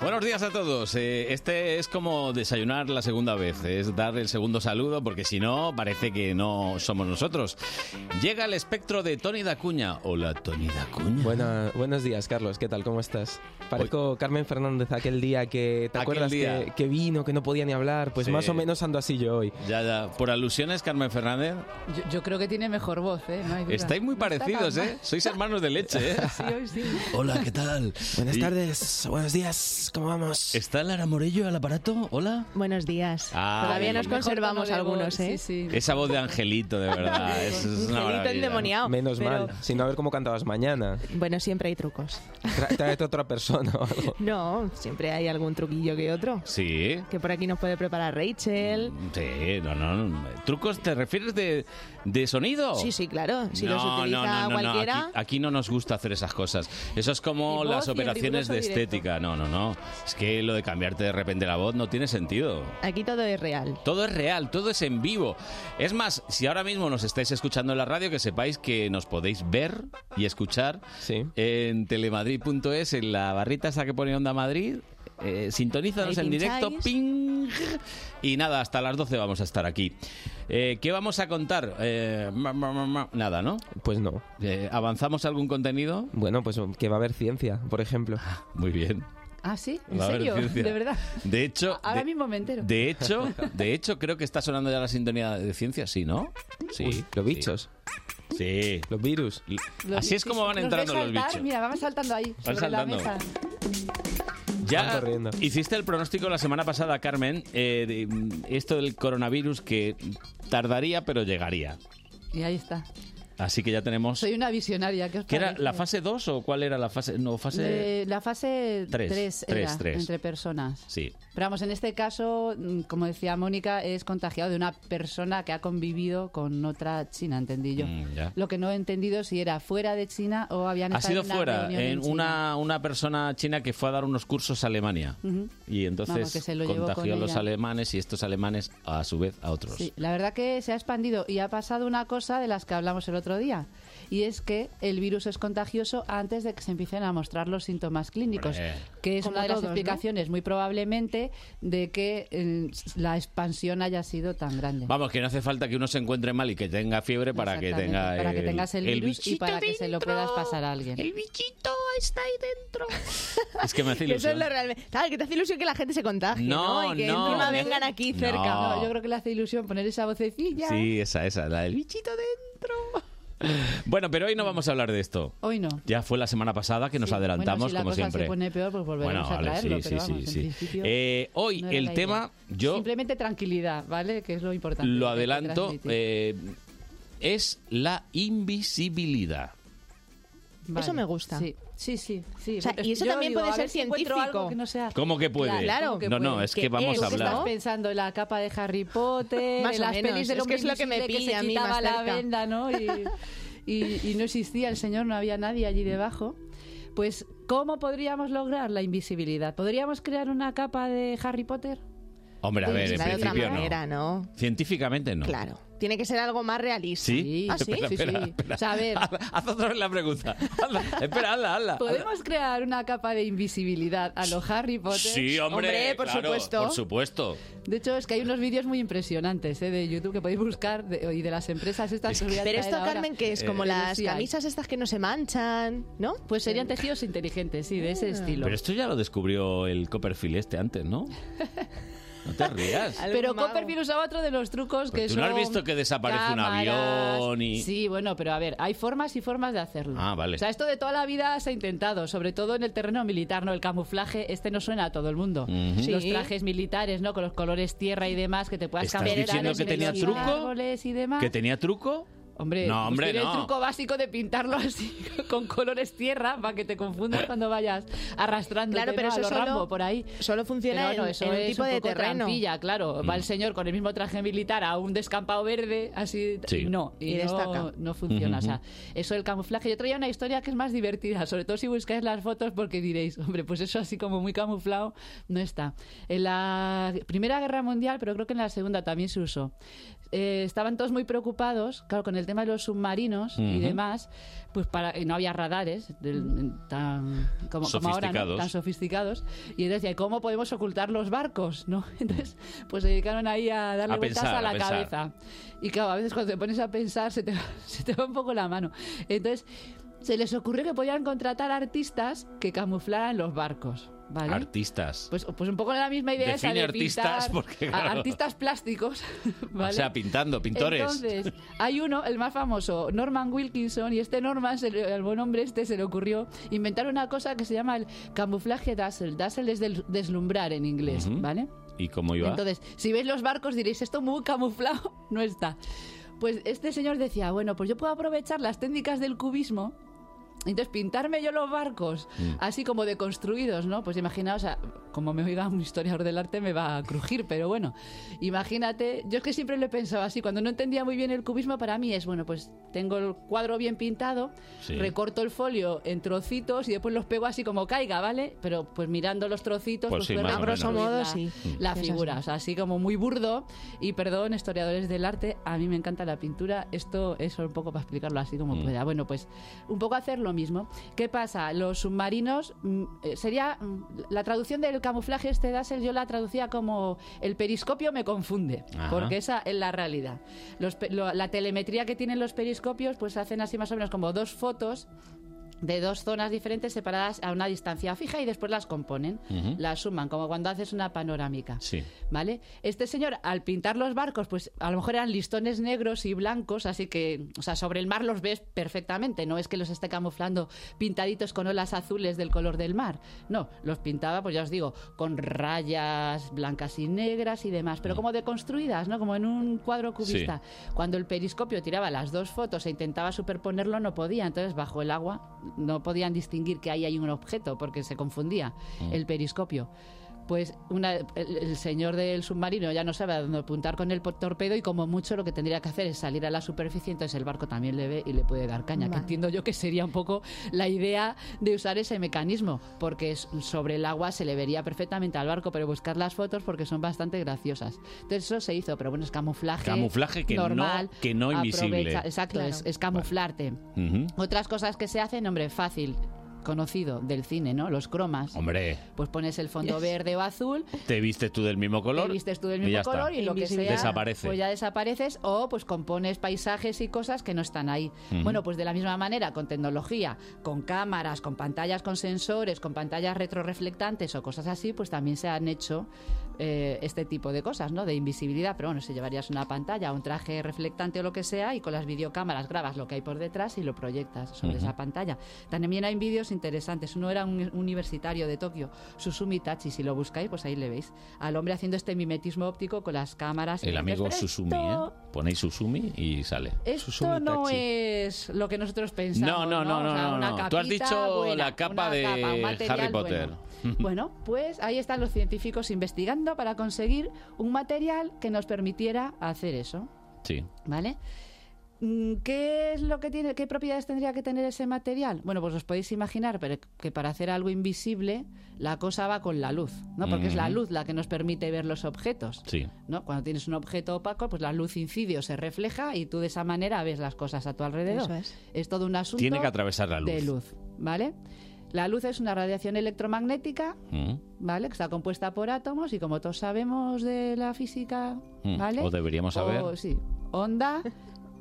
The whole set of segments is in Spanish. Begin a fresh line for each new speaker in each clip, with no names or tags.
Buenos días a todos. Eh, este es como desayunar la segunda vez, es dar el segundo saludo porque si no parece que no somos nosotros. Llega el espectro de Tony Dacuña. Hola Tony Dacuña.
Buena- buenos días, Carlos. ¿Qué tal? ¿Cómo estás? Parezco Carmen Fernández aquel día que te
Aquel
acuerdas
día.
Que, que vino, que no podía ni hablar. Pues
Sí.
más o menos ando así yo hoy.
Ya, ya. Por alusiones, Carmen Fernández.
Yo, yo creo que tiene mejor voz, ¿eh? No hay duda.
Estáis muy
No está tan
parecidos,
mal.
¿eh? Sois hermanos de leche, ¿eh?
Sí, hoy sí.
Hola, ¿qué tal?
Buenas
Y-
tardes, buenos días, ¿cómo vamos?
¿Está Lara Morello al aparato? Hola.
Buenos días.
Ah,
Todavía
ahí.
nos conservamos
Mejor tono de voz,
algunos, ¿eh?
Sí, sí.
Esa voz de angelito, de verdad. Es, es una
Angelito
maravilla.
endemoniado.
menos
pero-
mal, sino a ver cómo cantabas mañana.
Bueno, siempre hay trucos.
Tra- Tráete otra persona o algo.
No, siempre hay algún truquillo que otro.
Sí.
Que por aquí nos puede preparar Rachel.
Sí, no, no, no. ¿Trucos te refieres de, de sonido?
Sí, sí, claro. Si
no,
los utiliza
no, no, no, no.
cualquiera.
Aquí, aquí no nos gusta hacer esas cosas. Eso es como
Ni voz
las
ni el
operaciones de
riguroso directo.
estética. No, no, no. Es que lo de cambiarte de repente la voz no tiene sentido.
aquí todo es real.
Todo es real, todo es en vivo. Es más, si ahora mismo nos estáis escuchando en la radio, que sepáis que nos podéis ver y escuchar
Sí.
en telemadrid.es, en la barrita esa que pone Onda Madrid. Eh, sintonízanos
Ahí
en directo,
pincháis.
ping. Y nada, hasta las 12 vamos a estar aquí. Eh, ¿Qué vamos a contar? Eh, ma, ma, ma, ma, nada, ¿no?
Pues no.
Eh, ¿Avanzamos algún contenido?
Bueno, pues que va a haber ciencia, por ejemplo.
Muy bien.
Ah, sí, en
Va a haber
serio,
ciencia.
de verdad.
De hecho,
Ahora
de-
mismo me entero.
De hecho, de hecho, creo que está sonando ya la sintonía de ciencia, sí, ¿no? Sí.
Uy, los bichos,
Sí.
los virus.
Los
Así
bichos.
es como van
Nos
entrando
ves
los
saltar,
bichos.
Mira, van saltando ahí, sobre
saltando.
la mesa.
Ya
Van corriendo.
hiciste el pronóstico la semana pasada, Carmen, eh, de, mm, esto del coronavirus que tardaría pero llegaría.
Y ahí está.
Así que ya tenemos...
Soy una visionaria. ¿Qué os
¿Qué era
parece?
la fase 2 o cuál era la fase...? No, fase...
Eh, la fase 3
Tres, tres,
era
tres.
entre personas.
Sí.
Pero vamos, en este caso, mm, como decía Mónica, es contagiado de una persona que ha convivido con otra china, entendí yo.
Mm, ya.
Lo que no he entendido si era fuera de China o habían
Ha
estado
sido
en una
fuera,
reunión
en
en China.
una, una persona china que fue a dar unos cursos a Alemania.
Ujú.
Y entonces
Mm. Vamos, que se lo llevó
contagió a
con
los
ella.
alemanes y estos alemanes a su vez a otros.
Sí, la verdad que se ha expandido y ha pasado una cosa de las que hablamos el otro día. Y es que el virus es contagioso antes de que se empiecen a mostrar los síntomas clínicos,
Hombre.
que es
Como
una de las
todos, ¿no?
explicaciones muy probablemente de que eh, la expansión haya sido tan grande.
Vamos, que no hace falta que uno se encuentre mal y que tenga fiebre para que
Exactamente,
tenga
para que
el-
tengas el,
el
virus y
bichito
para que se lo
dentro.
puedas pasar a alguien.
El bichito está ahí dentro.
Es que me hace
Eso es
ilusión.
lo realmente. Claro, que te hace ilusión que la gente se contagie.
No,
No, Y que
no.
encima vengan aquí
No.
cerca.
No,
No, yo creo que le hace ilusión poner esa vocecilla.
Sí, esa, esa, la del bichito dentro. Bueno, pero hoy no vamos a hablar de esto.
Hoy no.
Ya fue la semana pasada que nos
Sí, bueno,
adelantamos,
si la
como
cosa
siempre.
se pone peor, pues volveremos
Bueno,
a
vale,
traerlo.
sí,
pero
sí,
vamos,
sí,
en
sí.
principio
Eh, hoy
no era
el
la
tema,
idea.
yo
Simplemente tranquilidad, ¿vale? Que es lo importante.
lo
que hay que
adelanto,
transmitir.
eh, es la invisibilidad.
Vale.
Eso me gusta.
Sí, sí, sí. sí.
O sea,
Es
y
que
eso
yo
también puede
a
ser
ver si encuentro
científico.
algo que no sea...
¿Cómo que puede?
Claro,
no, no,
puede.
es que
¿Qué
vamos
es?
a
¿Tú qué
hablar.
estás pensando en la capa de Harry Potter,
Más
en
o
las
menos,
pelis del
es que
hombre
es lo que me
invisible
pilla a
se
mí
quitaba
más
la
cerca.
venda, ¿no? Y, y- y no existía el señor, no había nadie allí debajo. Pues, ¿cómo podríamos lograr la invisibilidad? ¿Podríamos crear una capa de Harry Potter?
Hombre, a
Pues
ver, en
Será de otra
principio no.
manera, ¿no.
Científicamente no.
Claro. Tiene que ser algo más realista.
¿Sí?
¿Ah, sí?
Espera,
Sí,
espera,
sí.
espera.
O sea, a ver.
Haz, haz otra vez la pregunta. Hazla. Espera, hazla, hazla.
¿Podemos crear una capa de invisibilidad a lo Harry Potter?
Sí, hombre,
Hombre, por
claro,
supuesto.
Por supuesto.
De hecho, es que hay unos vídeos muy impresionantes ¿eh? de YouTube que podéis buscar de- y de las empresas estas. que os voy a
Pero
traer
esto,
ahora.
Carmen, que es como
Eh,
las
sí hay.
camisas estas que no se manchan, ¿no? Ah.
Pues serían tejidos inteligentes, sí, de ese estilo.
Pero
Pero,
esto ya lo descubrió el Copperfield este antes, ¿no? No te rías.
Al- Algo mago.
Copperfield usaba otro de los trucos que
Pero tú no has
son
visto que desaparece un avión y-
Sí, bueno, pero a ver, hay formas y formas de hacerlo.
Ah, vale.
O sea, esto de toda la vida se ha intentado, sobre todo en el terreno militar, ¿no? El camuflaje, este no suena a todo el mundo.
Ujú.
Los
Sí.
trajes militares, ¿no? Con los colores tierra y demás, que te puedas
¿Estás
cambiar
diciendo
árboles,
que tenía
medio
truco?
árboles y demás.
¿Que tenía truco?
Hombre,
No,
pues
hombre,
tiene
no.
el truco básico de pintarlo así con colores tierra para que te confundas cuando vayas arrastrando
Claro, pero
a
eso
lo
solo-
Rambo por ahí.
Solo funciona
Pero no,
en-
eso
en, un
es
tipo
un
de
poco
terreno.
trampilla, claro.
Mm.
Va el señor con el mismo traje militar a un descampado verde, así.
Sí.
y No, y,
Y
no,
destaca.
no funciona. O sea,
Ujú.
eso del camuflaje. Yo traía una historia que es más divertida, sobre todo si buscáis las fotos, porque diréis, hombre, pues eso así como muy camuflado no está. En la Primera Guerra Mundial, pero creo que en la Segunda también se usó. eh, estaban todos muy preocupados, claro, con el tema de los submarinos y
Ujú.
demás, pues para y no había radares del- tan como, como ahora, ¿no?
Sofisticados.
tan sofisticados. Y entonces decía, ¿cómo podemos ocultar los barcos? ¿No? Entonces, pues se dedicaron ahí a darle
A
vueltas
pensar,
a la
a pensar.
cabeza. Y claro, a veces cuando te pones a pensar se te, se te va un poco la mano. Entonces, se les ocurrió que podían contratar artistas que camuflaran los barcos. ¿Vale?
Artistas.
pues, pues un poco la misma idea esa
Define
de
artistas,
pintar
porque,
a-
claro.
artistas plásticos, ¿vale?
O sea, pintando, pintores.
Entonces, hay uno, el más famoso, Norman Wilkinson, y este Norman, se le- el buen hombre este, se le ocurrió inventar una cosa que se llama el camuflaje dazzle. Dazzle es del- deslumbrar en inglés,
Ujú.
¿vale?
¿Y cómo iba?
Entonces, si veis los barcos diréis, esto muy camuflado no está. Pues este señor decía, bueno, pues yo puedo aprovechar las técnicas del cubismo. Entonces, pintarme yo los barcos,
Mm.
así como deconstruidos, ¿no? Pues imaginaos, a- como me oiga un historiador del arte me va a crujir, pero bueno, imagínate, yo es que siempre lo he pensado así, cuando no entendía muy bien el cubismo, para mí es, bueno, pues tengo el cuadro bien pintado,
Sí.
recorto el folio en trocitos y después los pego así como caiga, ¿vale? Pero pues mirando los trocitos,
Pues
pues,
sí,
puedo
más o
reconstruir
menos.
la-
Grosso modo, sí.
La
Sí, es
figura,
así.
o sea, así como muy burdo. Y perdón, historiadores del arte, a mí me encanta la pintura. Esto es un poco para explicarlo así como
Mm.
pueda. Bueno, pues un poco hacer lo mismo. ¿Qué pasa? Los submarinos mm, eh, sería mm, la traducción del camuflaje este Dassel, yo la traducía como el periscopio me confunde,
Ajá.
porque esa es la realidad. Los pe- lo- la telemetría que tienen los periscopios, pues hacen así más o menos como dos fotos de dos zonas diferentes separadas a una distancia fija y después las componen,
Ujú.
las suman, como cuando haces una panorámica.
Sí.
¿Vale? Este señor, al pintar los barcos, pues a lo mejor eran listones negros y blancos, así que, o sea, sobre el mar los ves perfectamente, no es que los esté camuflando pintaditos con olas azules del color del mar, no, los pintaba, pues ya os digo, con rayas blancas y negras y demás,
Mm.
pero como deconstruidas, ¿no? Como en un cuadro cubista. Cuando el periscopio tiraba las dos fotos e intentaba superponerlo, no podía, entonces bajo el agua no podían distinguir que ahí hay un objeto, porque se confundía el periscopio. Pues una- el, el señor del submarino ya no sabe a dónde apuntar con el po- torpedo y como mucho lo que tendría que hacer es salir a la superficie, entonces el barco también le ve y le puede dar caña, que
Vale.
entiendo yo que sería un poco la idea de usar ese mecanismo, porque es- sobre el agua se le vería perfectamente al barco, pero buscar las fotos porque son bastante graciosas. Entonces eso se hizo, pero bueno, es camuflaje.
Camuflaje que no-
normal,
que no invisible.
aprovecha- exacto,
Claro.
es, es camuflarte.
Ujú.
Otras cosas que se hacen, hombre, fácil, conocido del cine, ¿no? Los cromas.
Hombre,
Pues pones el fondo verde o azul
te vistes tú del mismo color.
te vistes tú del
y
mismo
ya está.
color y lo que sea,
Invisible.
Desaparece.
pues ya desapareces o pues compones paisajes y cosas que no están ahí.
Ujú.
Bueno, pues de la misma manera, con tecnología, con cámaras, con pantallas con sensores, con pantallas retroreflectantes o cosas así, pues también se han hecho eh, este tipo de cosas, ¿no? De invisibilidad, pero bueno, si llevarías una pantalla, un traje reflectante o lo que sea y con las videocámaras grabas lo que hay por detrás y lo proyectas sobre
Ujú.
esa pantalla. También hay vídeos interesantes. Uno era un universitario de Tokio, Susumi Tachi, si lo buscáis, pues ahí le veis. Al hombre haciendo este mimetismo óptico con las cámaras. y
El
dices,
amigo
"Pero
Susumi, ¿eh?
esto-
Ponéis Susumi y sale.
Esto
Susumi
no
Tachi.
es lo que nosotros pensamos.
No, no, no,
O sea,
no, no,
una
no. Tú has
capita
dicho
buena,
la capa
una
de
capa, un material
Harry Potter.
bueno. Bueno, pues ahí están los científicos investigando para conseguir un material que nos permitiera hacer eso.
Sí.
¿Vale? Mm, ¿Qué es lo que tiene, qué propiedades tendría que tener ese material? Bueno, pues os podéis imaginar pero que para hacer algo invisible la cosa va con la luz, ¿no? Porque es la
Ujú.
luz la que nos permite ver los objetos.
Sí.
¿No? Cuando tienes un objeto opaco, pues la luz incide o se refleja y tú de esa manera ves las cosas a tu alrededor.
Eso es.
todo un asunto
Tiene que atravesar la luz.
de luz, ¿vale? La luz es una radiación electromagnética
Mm.
¿vale? Que está compuesta por átomos y como todos sabemos de la física,
Mm,
¿vale?
o deberíamos
O,
saber.
Sí, onda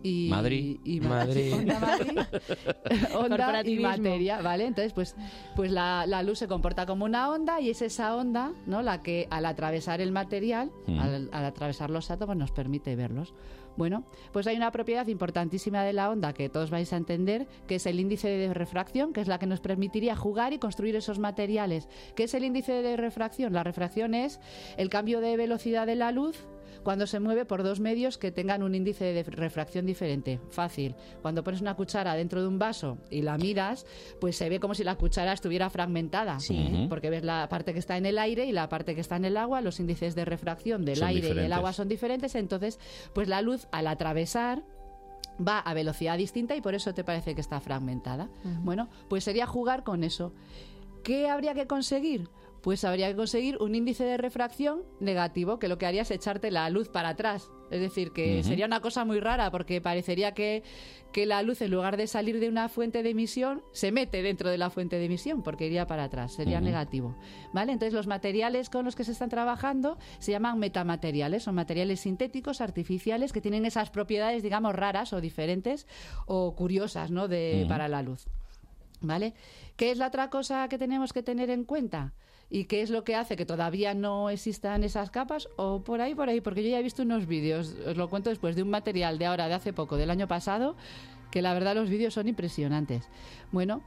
y...
Madrid.
Y,
Madrid.
Onda, Madrid, onda y
Corporativismo.
materia, ¿vale? Entonces, pues, pues la, la luz se comporta como una onda y es esa onda, ¿no? La que al atravesar el material,
Mm.
al, al atravesar los átomos, nos permite verlos. Bueno, pues hay una propiedad importantísima de la onda que todos vais a entender, que es el índice de refracción, que es la que nos permitiría jugar y construir esos materiales. ¿Qué es el índice de refracción? La refracción es el cambio de velocidad de la luz cuando se mueve por dos medios que tengan un índice de refracción diferente. Fácil. Cuando pones una cuchara dentro de un vaso y la miras, pues se ve como si la cuchara estuviera fragmentada.
Sí.
Porque ves la parte que está en el aire y la parte que está en el agua, los índices de refracción del
Son
aire y del
diferentes.
agua son diferentes, entonces pues la luz al atravesar va a velocidad distinta y por eso te parece que está fragmentada. Bueno, pues sería jugar con eso. ¿Qué habría que conseguir? Pues habría que conseguir un índice de refracción negativo, que lo que haría es echarte la luz para atrás. Es decir, que
Ujú.
sería una cosa muy rara, porque parecería que, que la luz, en lugar de salir de una fuente de emisión, se mete dentro de la fuente de emisión, porque iría para atrás, sería
Ujú.
negativo. ¿Vale? Entonces, los materiales con los que se están trabajando se llaman metamateriales, son materiales sintéticos, artificiales, que tienen esas propiedades, digamos, raras o diferentes o curiosas, ¿no? De,
Ujú.
Para la luz. ¿Vale? ¿Qué es la otra cosa que tenemos que tener en cuenta? ¿Y qué es lo que hace que todavía no existan esas capas? O por ahí, por ahí, porque yo ya he visto unos vídeos, os lo cuento después, de un material de ahora, de hace poco, del año pasado, que la verdad los vídeos son impresionantes. Bueno,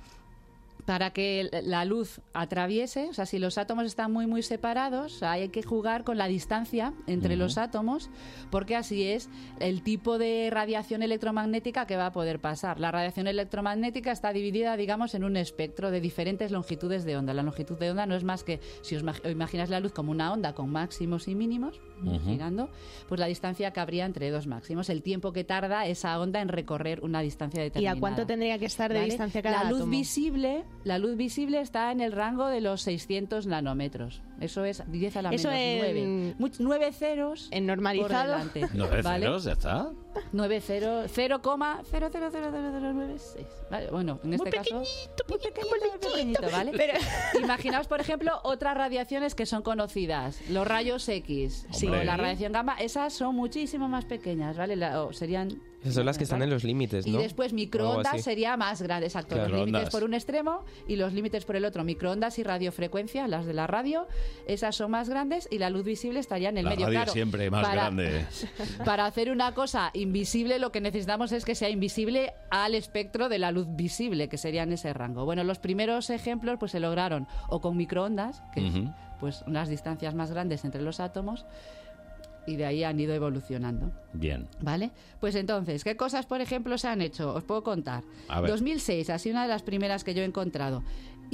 para que el- la luz atraviese, o sea, si los átomos están muy muy separados, hay que jugar con la distancia entre los átomos, porque así es el tipo de radiación electromagnética que va a poder pasar. La radiación electromagnética está dividida, digamos, en un espectro de diferentes longitudes de onda. La longitud de onda no es más que, si os ma- imagináis la luz como una onda con máximos y mínimos,
Ujú.
girando, pues la distancia que habría entre dos máximos, el tiempo que tarda esa onda en recorrer una distancia
¿Y
determinada.
a cuánto tendría que estar de
¿vale?
distancia cada
la luz
átomo?
visible la luz visible está en el rango de los 600 nanómetros eso es 10 a la
Eso
menos 9
en-
nueve ceros
En
por
normalizado.
delante
No,
¿vale?
ceros, ya está.
9 cero 0,000096 ¿vale? bueno en este caso muy pequeñito, pequeñito, ¿vale? imaginaos por ejemplo otras radiaciones que son conocidas los rayos X
Sí.
o la radiación gamma esas son muchísimo más pequeñas ¿vale? La- o serían
Esas son las que están en los límites,
y
¿no?
después
O algo
microondas
así.
sería más grande, exacto.
Claro,
los límites
ondas.
por un extremo y los límites por el otro. Microondas y radiofrecuencia, las de la radio, esas son más grandes y la luz visible estaría en el
La
medio.
radio
claro,
siempre más
para-
grande. ¿eh?
Para hacer una cosa invisible, lo que necesitamos es que sea invisible al espectro de la luz visible, que sería en ese rango. Bueno, los primeros ejemplos pues se lograron o con microondas, que es,
Ujú.
pues unas distancias más grandes entre los átomos, y de ahí han ido evolucionando.
Bien.
¿Vale? Pues entonces, ¿qué cosas, por ejemplo, se han hecho? Os puedo contar.
A ver.
2006, así una de las primeras que yo he encontrado.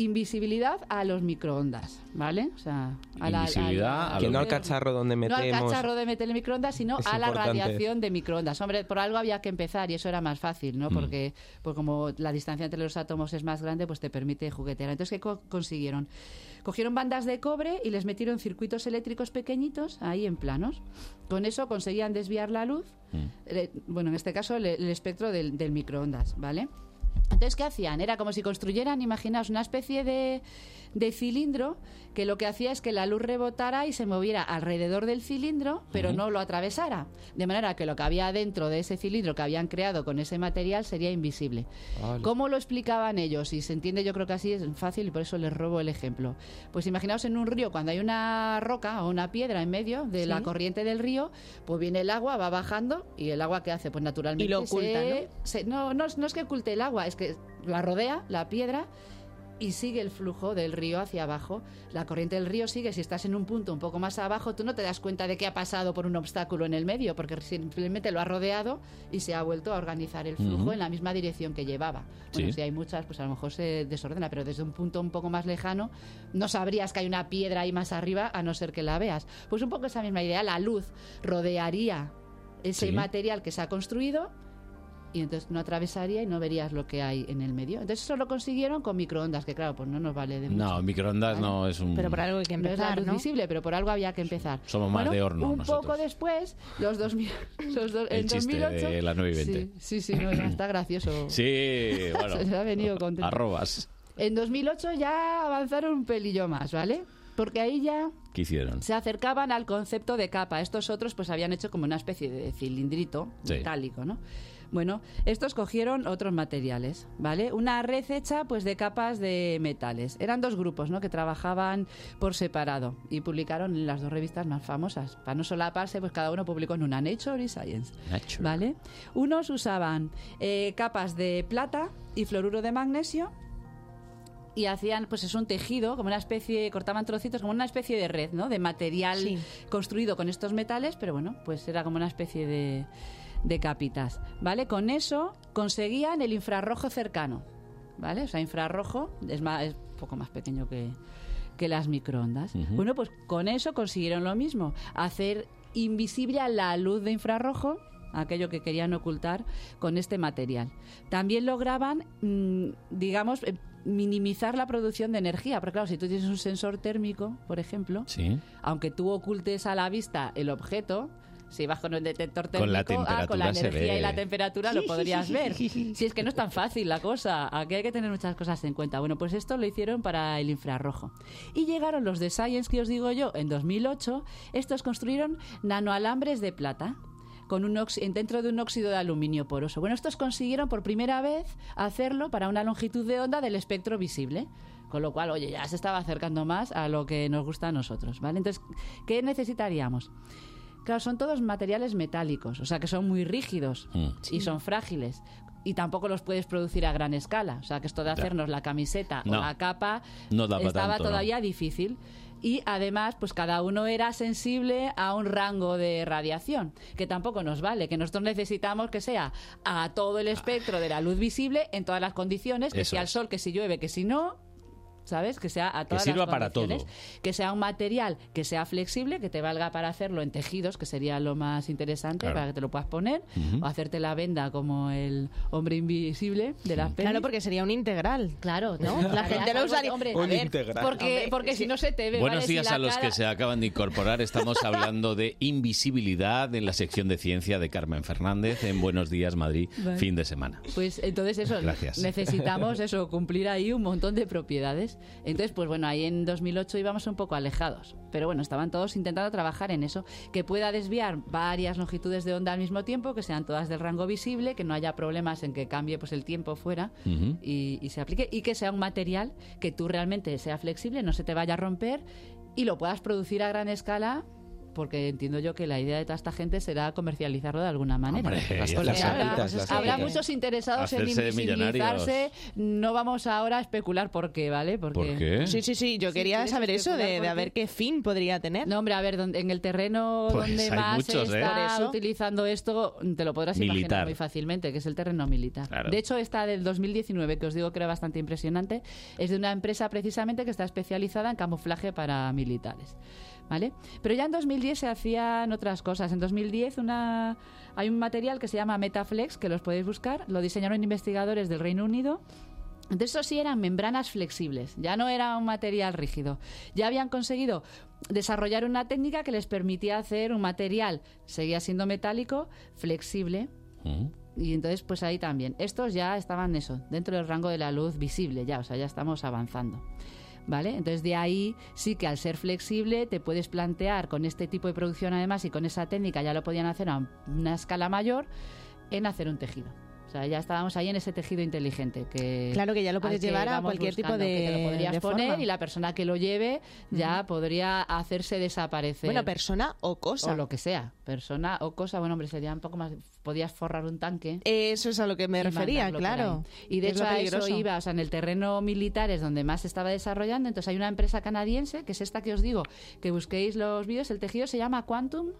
Invisibilidad a los microondas, ¿vale? O sea, a la-
Invisibilidad a
la-
los-
Que no al cacharro donde
no
metemos.
al cacharro de meter el microondas, sino
Es
a la
importante.
radiación de microondas. Hombre, por algo había que empezar y eso era más fácil, ¿no? Porque pues como la distancia entre los átomos es más grande, pues te permite juguetear. Entonces, ¿qué co- consiguieron? Cogieron bandas de cobre y les metieron circuitos eléctricos pequeñitos ahí en planos. Con eso conseguían desviar la luz, eh, bueno, en este caso el, el espectro del, del microondas, ¿vale? Entonces, ¿qué hacían? Era como si construyeran, imaginaos, una especie de, de cilindro que lo que hacía es que la luz rebotara y se moviera alrededor del cilindro, pero no lo atravesara. De manera que lo que había dentro de ese cilindro que habían creado con ese material sería invisible.
Vale.
¿Cómo lo explicaban ellos? Y se entiende, yo creo que así es fácil y por eso les robo el ejemplo. Pues imaginaos en un río, cuando hay una roca o una piedra en medio de la
Sí.
corriente del río, pues viene el agua, va bajando y el agua que hace, pues naturalmente
Y lo oculta,
se- se- no, no es- no es que oculte el agua, es que la rodea la piedra y sigue el flujo del río hacia abajo. La corriente del río sigue. Si estás en un punto un poco más abajo, tú no te das cuenta de que ha pasado por un obstáculo en el medio, porque simplemente lo ha rodeado y se ha vuelto a organizar el flujo
Ujú.
en la misma dirección que llevaba. Bueno,
Sí.
si hay muchas, pues a lo mejor se desordena, pero desde un punto un poco más lejano no sabrías que hay una piedra ahí más arriba a no ser que la veas. Pues un poco esa misma idea, la luz rodearía ese
Sí.
material que se ha construido y entonces no atravesaría y no verías lo que hay en el medio. Entonces eso lo consiguieron con microondas, que claro, pues no nos vale de mucho.
No, microondas no es un.
Pero por algo hay que
No es la
empezar,
luz
¿no?
visible, pero por algo había que empezar.
Somos más
Bueno,
de horno
Un
nosotros.
poco después, los 2000, los do-
El
en
chiste
2008.
de las nueve y
sí,
veinte.
sí, sí, no, ya está gracioso.
Sí, bueno.
Se ha venido contento.
Arrobas.
En 2008 ya avanzaron un pelillo más, ¿vale? Porque ahí ya
¿Qué hicieron?
se acercaban al concepto de capa. Estos otros pues habían hecho como una especie de cilindrito
Sí.
metálico, ¿no? Bueno, estos cogieron otros materiales, ¿vale? Una red hecha pues de capas de metales. Eran dos grupos, ¿no? Que trabajaban por separado y publicaron en las dos revistas más famosas. Para no solaparse, pues cada uno publicó en una Nature y Science.
Nature.
¿Vale? Unos usaban eh, capas de plata y fluoruro de magnesio y hacían pues es un tejido como una especie cortaban trocitos como una especie de red no de material
Sí.
construido con estos metales pero bueno pues era como una especie de de capitas vale con eso conseguían el infrarrojo cercano vale o sea infrarrojo es más es un poco más pequeño que que las microondas
Ujú.
bueno pues con eso consiguieron lo mismo hacer invisible a la luz de infrarrojo aquello que querían ocultar con este material. También lograban, mm, digamos, eh, minimizar la producción de energía, porque claro, si tú tienes un sensor térmico, por ejemplo,
Sí.
aunque tú ocultes a la vista el objeto, si vas con el detector térmico,
Con la
ah, con la
temperatura se
energía y
ve.
la temperatura lo podrías ver. Si es que no es tan fácil la cosa, aquí hay que tener muchas cosas en cuenta. Bueno, pues esto lo hicieron para el infrarrojo. Y llegaron los de Science que os digo yo en 2008, estos construyeron nanoalambres de plata con un oxi- dentro de un óxido de aluminio poroso. Bueno, estos consiguieron por primera vez hacerlo para una longitud de onda del espectro visible. Con lo cual, oye, ya se estaba acercando más a lo que nos gusta a nosotros, ¿vale? Entonces, ¿qué necesitaríamos? Claro, son todos materiales metálicos, o sea que son muy rígidos
Mm.
y son frágiles. Y tampoco los puedes producir a gran escala. O sea que esto de hacernos la camiseta
No.
o la capa
No daba
estaba
tanto, ¿no?
todavía difícil. Y además, pues cada uno era sensible a un rango de radiación, que tampoco nos vale, que nosotros necesitamos que sea a todo el espectro de la luz visible en todas las condiciones, que
Eso
si al
es.
sol, que si llueve, que si no, ¿sabes? Que sea a todas
sirva
las
para
condiciones,
todo.
Que sea un material que sea flexible, que te valga para hacerlo en tejidos, que sería lo más interesante
Claro.
para que te lo puedas poner,
Ujú.
o hacerte la venda como el hombre invisible de las pelis.
Claro, porque sería un integral.
Claro,
¿no? La gente lo usaría-
Hombre,
Un
a ver,
integral.
Porque,
Hombre,
porque si no se te ve.
Buenos
¿vale? Si
días
la
a los
cara-
que se acaban de incorporar. Estamos hablando de invisibilidad en la sección de ciencia de Carmen Fernández en Buenos Días Madrid,
Vale.
fin de semana.
Pues entonces eso,
Gracias.
necesitamos eso, cumplir ahí un montón de propiedades. Entonces, pues bueno, ahí en 2008 íbamos un poco alejados, pero bueno, estaban todos intentando trabajar en eso, que pueda desviar varias longitudes de onda al mismo tiempo, que sean todas del rango visible, que no haya problemas en que cambie pues el tiempo fuera
Ujú.
y, y se aplique, y que sea un material que tú realmente sea flexible, no se te vaya a romper y lo puedas producir a gran escala. Porque entiendo yo que la idea de toda esta gente será comercializarlo de alguna manera.
Hombre,
Las-
Porque
las
habrá-
capitas, las
habrá
capitas.
muchos interesados en
Hacerse
invisibilizarse. No vamos ahora a especular por qué, ¿vale? Porque...
¿Por qué?
Sí, sí, sí. Yo
Sí,
quería
¿quieres
saber eso de,
especular
de
por
a ver qué fin podría tener.
No, hombre, a ver, donde- en el terreno
Pues
donde
hay
más
muchos,
se
¿eh?
está
Por eso.
utilizando esto, te lo podrás
Militar.
imaginar muy fácilmente, que es el terreno militar.
Claro.
De hecho, esta del 2019, que os digo que era bastante impresionante, es de una empresa precisamente que está especializada en camuflaje para militares. ¿Vale? Pero ya en 2010 se hacían otras cosas. En 2010 una, hay un material que se llama Metaflex, que los podéis buscar. Lo diseñaron investigadores del Reino Unido entonces, eso sí eran membranas flexibles, ya no era un material rígido. Ya habían conseguido desarrollar una técnica que les permitía hacer un material, seguía siendo metálico, flexible.
Ujú.
Y entonces, pues ahí también. Estos ya estaban eso, dentro del rango de la luz visible, ya, o sea, ya estamos avanzando. ¿Vale? Entonces de ahí sí que al ser flexible te puedes plantear con este tipo de producción además y con esa técnica ya lo podían hacer a una escala mayor en hacer un tejido. O sea, ya estábamos ahí en ese tejido inteligente que
Claro que ya lo
al
puedes
que
llevar a
vamos
cualquier tipo
buscando,
de.
que te lo podrías
de
poner
forma.
y la persona que lo lleve ya podría hacerse desaparecer.
Bueno, persona o cosa.
o lo que sea, persona o cosa, bueno, hombre, sería un poco más podías forrar un tanque.
Eso es a lo que me
y
refería,
mandarlo por
claro.
ahí. Y de
Es
hecho
lo
a eso
peligroso.
iba, o sea, en el terreno militar es donde más se estaba desarrollando. Entonces hay una empresa canadiense, que es esta que os digo, que busquéis los vídeos. El tejido se llama Quantum,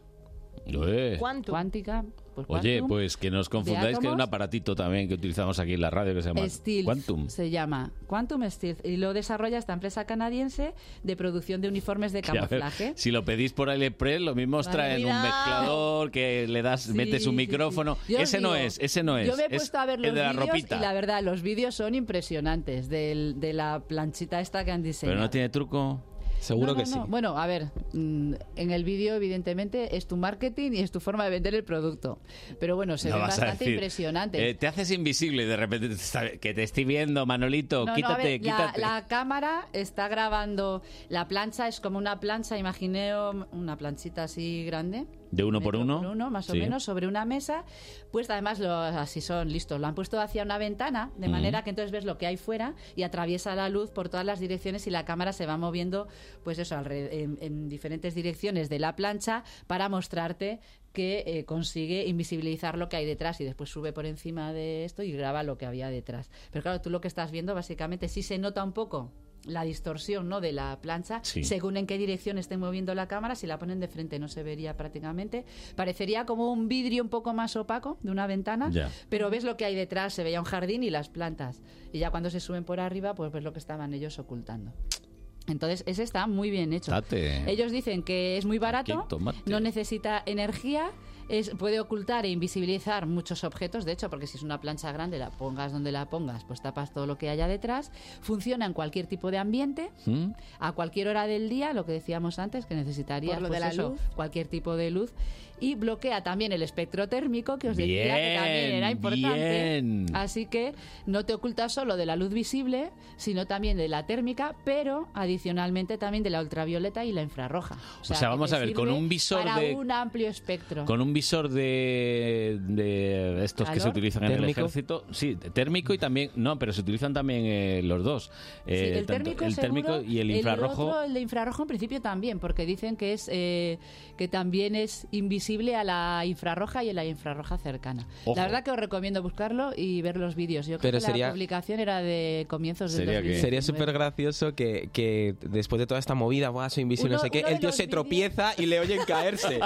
Eh.
¿Cuánto?
cuántica. Pues
Oye,
Quantum.
pues que no os confundáis que hay un
átomos.
aparatito también que utilizamos aquí en la radio que se llama
Steel
Quantum.
se llama Quantum Steel y lo desarrolla esta empresa canadiense de producción de uniformes de
Que a ver,
camuflaje.
si lo pedís por AliExpress, lo mismo os
Vale.
traen un
Cuidado.
mezclador que le das,
Sí,
metes un
sí, sí.
micrófono.
Yo os
Ese no
digo,
es, ese no es.
Yo me he
Es
puesto a ver
el
los
de la
vídeos
ropita.
y la verdad, los vídeos son impresionantes del- de la planchita esta que han diseñado.
Pero no tiene truco.
Seguro
No, no,
que
no.
sí.
Bueno, a ver, mm, en el vídeo evidentemente es tu marketing y es tu forma de vender el producto. Pero bueno, se
No
ve
vas a
bastante
decir,
impresionante.
eh, te haces invisible y de repente te está- que te estoy viendo, Manolito.
No, no, a
quítate,
ver, la-
quítate.
La, cámara está grabando. La plancha es como una plancha, imagineo una planchita así grande.
De uno por uno.
más o
Sí.
menos, sobre una mesa. Pues además, lo, así son listos, lo han puesto hacia una ventana, de
Ujú.
manera que entonces ves lo que hay fuera y atraviesa la luz por todas las direcciones y la cámara se va moviendo, pues eso, alre- en, en diferentes direcciones de la plancha para mostrarte que eh, consigue invisibilizar lo que hay detrás y después sube por encima de esto y graba lo que había detrás. Pero claro, tú lo que estás viendo básicamente sí se nota un poco la distorsión ¿no? de la plancha
Sí.
según en qué dirección esté moviendo la cámara, si la ponen de frente no se vería prácticamente. Parecería como un vidrio un poco más opaco de una ventana,
Ya.
pero ves lo que hay detrás, se veía un jardín y las plantas. Y ya cuando se suben por arriba, pues ves lo que estaban ellos ocultando. Entonces, ese está muy bien hecho.
Tate.
Ellos dicen que es muy barato,
Aquí, tómate.
no necesita energía, es, puede ocultar e invisibilizar muchos objetos, de hecho, porque si es una plancha grande, la pongas donde la pongas, pues tapas todo lo que haya detrás, funciona en cualquier tipo de ambiente,
¿Mm?
a cualquier hora del día, lo que decíamos antes, que necesitaría pues
Por lo de la luz.
cualquier tipo de luz, y bloquea también el espectro térmico, que os decía que también
Bien,
era importante.
bien.
Así que no te ocultas solo de la luz visible, sino también de la térmica, pero adicionalmente también de la ultravioleta y la infrarroja.
O sea,
que
vamos
te
a ver, con
sirve
un visor
para
de-
un amplio espectro.
Con un visor de, de estos que se
¿Calor?
utilizan en el
¿Térmico?
ejército, sí, térmico y también, no, pero se utilizan también eh, los dos.
Sí,
Eh,
el
tanto
térmico,
el
seguro,
térmico y el infrarrojo.
otro, el de infrarrojo en principio también, porque dicen que es eh, que también es invisible a la infrarroja y a la infrarroja cercana.
Ojo.
La verdad que os recomiendo buscarlo y ver los vídeos. Yo creo
Pero
que
sería-
la publicación era de comienzos del
Sería que-
2019.
Sería súper gracioso que, que después de toda esta movida, Buah, soy invisible,
Uno-
no sé qué,
uno de
el tío
los
se
vídeos-
tropieza y le oyen caerse.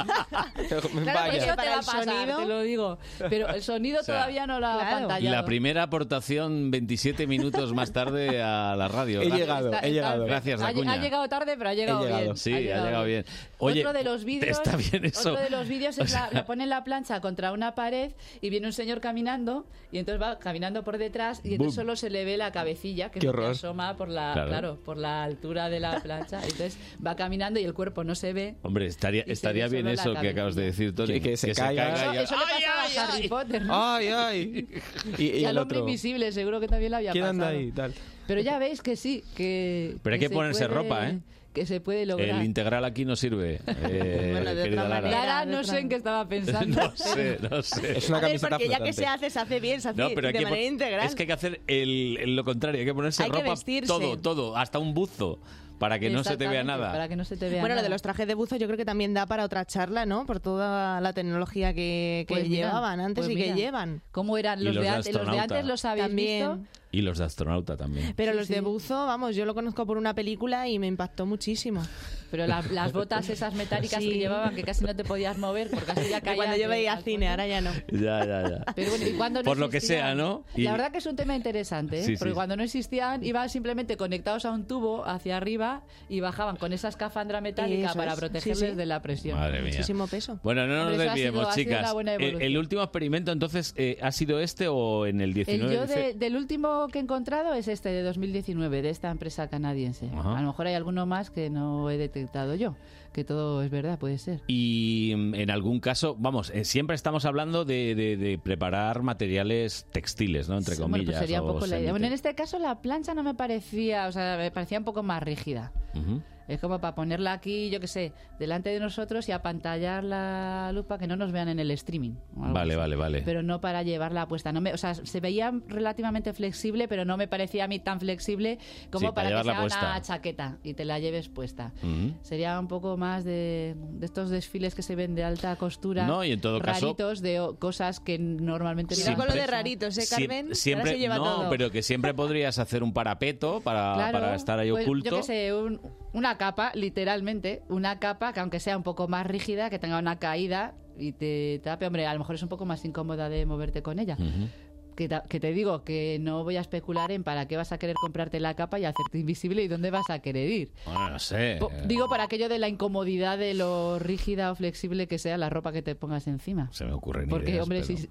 Claro, pues pero
Vaya.
eso te
Para
va a
el
pasar,
sonido.
te lo digo. Pero el sonido
sea,
todavía no lo ha
claro.
pantallado.
La primera aportación 27 minutos más tarde a la radio.
He
Ra-
llegado. he llegado.
Gracias,
ha,
Acuña.
ha llegado tarde, pero ha llegado,
llegado.
bien.
Sí, ha llegado bien. Oye,
otro de los vídeos,
está bien eso.
Otro de los vídeos
O
es la,
sea-
la pone la plancha contra una pared y viene un señor caminando y entonces va caminando por detrás y entonces
Boom.
solo se le ve la cabecilla que
Qué
es lo que
horror.
asoma por la,
Claro.
claro. por la altura de la plancha. Entonces va caminando y el cuerpo no se ve.
Hombre, estaría,
Y se
estaría
ve
bien
solo la
eso que acabas de decir, Tony.
Que- que se caiga.
Eso,
y-
eso le pasaba a Harry Potter. ¿no?
¡Ay, ay! Y, y
Y al
el
hombre
otro.
invisible, seguro que también lo había
¿Quién
pasado.
anda ahí? Tal.
Pero ya veis que sí, que.
Pero hay que
se
ponerse
puede-
ropa, ¿eh?
Que se puede lograr.
El integral aquí no sirve, eh,
Bueno, de
querida
otra
Lara.
manera.
Lara, no sé en qué estaba pensando.
No sé, no sé.
Es una
A ver,
camiseta
porque ya que
flotante.
se hace, se hace bien, se hace
No, pero hay
de
que
manera
pon-
integral.
Es que hay que hacer el, el- lo contrario, hay que ponerse
Hay que
ropa
vestirse.
todo, todo, hasta un buzo, para que no se te vea
Exactamente,
nada.
Para que no se te vea
bueno, lo de
nada.
los trajes de buzo yo creo que también da para otra charla, ¿no? Por toda la tecnología que, que
Pues mira,
llevaban antes
pues
y
mira.
que llevan.
¿Cómo eran
Y
los,
los
de
de
antes? Los de
astronauta.
antes los habéis
También.
visto.
Y los de astronauta también.
Pero
Sí,
los
sí.
de buzo, vamos, yo lo conozco por una película y me impactó muchísimo.
Pero la- las botas esas metálicas
Sí.
que llevaban, que casi no te podías mover, porque así ya
Que
caían.
cuando yo
de-
veía
al
cine,
suelo.
ahora ya no.
Ya, ya, ya.
Pero bueno, ¿y cuándo no
Por lo que sea,
existían?
¿no? Y-
La verdad que es un tema interesante, ¿eh?
Sí, sí.
porque cuando no existían iban simplemente conectados a un tubo hacia arriba y bajaban con esa escafandra metálica
Eso
para
es.
protegerles
Sí, sí.
de la presión.
Madre mía.
Muchísimo peso.
Bueno, no nos
Hombre, eso ha
desviemos,
sido- ha sido
chicas. Eh,
una buena
El- el,
evolución.
último experimento, entonces, eh, ¿ha sido este o en el 19?
El yo de-
dice?
del último que he encontrado es este de 2019, de esta empresa canadiense.
Ajá.
A lo mejor hay alguno más que no he detectado yo, que todo es verdad, puede ser.
Y mm, en algún caso, vamos, eh, siempre estamos hablando de, de- de preparar materiales textiles, ¿no? Entre
Sí, bueno,
comillas.
pues sería un
o
poco la idea.
semite.
Bueno, en este caso la plancha no me parecía, o sea, me parecía un poco más rígida.
Ujú.
Es como para ponerla aquí, yo qué sé, delante de nosotros y apantallar la luz para que no nos vean en el streaming. o algo
Vale,
así.
vale, vale.
Pero no para llevarla puesta. No me, o sea, se veía relativamente flexible, pero no me parecía a mí tan flexible como
Sí, para
para, que
llevarla
sea
puesta.
una chaqueta y te la lleves puesta.
Ujú.
Sería un poco más de, de estos desfiles que se ven de alta costura.
No, y en todo caso-
raritos de o- cosas que normalmente... no
Cuidado con lo
se
de
usan.
raritos, ¿eh,
Siem-
Carmen? Ahora
siempre,
se lleva
no,
todo.
pero que siempre podrías hacer un parapeto para,
Claro,
para estar ahí
pues,
oculto.
Yo qué sé, un- una capa, literalmente, una capa que aunque sea un poco más rígida, que tenga una caída y te tape, hombre, a lo mejor es un poco más incómoda de moverte con ella.
Ujú.
Que, ta- que te digo que no voy a especular en para qué vas a querer comprarte la capa y hacerte invisible y dónde vas a querer ir.
Bueno, no sé.
Po- digo para aquello de la incomodidad de lo rígida o flexible que sea la ropa que te pongas encima.
Se me ocurren
Porque,
ideas,
hombre,
pero-
si,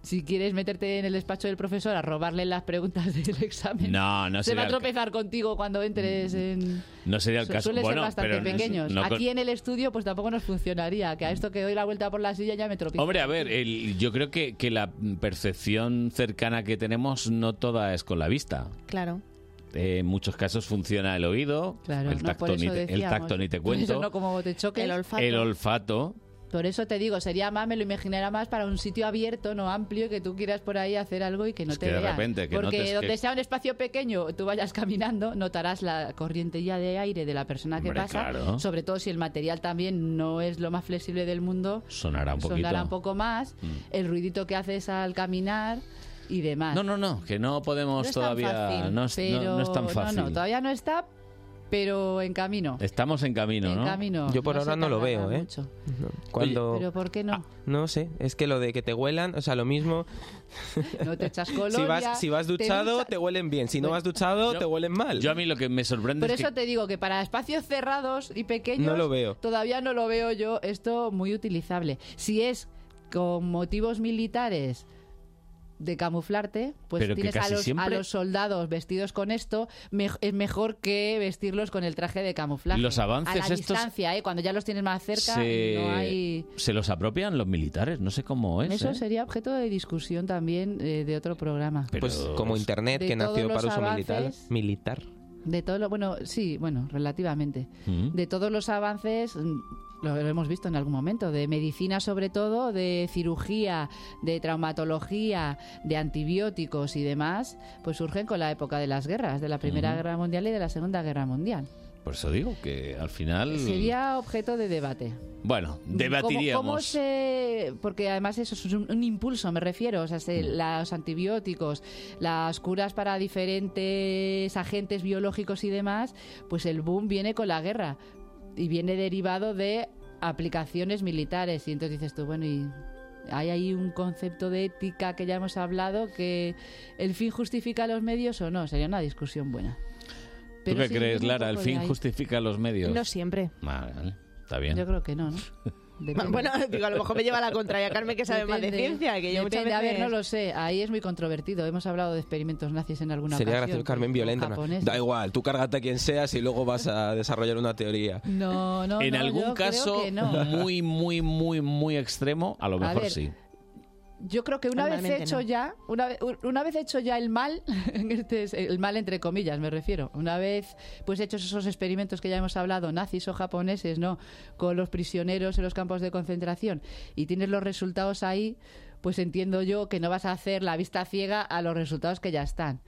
si quieres meterte en el despacho del profesor a robarle las preguntas del examen,
No, no
se va
sería
a
el
tropezar contigo cuando entres en...
No sería el
Su-
caso.
Suele
bueno,
ser bastante
pero no-
pequeños.
no con- Mm.
Aquí en el estudio, pues tampoco nos funcionaría. Que a esto que doy la vuelta por la silla ya me tropiezo.
Hombre, a ver, eh. el- yo creo que, que la percepción cercana que tenemos no toda es con la vista.
Claro.
Eh, en muchos casos funciona el oído,
Claro,
el,
no,
tacto
por eso
ni te, el
decíamos.
tacto ni te
Por eso
cuento,
no como te choques.
El olfato.
el olfato,
Por eso te digo, sería más, me lo imaginara más para un sitio abierto, no amplio, que tú quieras por ahí hacer algo y que no
Es
te
que de
vean.
repente, que
Porque
notes que-
donde sea un espacio pequeño, tú vayas caminando, notarás la corriente ya de aire de la persona que
Hombre,
pasa.
claro.
Sobre todo si el material también no es lo más flexible del mundo.
Sonará un poquito. Mm.
Sonará un poco más. El ruidito que haces al caminar y demás.
No, no, no, que no podemos
No es tan
todavía.
fácil,
no, es, no-
pero-
no es tan fácil.
No, no, todavía no está, pero en camino.
Estamos en camino,
en
¿no?
camino.
Yo por
No
ahora
se
no lo
tardará
veo, ¿eh?
mucho.
No. Cuando...
Pero ¿por qué
Ah,
no?
No sé, es que lo de que te huelan, o sea, lo mismo,
No te echas colonia.
si vas, si vas
te
duchado
ducha-
te, huelen bien, si no vas duchado
Yo-
te huelen mal.
Yo a mí lo que me sorprende
Por
es que
eso te digo que para espacios cerrados y pequeños
No lo veo.
todavía no lo veo yo esto muy utilizable. Si es con motivos militares de camuflarte, pues
Pero que
tienes a
casi
los, a
siempre-
los soldados vestidos con esto, me- es mejor que vestirlos con el traje de camuflaje.
Los avances
a la
estos-
distancia, ¿eh? cuando ya los tienes más cerca,
se...
no hay...
se los apropian los militares, no sé cómo es.
Eso
¿eh?
sería objeto de discusión también eh, de otro programa.
Pero-
Pues como internet
de
que nació
todos los
para uso militar.
avances-
Militar.
De todo lo, bueno, sí, bueno, relativamente.
Mm.
De todos los avances, mm, lo, lo hemos visto en algún momento, de medicina sobre todo, de cirugía, de traumatología, de antibióticos y demás, pues surgen con la época de las guerras, de la Primera
Ujú.
Guerra Mundial y de la Segunda Guerra Mundial.
Por eso digo que al final.
Sería objeto de debate.
Bueno,
¿Cómo-
debatiríamos.
¿Cómo, se...? Porque además eso es un, un impulso, me refiero. O sea, se-
Mm.
los antibióticos, las curas para diferentes agentes biológicos y demás, pues el boom viene con la guerra y viene derivado de aplicaciones militares. Y entonces dices tú, bueno, y... Hay ahí un concepto de ética que ya hemos hablado, que el fin justifica los medios o no, sería una discusión buena.
¿Tú
Pero
qué
sí,
crees,
viene un
Lara? ¿El
poco de
fin
ahí.
justifica los medios?
No siempre.
Vale, vale, Está bien.
Yo creo que no, ¿no? Depende.
Bueno, digo, a lo mejor me lleva la contraria Carmen que sabe más de
Depende,
ciencia, que yo muchas
depende.
veces...
A ver, no lo sé. Ahí es muy controvertido. Hemos hablado de experimentos nazis en alguna
Sería
ocasión.
gracioso Carmen violenta. ¿no?
japoneses.
Da igual, tú cárgate a quien seas y luego vas a desarrollar una teoría.
No, no,
en
no,
algún
yo creo
caso
que no.
muy, muy, muy, muy extremo, a lo
A
mejor
ver,
sí.
Yo creo que una vez
Normalmente
hecho
no.
ya, una, ve- una vez hecho ya el mal, en este es el mal entre comillas me refiero, una vez pues hechos esos experimentos que ya hemos hablado, nazis o japoneses, ¿no? Con los prisioneros en los campos de concentración y tienes los resultados ahí, pues entiendo yo que no vas a hacer la vista ciega a los resultados que ya están.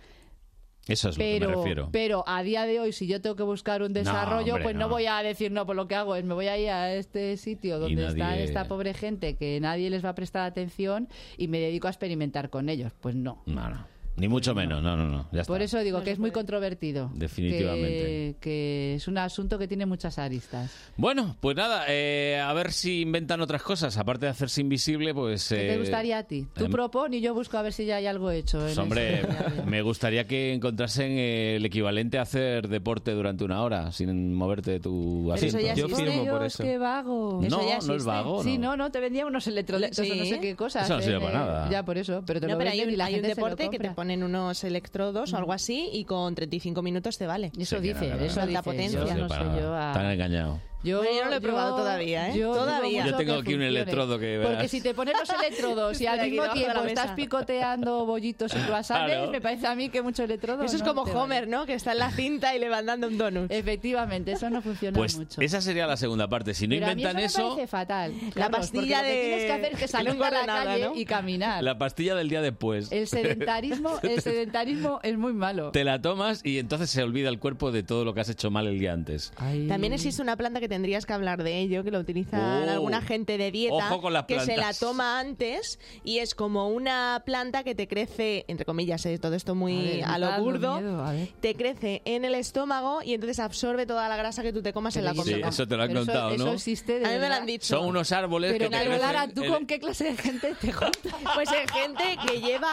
Eso es lo que me
pero,
refiero.
pero a día de hoy, si yo tengo que buscar un desarrollo,
hombre,
pues no.
no.
voy a decir, no, pues lo que hago es me voy a ir a este sitio donde está
nadie-
esta pobre gente que nadie les va a prestar atención y me dedico a experimentar con ellos. Pues no.
No, no. Ni mucho menos, no, no, no. Ya
Por
está.
eso digo que es muy controvertido.
Definitivamente.
Que, que es un asunto que tiene muchas aristas.
Bueno, pues nada, eh, a ver si inventan otras cosas. Aparte de hacerse invisible, pues.
¿Qué
eh,
te gustaría a ti? Tú
em-
propon y yo busco a ver si ya hay algo hecho.
pues,
en este
hombre,
ese diario.
me gustaría que encontrasen eh, el equivalente a hacer deporte durante una hora sin moverte de tu
Pero
asiento.
eso ya
Yo
existe.
firmo por
Dios,
eso.
qué vago.
eso ya
no, no es
existe.
vago.
Sí, no, no, te vendían unos electrolitos
Sí.
o no sé qué cosas.
Eso no sirve
en,
para
eh,
nada.
Ya, por eso. Pero te
No,
lo
pero hay
venden y
un,
la
hay un
gente se lo
deporte que te
compra.
ponen unos electrodos o algo así y con 35 minutos te vale.
Y Eso
Sí, que no,
dice,
que no,
eso
alta
dice.
potencia.
Yo
Eso
no
sí,
sé
para-
yo a-
Están engañados.
Yo,
Bueno, yo no lo he probado todavía, ¿eh?
yo digo
Todavía.
mucho
Yo tengo
que
aquí un
funcione.
electrodo que
Porque
verás.
si te pones los electrodos y al
Espera, aquí
mismo
debajo de la
tiempo estás
mesa.
picoteando bollitos y croissants,
Claro.
me parece a mí que mucho electrodo.
Eso es
no
como
te vale.
Homer, ¿no? Que está en la cinta y le van dando un donut.
Efectivamente, eso no funciona
Pues
mucho.
esa sería la segunda parte. Si no
Pero a mí
inventan
eso, me
eso,
parece fatal.
La
Carlos, porque
pastilla
lo que
de-
tienes que hacer es
que
que
no
salir a la
engorda nada,
calle
¿no?
y caminar.
la pastilla del día después.
El sedentarismo, el sedentarismo es muy malo.
Te la tomas y entonces se olvida el cuerpo de todo lo que has hecho mal el día antes.
Ay.
También existe una planta que tendrías que hablar de ello, que lo utilizan
Mm. Oh.
alguna gente de dieta,
Ojo con las
que se la
plantas.
toma antes y es como una planta que te crece, entre comillas, eh, todo esto muy a,
ver, me está
lo
dando
burdo,
miedo, a ver.
te crece en el estómago y entonces absorbe toda la grasa que tú te comas en la
Pero
Sí,
comida.
eso te lo han
Pero
contado,
eso
¿no?
existe de
A mí me lo
verdad.
han dicho.
Son unos árboles
Pero
que te
claro,
crecen
Lara, ¿tú
el-
con qué clase de gente te juntas?
Pues hay gente que lleva...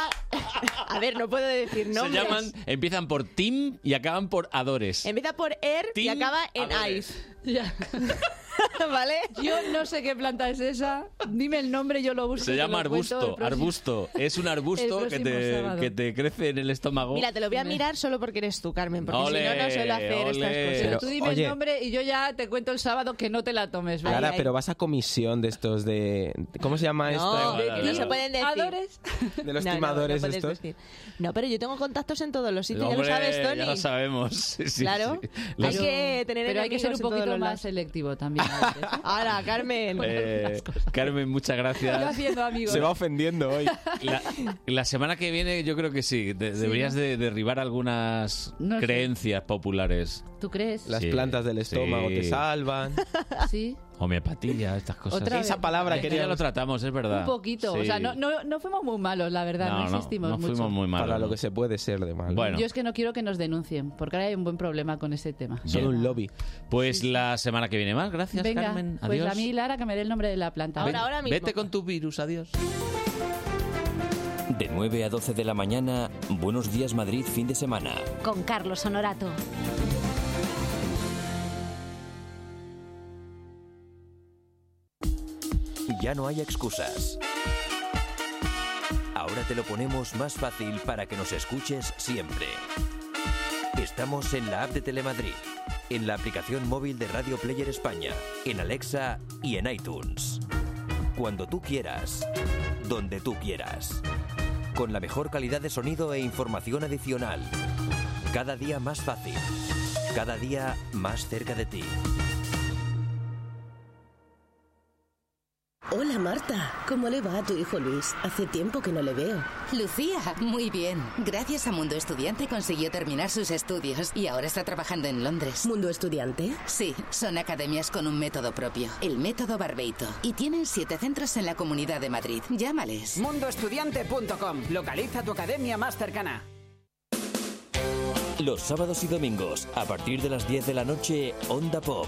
A ver, no puedo decir
se
nombres.
llaman, empiezan por Tim y acaban por Adores.
Empieza por air y
Team
acaba en
Adores.
ice, ¿vale?
Yo no sé qué planta es esa. Dime el nombre, yo lo busco. y
Se
te
llama
lo cuento
arbusto,
el próximo-
arbusto. Es un arbusto
El
que
próximo
te,
sábado.
que te crece en el estómago.
Mira, te lo voy a mirar solo porque eres tú, Carmen, porque si no, no
Ole,
suelo hacer
ole.
estas
Pero
cosas.
Pues, tú dime
Oye.
el nombre y yo ya te cuento el sábado que no te la tomes. ¿vale?
Clara,
ay.
pero vas a comisión de estos de... ¿Cómo se llama
No,
Da
esto?
igual, da
no se
igual.
pueden decir.
Adores.
De los
No, no,
timadores
no puedes
estos.
decir. No, pero yo tengo contactos en todos los sitios,
Hombre,
ya lo sabes,
Ya lo
Tony.
sabemos. Sí, sí,
claro.
sí.
Hay que tener
Pero hay que ser un
enemigos en todos
poquito
los
más
lados.
selectivo también.
Ahora, Carmen.
Eh, Carmen, muchas gracias.
Yo haciendo amigos.
Se va ofendiendo hoy.
La, la semana que viene yo creo que sí. de- deberías de derribar algunas
No sé.
creencias populares.
¿Tú crees?
Las
Sí,
plantas del
sí.
estómago te salvan.
Sí.
Homeopatía, estas cosas.
Otra
Esa
vez.
palabra
Es que ya
quería
lo tratamos, es verdad.
Un poquito.
Ah, Sí.
O sea, no, no, no fuimos muy malos, la verdad. No,
No, no,
existimos
no
mucho.
fuimos muy malos.
Para lo
¿no?
que se puede ser de mal.
Bueno.
Yo es que no quiero que nos denuncien, porque ahora hay un buen problema con ese tema.
Solo un lobby.
Pues la semana que viene más. Gracias,
Venga,
Carmen.
pues
Adiós.
a mí, Lara, que me dé el nombre de la planta.
Ahora, ahora mismo.
Vete con tu virus. Adiós.
De 9 a 12 de la mañana, Buenos Días Madrid, fin de semana.
Con Carlos Honorato.
Ya no hay excusas. Ahora te lo ponemos más fácil para que nos escuches siempre. Estamos en la app de Telemadrid, en la aplicación móvil de Radio Player España, en Alexa y en iTunes. Cuando tú quieras, donde tú quieras. Con la mejor calidad de sonido e información adicional. Cada día más fácil. Cada día más cerca de ti.
Hola Marta, ¿cómo le va a tu hijo Luis? Hace tiempo que no le veo.
Lucía, muy bien. Gracias a Mundo Estudiante consiguió terminar sus estudios y ahora está trabajando en Londres.
¿Mundo estudiante?
Sí, son academias con un método propio, el método Barbeito. Y tienen siete centros en la Comunidad de Madrid. Llámales.
Mundoestudiante.com. Localiza tu academia más cercana.
Los sábados y domingos, a partir de las 10 de la noche, Onda Pop.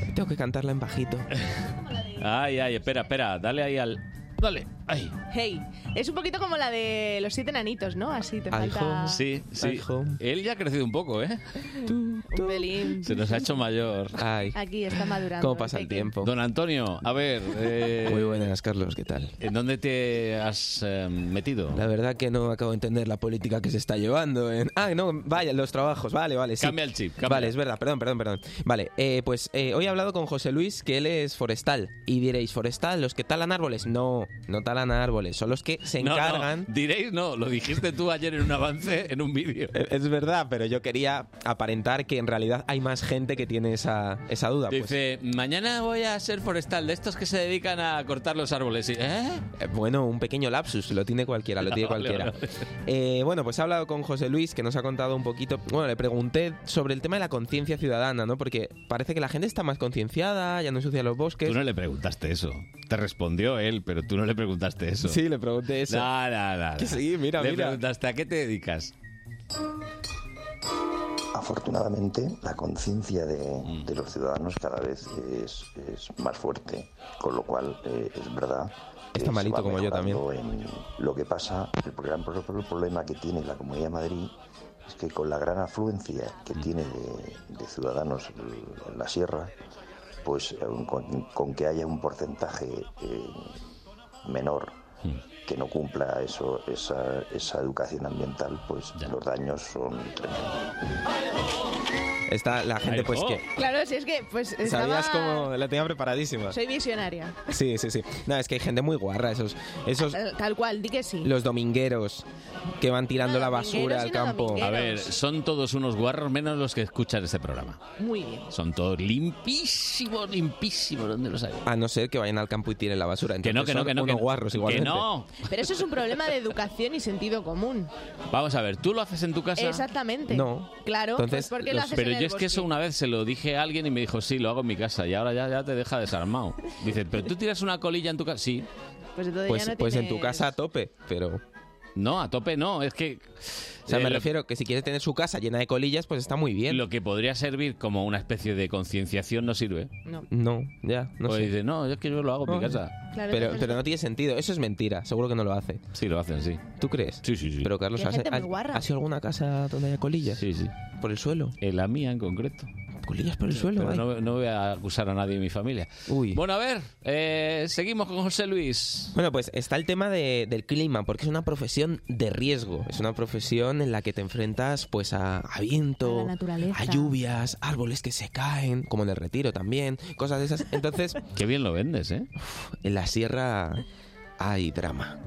Tengo que cantarla en bajito.
Ay, ay, espera, espera. Dale ahí al. Dale. Ay.
Hey, es un poquito como la de los siete enanitos, ¿no? Así te falta
Aljo.
Sí, sí.
Ay, home.
Él ya ha crecido un poco, ¿eh?
un pelín.
Se nos ha hecho mayor.
Ay,
Aquí está madurando.
cómo pasa el
pequeño.
tiempo.
Don Antonio, a ver, eh,
Muy buenas, Carlos, ¿qué tal?
¿en dónde te has eh, metido?
La verdad que no acabo de entender la política que se está llevando en... Ah, no, vaya, los trabajos, vale, vale, sí.
Cambia el chip. cambia.
Vale, es verdad, perdón, perdón, perdón. Vale, eh, pues eh, hoy he hablado con José Luis, que él es forestal. Y diréis, ¿forestal? ¿Los que talan árboles? No, no talan árboles, son los que se
No, no,
encargan...
diréis no, lo dijiste tú ayer en un avance, en un vídeo.
Eh, Es verdad, pero yo quería aparentar que en realidad hay más gente que tiene esa, esa duda. pues.
Dice, mañana voy a ser forestal, de estos que se dedican a cortar los árboles. Y, ¿eh?
Eh, Bueno, un pequeño lapsus, lo tiene cualquiera, lo tiene
Vale,
cualquiera.
vale.
Eh, bueno, pues he hablado con José Luis, que nos ha contado un poquito. Bueno, le pregunté sobre el tema de la conciencia ciudadana, ¿no? Porque parece que la gente está más concienciada, ya no ensucia los bosques.
Tú no le preguntaste eso. Te respondió él, pero tú no le preguntaste eso.
Sí, le pregunté eso.
No, no, no, no.
Que sí, mira,
le
mira.
preguntaste, ¿a qué te dedicas?
Afortunadamente, la conciencia de,
Mm.
de los ciudadanos cada vez es, es más fuerte, con lo cual eh, es verdad. que
Está
se
malito
va
como yo también.
mejorando en lo que pasa, el, gran pro- el problema que tiene la Comunidad de Madrid es que con la gran afluencia
Mm.
que tiene de, de ciudadanos en la sierra, pues aun con, con que haya un porcentaje eh, menor
Mm.
que no cumpla eso, esa, esa educación ambiental, pues los daños son tremendos.
Está la gente,
Ay,
pues
jo.
que.
Oh. Claro, si es que pues estaba...
Sabías cómo la tenía preparadísima.
Soy visionaria.
Sí, sí, sí. No, es que hay gente muy guarra, esos. esos
Tal- Tal cual, di que sí.
los domingueros que van tirando
No,
la
domingueros
basura
y
al
no
campo.
domingueros.
A ver, son todos unos guarros menos los que escuchan este programa.
Muy bien.
Son todos limpísimos, limpísimos. ¿Dónde los hay?
A no ser que vayan al campo y tiren la basura.
Que no, que
Entonces
no,
son
que no. que
unos
no.
guarros
Que
igualmente.
no.
Pero eso es un problema de educación y sentido común.
Vamos a ver, tú lo haces en tu casa.
Exactamente.
No.
Claro,
Entonces,
pues porque lo
los-
haces
Pero
en el
yo es que eso
bosque?
una vez se lo dije a alguien y me dijo, sí, lo hago en mi casa. Y ahora ya, ya te deja desarmado. Dice, pero tú tiras una colilla en tu casa. Sí.
Pues, entonces
Pues,
ya no
pues en tu
tienes-
casa a tope, pero...
No, a tope no. Es que...
O sea,
eh,
me
lo-
refiero que si quieres tener su casa llena de colillas, pues está muy bien.
Lo que podría servir como una especie de concienciación no sirve.
No,
No, ya, no
pues
sé.
dice, no, es que yo lo hago en mi
No.
casa.
claro.
Pero,
entonces-
pero no tiene sentido. Eso es mentira. Seguro que no lo hace.
Sí, lo hacen, sí.
¿Tú crees?
Sí, sí, sí.
Pero Carlos,
Qué
¿has,
gente muy
has-
guarra.
has ido a alguna casa donde haya colillas?
Sí, sí.
Por el suelo.
Eh, La mía en concreto.
Colillas por el suelo,
Pero
ay.
no, no voy a acusar a nadie de mi familia. Bueno, a ver, eh, seguimos con José Luis.
Bueno, pues está el tema de- del clima, porque es una profesión de riesgo. Es una profesión en la que te enfrentas pues a, a viento, a lluvias, árboles que se caen, como en el retiro también, cosas de esas. Entonces.
Qué bien lo vendes, ¿eh?
En la sierra hay drama.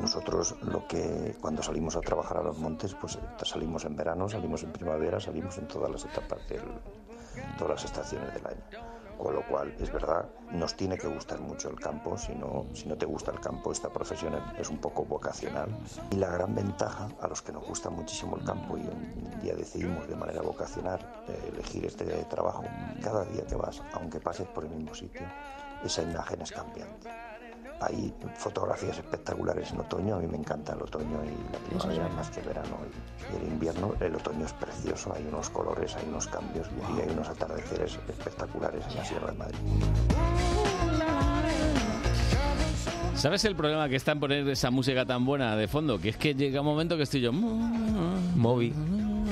Nosotros lo que cuando salimos a trabajar a los montes, pues salimos en verano, salimos en primavera, salimos en todas las etapas del, todas las estaciones del año. Con lo cual, es verdad, nos tiene que gustar mucho el campo, si no, si no te gusta el campo, esta profesión es un poco vocacional. Y la gran ventaja a los que nos gusta muchísimo el campo y un día decidimos de manera vocacional eh, elegir este trabajo, cada día que vas, aunque pases por el mismo sitio, esa imagen es cambiante. Hay fotografías espectaculares en otoño, a mí me encanta el otoño y la primavera más que el verano y, y el invierno. El otoño es precioso, hay unos colores, hay unos cambios y hay unos atardeceres espectaculares en la Sierra de Madrid.
¿Sabes el problema que está en poner esa música tan buena de fondo? Que es que llega un momento que estoy yo... "Mm,
Moby.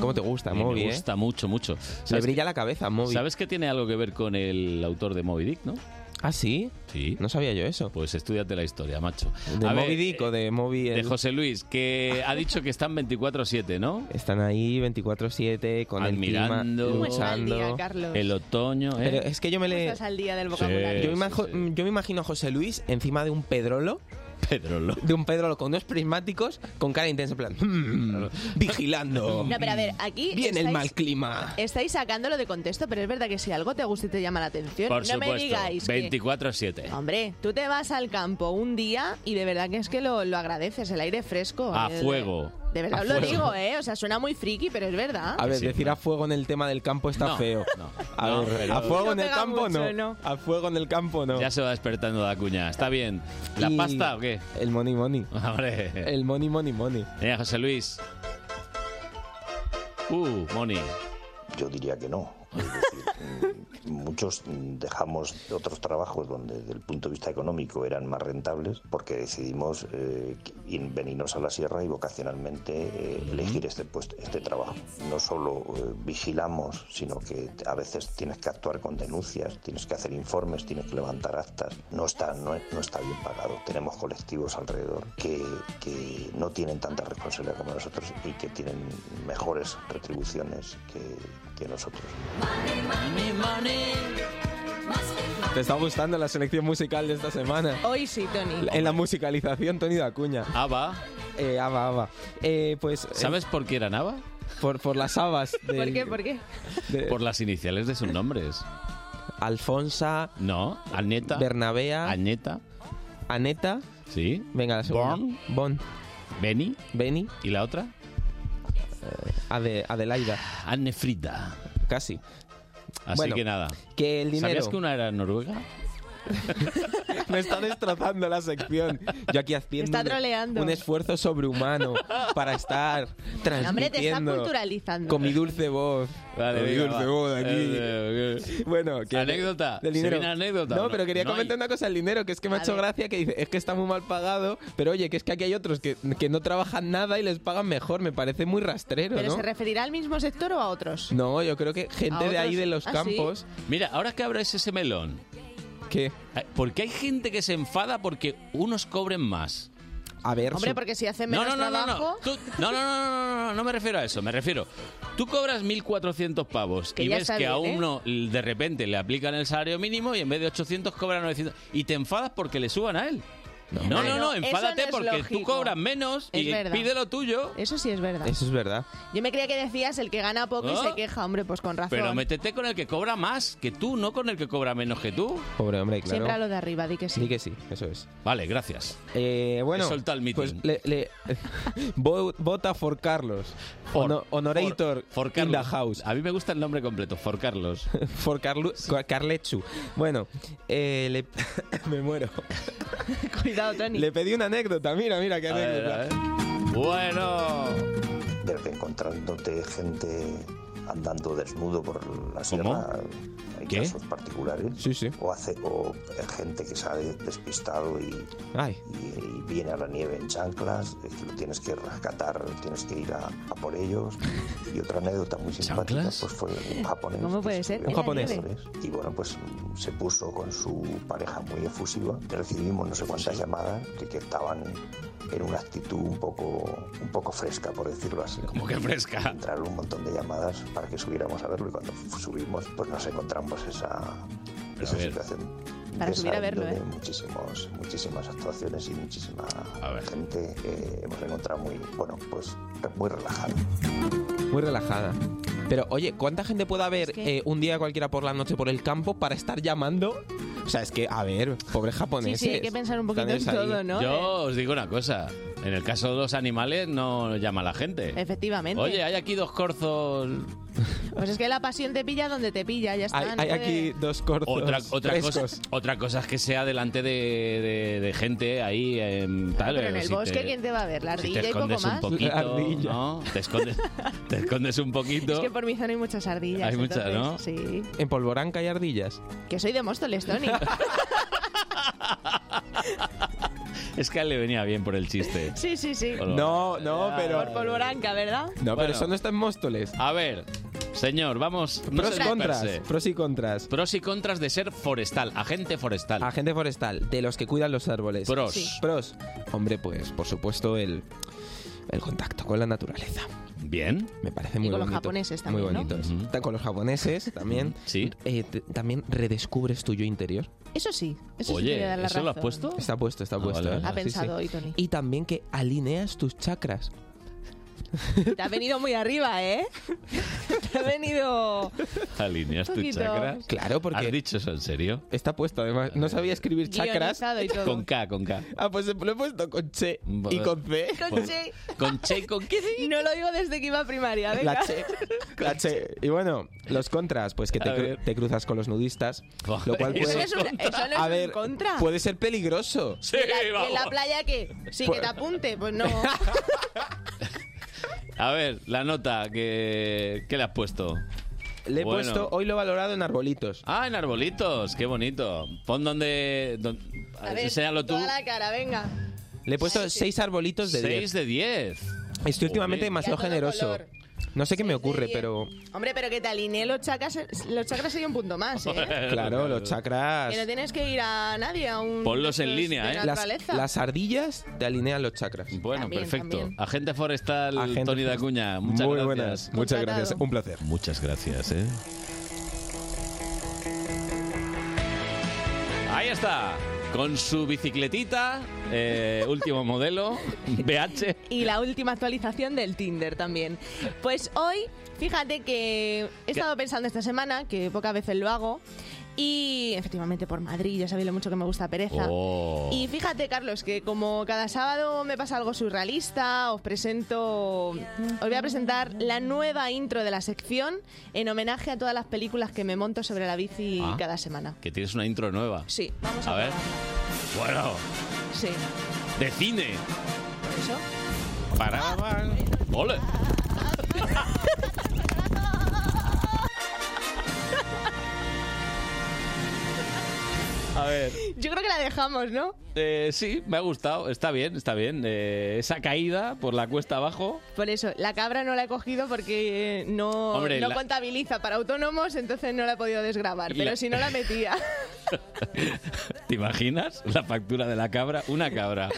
¿Cómo te gusta, Moby? eh?
Me gusta mucho, mucho.
Le
¿Sabes
brilla
que-
la cabeza, Moby.
¿Sabes que tiene algo que ver con el autor de Moby Dick, no?
¿Ah, sí?
Sí.
No sabía yo eso.
Pues estudiate la historia, macho.
¿De
A ver,
Moby Dick o de Moby
De José Luis, que ha dicho que están 24-7, ¿no?
Están ahí 24-7 con
Admirando.
el clima,
¿Cómo está el
luchando.
día, Carlos? Pues
El otoño, ¿eh?
Pero es que yo me le...
Estás al día del
Yo
vocabulario.
me, imajo- yo me imagino a José Luis encima de un pedrolo.
Pedrolo.
De un pedrolo con dos prismáticos, con cara intensa, en plan... "Mm, vigilando.
No, pero a ver, aquí
Viene el
estáis-
mal clima.
Estáis sacándolo de contexto, pero es verdad que si algo te gusta y te llama la atención,
Por
no
supuesto.
me digáis que-
24-7.
Hombre, tú te vas al campo un día y de verdad que es que lo, lo agradeces, el aire fresco.
A
El-
fuego.
De verdad
A
os lo
fuego.
digo, ¿eh? O sea, suena muy friki, pero es verdad.
A ver, decir a fuego en el tema del campo está
No,
feo.
no.
a,
No,
ver,
pero-
a fuego
No
en el
pega
campo
mucho,
no. A fuego en el campo no.
Ya se va despertando la cuña. Está bien. ¿La
Y-
pasta o qué?
El money money.
Hombre.
El money money money.
Mira, José Luis. Uh, Moni.
Yo diría que no. Es decir, mm, muchos mm, dejamos otros trabajos donde desde el punto de vista económico eran más rentables porque decidimos eh, in- venirnos a la sierra y vocacionalmente eh, elegir este puesto, este trabajo. No solo eh, vigilamos, sino que a veces tienes que actuar con denuncias, tienes que hacer informes, tienes que levantar actas. No está, no, es- no está bien pagado. Tenemos colectivos alrededor que, que no tienen tanta responsabilidad como nosotros y que tienen mejores retribuciones que- que nosotros.
¿Te está gustando la selección musical de esta semana?
Hoy sí, Tony.
En la musicalización, Tony Dacuña.
Ava.
Eh, Ava, Ava. Eh, pues, eh,
Ah, ¿Sabes por qué era Nava?
Por, por las habas. De,
¿Por qué? ¿Por qué?
Por las iniciales de sus nombres.
Alfonsa.
No, Aneta.
Bernabea.
Aneta.
Aneta.
Sí.
Venga, la segunda.
Born.
Bon.
Beni.
Beni.
¿Y la otra?
Eh, Ade- Adelaida.
Annefrida.
Casi.
Así
Bueno,
que nada.
Que el dinero.
¿Sabías que una era noruega?
Me está destrozando la sección. Yo aquí haciendo
Está
un- e-
troleando.
un esfuerzo sobrehumano para estar transmitiendo.
Hombre, te está culturalizando.
Con mi dulce voz.
Vale,
con mi
venga,
dulce
va.
voz aquí.
Eh, eh,
Bueno, que
Anécdota.
Del
¿Se
dinero.
viene anécdota o
No,
no?
pero quería
No
comentar
hay.
una cosa del dinero, que es que me ha
A
hecho
ver.
gracia que dice, es que está muy mal pagado, pero oye, que es que aquí hay otros que, que no trabajan nada y les pagan mejor, me parece muy rastrero,
¿Pero
¿no?
se referirá al mismo sector o a otros?
No, yo creo que
¿A
gente
otros?
de ahí de los
¿Ah, sí?
campos
Mira, ahora que abres ese melón,
que
porque hay gente que se enfada porque unos cobren más.
a ver,
Hombre,
su-
porque si hace
No,
menos
no, no, no,
trabajo...
no. Tú- no, no, no, no, no, no, no me refiero a eso, me refiero. Tú cobras 1.400 pavos
Que
y
ya
ves
está
que a
bien, ¿eh?
uno de repente le aplican el salario mínimo y en vez de 800 cobra 900 y te enfadas porque le suban a él. No, no, no,
Claro, eso
enfádate
no es
porque tú
lógico.
cobras menos y
Es verdad.
pide lo tuyo.
Eso sí es verdad.
Eso es verdad.
Yo me creía que decías el que gana poco y
¿Ah?
se queja. Hombre, pues con razón.
Pero métete con el que cobra más que tú, no con el que cobra menos que tú.
Pobre hombre, claro.
Siempre a lo de arriba, di que sí.
Di que sí, eso es.
Vale, gracias.
Eh, bueno,
He soltado el mitin.
pues le, le- vo- vota for Carlos.
For-
Ono- honorator
For- for
in
Carlos.
the house.
A mí me gusta el nombre completo, For Carlos.
For Carlu- Carlechu. Bueno, eh, le- me muero.
Cuidado, Tony.
Le pedí una anécdota, mira, mira qué
A ver,
anécdota.
a ver. Bueno.
desde encontrándote gente andando desnudo por la sierra Hay
¿Qué?
casos particulares. O, hace, o gente que sale despistado y, y- y viene a la nieve en chanclas, es que lo tienes que rescatar, tienes que ir a, a por ellos. Y otra anécdota muy simpática pues fue un japonés.
¿Cómo
que
puede
se
ser?
subió
Un
a
japonés.
árboles Y bueno, pues se puso con su pareja muy efusiva. Recibimos no sé cuántas llamadas de que estaban en una actitud un poco, un poco fresca, por decirlo así.
Como que fresca.
Entraron un montón de llamadas para que subiéramos a verlo y cuando fu- subimos pues nos encontramos esa, esa situación.
Para
de esa
subir a verlo,
índole,
¿eh?
muchísimos, muchísimas actuaciones y muchísima gente que hemos encontrado muy, bueno, pues re- muy relajada.
Muy relajada. Pero oye, ¿cuánta gente puede haber
que-
eh, un día cualquiera por la noche por el campo para estar llamando? O sea, es que, a ver, pobres japoneses.
Sí, sí, hay que pensar un poquito
Están
en
ellos
todo,
ahí.
¿no? Eh.
Yo os digo una cosa. En el caso de los animales no llama a la gente.
Efectivamente.
Oye, hay aquí dos corzos.
Pues es que la pasión te pilla donde te pilla, ya está. no puede-
dos cortos.
Otra, otra, cosa,
frescos.
otra cosa es que sea delante de, de- de gente ahí. em, tal,
Pero en
eh,
el
si
bosque,
te-
¿quién te va a ver? La
si
ardilla
te
y poco
escondes un
más.
poquito, ¿no? Te escondes, te escondes un poquito.
Es que por mi zona hay muchas ardillas.
Hay muchas,
entonces, Sí.
En Polvoranca hay ardillas.
Que soy de Móstoles, Tony.
Es que a él le venía bien por el chiste.
Sí, sí, sí. Ah,
No, no, pero.
Por polvoranca, ¿verdad?
No,
Bueno.
pero eso no está en Móstoles.
A ver, señor, vamos. no
Pros
se
y contras.
disperse.
Pros y contras.
Pros y contras de ser forestal, agente forestal.
Agente forestal, de los que cuidan los árboles.
Pros. Sí.
Pros. Hombre, pues, por supuesto, el, el contacto con la naturaleza.
Bien.
Me parece
Y
muy
con
bonito.
los japoneses también,
Muy
¿no?
bonito. Está Con los japoneses también.
Sí.
Eh, también redescubres tu yo interior.
Eso sí. Eso sí
Oye,
te voy a dar la
¿eso lo has
razón.
puesto? Está puesto, está puesto.
Ah, vale,
¿eh?
vale.
Ha
Sí,
pensado
sí.
hoy, Tony.
Y también que alineas tus chakras.
Te ha venido muy arriba, ¿eh? Te ha venido...
Alineas tu
Poquito.
chakra.
Claro, porque.
¿Has dicho eso en serio?
Está puesto, además. No sabía escribir chakras.
Guionizado y todo.
Con K, con K.
Ah, pues lo he puesto con che y con C.
Con
Pues
Che.
Con Che y con K.
No lo digo desde que iba a primaria, venga.
La che. La che. Y bueno, los contras, pues que te,
A
cru-
ver.
te cruzas con los nudistas. Lo cual
Eso no
puede,
es un, eso no es
A
un
ver,
contra.
puede ser peligroso.
Sí,
¿Y la- y en
Eh, vamos.
la playa qué? Sí,
Pues-
que te apunte. Pues no.
A ver, la nota que, que le has puesto.
Le he
Bueno.
puesto, hoy lo he valorado en arbolitos.
Ah, en arbolitos, qué bonito. Pon donde. don-
A ver,
enséñalo tú.
toda la cara, venga.
Le he puesto seis arbolitos de 10.
6 de 10.
Estoy últimamente
Joder.
demasiado
Y a todo
generoso.
color.
No sé qué me ocurre,
diez.
pero
Hombre, pero que te alinee los chakras, los chakras sería un punto más, ¿eh?
claro, los chakras.
Que no tienes que ir a nadie, a un...
Ponlos en
de
línea, ¿eh?
de
Las-
Las,
naturaleza.
las ardillas te alinean los chakras.
Bueno,
También,
perfecto.
también.
Agente forestal
Agente
Tony
forestal.
Dacuña, muchas
Muy
gracias.
buenas. Muchas
Contratado.
gracias. Un placer.
Muchas gracias, ¿eh? Ahí está, con su bicicletita, eh, último modelo, BH.
Y la última actualización del Tinder también. Pues hoy, fíjate que he estado pensando esta semana, que pocas veces lo hago, y efectivamente por Madrid, ya sabéis lo mucho que me gusta pereza.
Oh.
Y fíjate, Carlos, que como cada sábado me pasa algo surrealista, os presento. Os voy a presentar la nueva intro de la sección en homenaje a todas las películas que me monto sobre la bici
Ah.
cada semana.
Que tienes una intro nueva.
Sí, vamos a,
A ver.
probarla.
Bueno,
Sí,
de cine.
por eso. Ah.
Para. Ole. A ver.
Yo creo que la dejamos, ¿no?
Eh, sí, me ha gustado. Está bien, está bien. Eh, esa caída por la cuesta abajo.
Por eso, la cabra no la he cogido porque eh, no,
Hombre,
no
la-
contabiliza para autónomos, entonces no la he podido desgrabar.
Y
Pero
la-
si no la metía.
¿Te imaginas? La factura de la cabra, una cabra.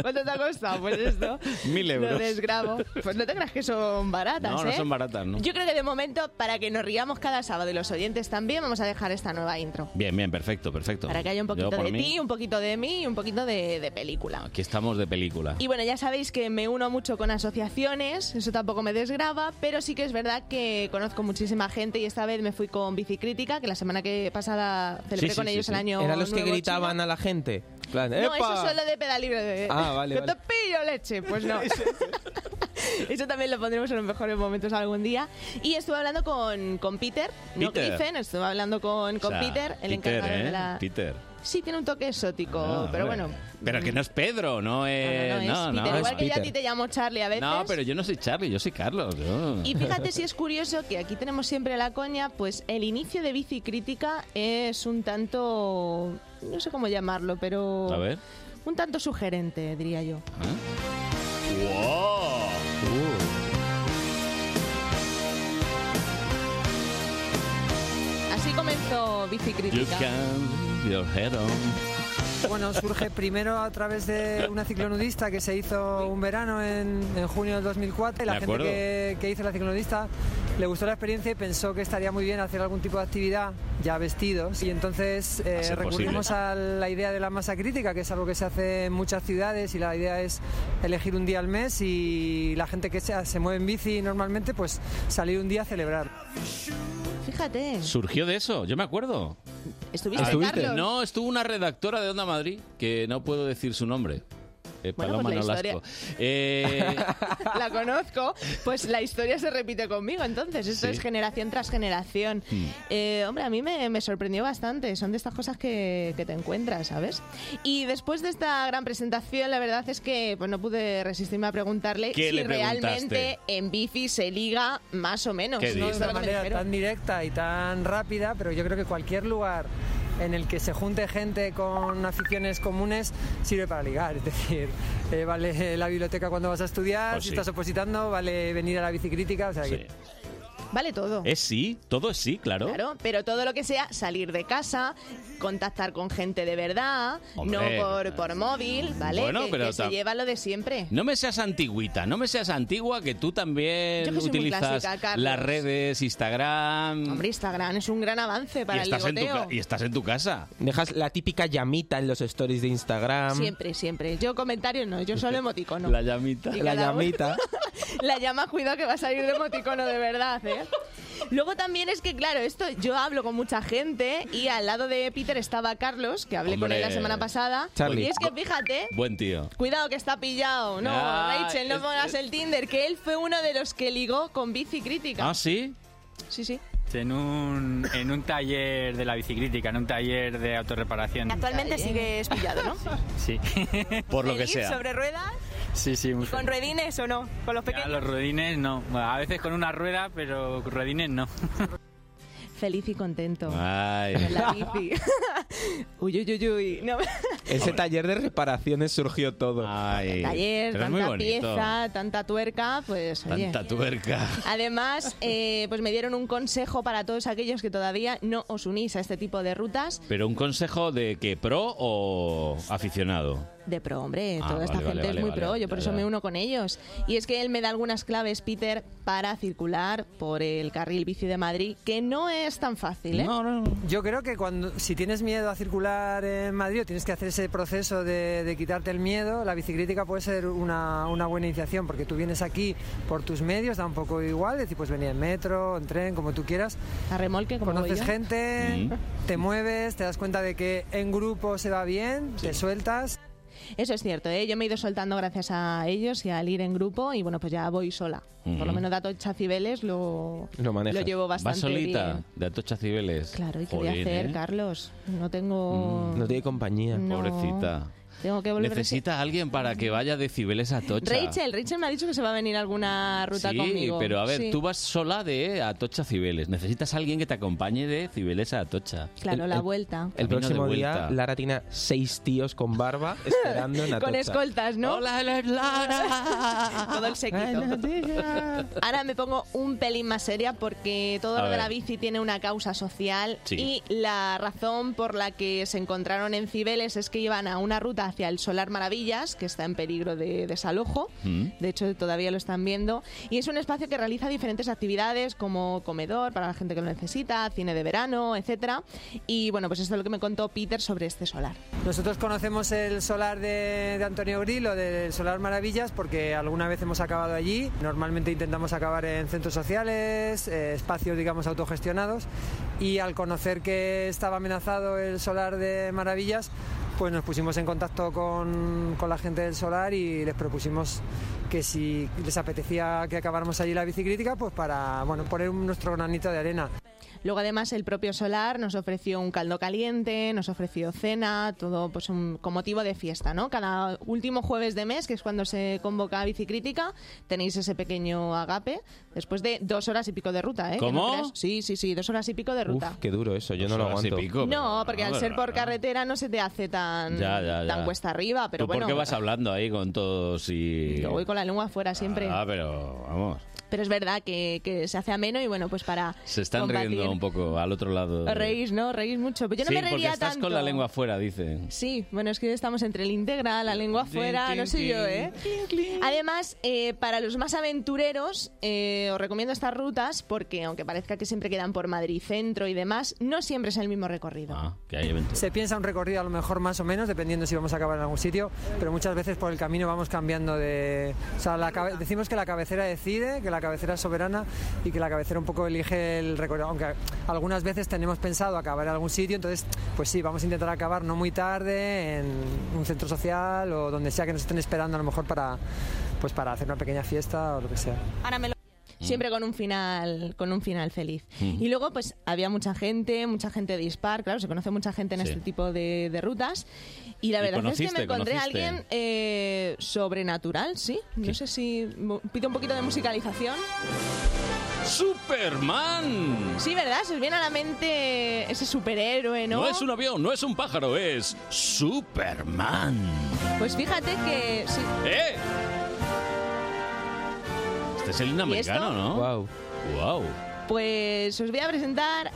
¿Cuánto te ha costado? Pues esto.
Mil
Lo
euros.
desgrabo. Pues no te creas que son baratas,
No, no
¿eh?
son baratas, ¿no?
Yo creo que de momento, para que nos riamos cada sábado y los oyentes también, vamos a dejar esta nueva intro.
Bien, bien, perfecto, perfecto.
Para que haya un
Yo
poquito
por
de
mí,
ti, un poquito de mí y un poquito de, de película.
Aquí estamos de película.
Y bueno, ya sabéis que me uno mucho con asociaciones, eso tampoco me desgraba, pero sí que es verdad que conozco muchísima gente y esta vez me fui con Bicicrítica, que la semana que pasada celebré
Sí, sí,
con
sí,
ellos
sí.
el año.
Eran los que
nuevo
gritaban
chino.
a la gente. En plan,
No,
"¡Epa!".
eso es lo de pedal libre. De...
Ah, vale,
¡Que
vale.
te pillo leche! Pues no. eso también lo pondremos en los mejores momentos algún día. Y estuve hablando con, con Peter, no
Peter.
Griffin, estuve hablando con, con
O sea,
Peter, el
Peter,
encargado
¿eh?
de la. Mm.
Peter.
Sí, tiene un toque exótico,
Ah,
pero
hombre.
bueno.
Pero que no es Pedro, no
No,
es.
es
No, no,
Peter.
es
Igual que yo a ti
Peter.
te llamo Charlie a veces.
No, pero yo no soy Charlie, yo soy Carlos. yo.
Y fíjate si es curioso que aquí tenemos siempre la coña, pues el inicio de Bici Crítica es un tanto, no sé cómo llamarlo, pero
A ver. ¿eh?
un tanto sugerente, diría yo.
¡Wow!
Así comenzó Bici
You
Crítica.
can your head on.
Bueno, surge primero a través de una ciclonudista que se hizo un verano en, en junio del 2004. Y La
De
gente
acuerdo.
que, que hizo la ciclonudista le gustó la experiencia y pensó que estaría muy bien hacer algún tipo de actividad ya vestidos. Y entonces eh,
ser
recurrimos
posible.
a la idea de la masa crítica, que es algo que se hace en muchas ciudades y la idea es elegir un día al mes y la gente que se, se mueve en bici normalmente, pues salir un día a celebrar.
Fíjate.
Surgió de eso, yo me acuerdo. Ah,
¿Estuviste, Carlos?
No, estuvo una redactora de Onda Madrid, que no puedo decir su nombre. Eh,
Bueno,
Paloma
pues la
Nolasco. Eh,
la conozco, pues la historia se repite conmigo, entonces esto
Sí.
es generación tras generación.
Hmm.
Eh, hombre, a mí me, me sorprendió bastante, son de estas cosas que, que te encuentras, ¿sabes? Y después de esta gran presentación, la verdad es que pues, no pude resistirme a preguntarle
¿Qué
si
le preguntaste?
realmente en bici se liga más o menos.
No,
Esto
de
es lo
una
que me
manera
dijeron.
tan directa y tan rápida, pero yo creo que cualquier lugar en el que se junte gente con aficiones comunes sirve para ligar. Es decir, eh, vale la biblioteca cuando vas a estudiar,
Pues
si
sí.
estás opositando, vale venir a la bicicrítica. O sea que-
Sí.
Vale todo.
es sí, todo es sí, claro.
Claro, pero todo lo que sea salir de casa, contactar con gente de verdad,
Hombre.
no por, por móvil, ¿vale?
Bueno,
que,
pero
que se
tam-
lleva lo de siempre.
No me seas antigüita, no me seas antigua, que tú también
Yo que soy muy
utilizas
clásica, Carlos.
las redes, Instagram.
Hombre, Instagram es un gran avance para
y,
el
estás en tu,
ligoteo.
ca- y estás en tu casa.
Dejas la típica llamita en los stories de Instagram.
Siempre, siempre. Yo comentario no, yo solo emoticono.
La
llamita.
Y
La
cada uno-
llamita.
La llama, cuidado que va a salir de emoticono de verdad, ¿eh? Luego también es que, claro, esto yo hablo con mucha gente y al lado de Peter estaba Carlos, que hablé con él
Hombre.
la semana pasada.
Charlie.
Y es que fíjate,
Buen tío.
Cuidado que está pillado. No,
Ah,
Rachel, no
es-
pongas el Tinder, que él fue uno de los que ligó con bici crítica.
¿Ah, sí?
Sí, sí.
En un, en un taller de la bicicrítica, en un taller de autorreparación.
Actualmente sigues pillado, ¿no?
Sí. Por
¿Pedís ¿Sobre ruedas?
Sí, sí. muy
¿Con
feo.
ruedines o no? ¿Con los
Ya,
pequeños?
los rodines no. Bueno, a veces con una rueda, pero rodines no.
Feliz y contento.
Ay.
Con la bici. uy, uy, uy, uy. No.
Ese taller de reparaciones surgió todo.
Taller, tanta pieza, tanta tuerca, pues oye.
Tanta tuerca.
Además, eh, pues me dieron un consejo para todos aquellos que todavía no os unís a este tipo de rutas
Pero un consejo de que pro o aficionado.
de pro, hombre.
Ah,
Toda esta
vale,
gente
vale,
es muy
vale,
pro,
vale,
yo por
ya,
eso
ya.
me uno con ellos. Y es que él me da algunas claves, Peter, para circular por el carril bici de Madrid, que no es tan fácil, ¿eh?
Yo creo que cuando si tienes miedo a circular en Madrid o tienes que hacer ese proceso de, de quitarte el miedo, la bicicrítica puede ser una, una buena iniciación, porque tú vienes aquí por tus medios, da un poco igual, es decir, pues venía en metro, en tren, como tú quieras.
A remolque, como
Conoces
voy yo.
gente, te mueves, te das cuenta de que en grupo se va bien, te sueltas.
Eso es cierto, ¿eh? yo me he ido soltando gracias a ellos y al ir en grupo y bueno, pues ya voy sola. Por
Ujú.
lo menos dato Chacibeles lo,
Lo manejas.
llevo bastante
Vas solita,
bien.
de Atocha Cibeles.
Claro, ¿y qué voy a
Jolín,
hacer,
¿eh? Mm,
Carlos? No tengo...
No
tiene compañía.
No.
Pobrecita.
Tengo que volver...
Necesita alguien para que vaya de Cibeles a Atocha.
Rachel, Rachel me ha dicho que se va a venir alguna ruta
sí,
conmigo.
pero a ver,
Sí.
tú vas sola de Atocha a Cibeles. Necesitas a alguien que te acompañe de Cibeles a Atocha.
Claro, la vuelta.
Camino
El próximo
de
día,
vuelta.
Lara tiene seis tíos con barba esperando en la
Con
tocha.
escoltas, ¿no?
Hola,
Todo el sequito. Ahora me pongo un pelín más seria porque todo
A
lo de
ver.
la bici tiene una causa social
Sí.
y la razón por la que se encontraron en Cibeles es que iban a una ruta hacia el Solar Maravillas, que está en peligro de desalojo. De hecho, todavía lo están viendo. Y es un espacio que realiza diferentes actividades como comedor para la gente que lo necesita, cine de verano, etcétera. Y bueno, pues esto es lo que me contó Peter sobre este solar.
Nosotros conocemos el solar de, de Antonio Grilo, del Solar Maravillas, porque alguna vez hemos acabado allí. Normalmente intentamos acabar en centros sociales, eh, espacios, digamos, autogestionados. Y al conocer que estaba amenazado el solar de Maravillas, pues nos pusimos en contacto con, con la gente del solar y les propusimos que si les apetecía que acabáramos allí la bicicrítica, pues para, bueno, poner un- nuestro granito de arena.
Luego además el propio Solar nos ofreció un caldo caliente, nos ofreció cena, todo pues un- con motivo de fiesta, ¿no? Cada último jueves de mes, que es cuando se convoca a Bicicrítica, tenéis ese pequeño agape después de dos horas y pico de ruta, ¿eh? Que no
¿Cómo?
creas- sí, sí, sí, dos horas y pico de ruta.
Uf, qué duro eso, yo no lo aguanto.
No, porque al ser por carretera no se te hace tan,
Ya, ya,
tan
ya.
cuesta arriba, pero
¿Tú
bueno,
por qué vas hablando ahí con todos y...?
yo voy con la lengua afuera siempre.
Ah, pero vamos,
Pero es verdad que, que se hace ameno y bueno, pues para...
se están
combatir-
riendo un poco al otro lado.
Os reís, ¿no? Os Reís mucho. Pero yo no
sí,
me
porque
reiría
estás
tanto.
con la lengua afuera, dice.
Sí, bueno, es que estamos entre el integral, la lengua afuera,
clink,
no sé yo,
clink.
¿eh? Además, eh, para los más aventureros, eh, os recomiendo estas rutas porque, aunque parezca que siempre quedan por Madrid centro y demás, no siempre es el mismo recorrido.
Que hay eventos.
Se piensa un recorrido a lo mejor más o menos, dependiendo si vamos a acabar en algún sitio, pero muchas veces por el camino vamos cambiando de... O sea, la cabe- decimos que la cabecera decide, que la cabecera es soberana y que la cabecera un poco elige el recorrido, aunque algunas veces tenemos pensado acabar en algún sitio, entonces pues sí, vamos a intentar acabar no muy tarde en un centro social o donde sea que nos estén esperando a lo mejor para, pues para hacer una pequeña fiesta o lo que sea.
Ahora me lo-
Mm.
Siempre con un final, con un final feliz.
Mm.
Y luego, pues, había mucha gente, mucha gente de Dispar, claro, se conoce mucha gente en
Sí.
este tipo de, de rutas. Y la
¿Y
verdad es que me
conociste,
encontré a
conociste?
alguien eh, sobrenatural, sí. No sé si mo- pido un poquito de musicalización.
¡Superman!
Sí, ¿verdad? Se os viene a la mente ese superhéroe, ¿no?
No es un avión, no es un pájaro, es Superman.
Pues fíjate que sí.
¡Eh! Este es el himno
¿Y esto?
americano, ¿no?
Wow.
Wow.
Pues os voy a presentar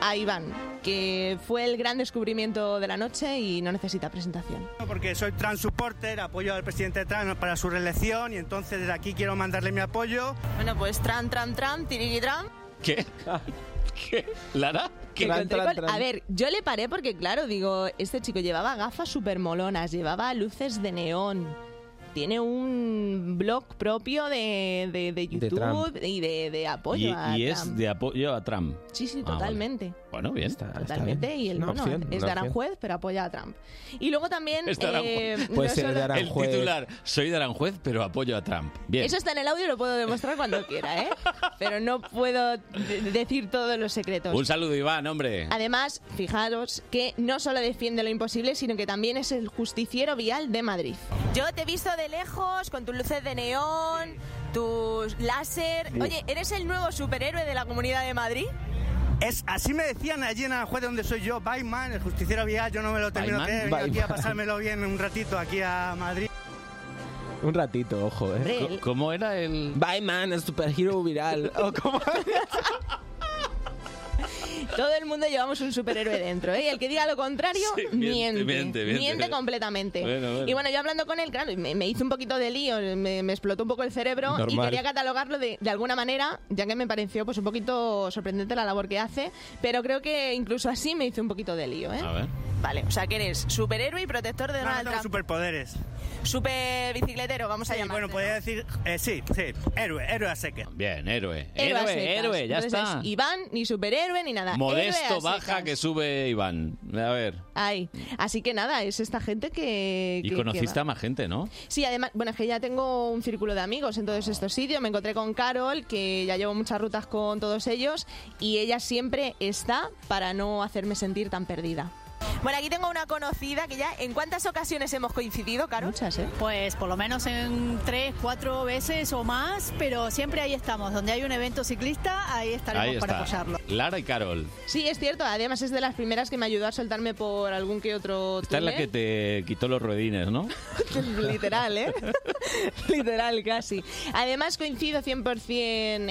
a Iván, que fue el gran descubrimiento de la noche y no necesita presentación.
Porque soy trans supporter, apoyo al presidente trans para su reelección y entonces desde aquí quiero mandarle mi apoyo.
Bueno, pues tram, tram, tram, tiriquitram.
¿Qué? ¿Qué? ¿Lara? ¿Qué?
Me encontré con- A ver, yo le paré porque, claro, digo, este chico llevaba gafas súper molonas, llevaba luces de neón, tiene un blog propio de, de- de YouTube
Trump.
y de, de apoyo
Y,
a
y es
Trump.
de apoyo a Trump.
Sí, sí,
Ah, vale.
totalmente.
Bueno, bien.
Totalmente, y el bueno, es de Aranjuez, pero apoya a Trump. Y luego también...
Es de
eh,
Aranjuez.
no solo-
El titular, soy de Aranjuez, pero apoyo a Trump. Bien.
Eso está en el audio y lo puedo demostrar cuando quiera, ¿eh? Pero no puedo de- decir todos los secretos.
Un saludo, Iván, hombre.
Además, fijaros que no solo defiende lo imposible, sino que también es el justiciero vial de Madrid.
Yo te he visto de lejos con tus luces de neón, tus láser.
Uf.
Oye, ¿eres el nuevo superhéroe de la Comunidad de Madrid?
Es, así me decían allí en Aranjuez donde soy yo, Bayman, el justiciero vial, yo no me lo termino de creer,
Bayman.
he venido aquí a
Bayman.
pasármelo bien un ratito aquí a Madrid.
Un ratito, ojo,
Hombre,
¿eh?
él-
¿Cómo era el...?
Batman, el superhero viral. ¿O cómo?
Todo el mundo llevamos un superhéroe dentro, ¿eh? Y el que diga lo contrario,
Sí,
miente,
miente,
miente,
miente, miente.
completamente.
Bueno, bueno.
Y bueno, yo hablando con él, claro, me, me hizo un poquito de lío, me, me explotó un poco el cerebro y
Normal.
quería catalogarlo de, de alguna manera, ya que me pareció pues un poquito sorprendente la labor que hace, pero creo que incluso así me hizo un poquito de lío, ¿eh?
A ver.
Vale, o sea que eres superhéroe y protector de
No, no
Donald
tengo
Trump.
superpoderes.
Super bicicletero, vamos a
Sí,
llamar.
bueno, podría decir, eh, sí, sí, héroe, héroe a seque.
Bien, héroe.
Héroe, a secas.
héroe, ya
Entonces
está.
es Iván, ni superhéroe, ni nada. Héroe
Modesto
a
baja
secas.
que sube Iván. A ver.
Ay, así que nada, es esta gente que...
Y
que-
conociste
que
a
va.
más gente, ¿no?
Sí, además, bueno, es que ya tengo un círculo de amigos en todos estos sitios. Me encontré con Carol, que ya llevo muchas rutas con todos ellos, y ella siempre está para no hacerme sentir tan perdida.
Bueno, aquí tengo una conocida que ya, ¿en cuántas ocasiones hemos coincidido, Caro?
Muchas, ¿eh?
Pues por lo menos en tres, cuatro veces o más, pero siempre ahí estamos. Donde hay un evento ciclista, ahí estaremos
Ahí está.
para apoyarlo.
Lara y Carol.
Sí, es cierto. Además, es de las primeras que me ayudó a soltarme por algún que otro...
Esta es la
túnel.
que te quitó los ruedines, ¿no?
Literal, ¿eh? Literal, casi. Además, coincido 100%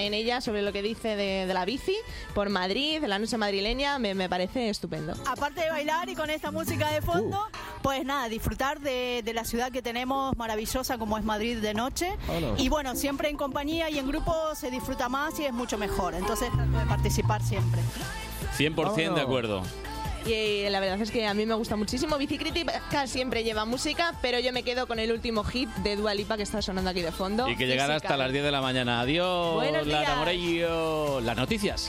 en ella sobre lo que dice de, de la bici por Madrid, de la noche madrileña. Me, me parece estupendo.
Aparte de bailar y con esta música de fondo,
Uh.
pues nada, disfrutar de, de la ciudad que tenemos maravillosa como es Madrid de noche.
Hola.
Y bueno, siempre en compañía y en grupo se disfruta más y es mucho mejor. Entonces, trato de participar siempre.
100% de acuerdo.
Y, eh, la verdad es que a mí me gusta muchísimo. Bicicrítica siempre lleva música, pero yo me quedo con el último hit de Dua Lipa que está sonando aquí de fondo.
Y que llegará
Física.
hasta las 10 de la mañana. Adiós,
Buenos
Lara
días.
Morello. Las noticias.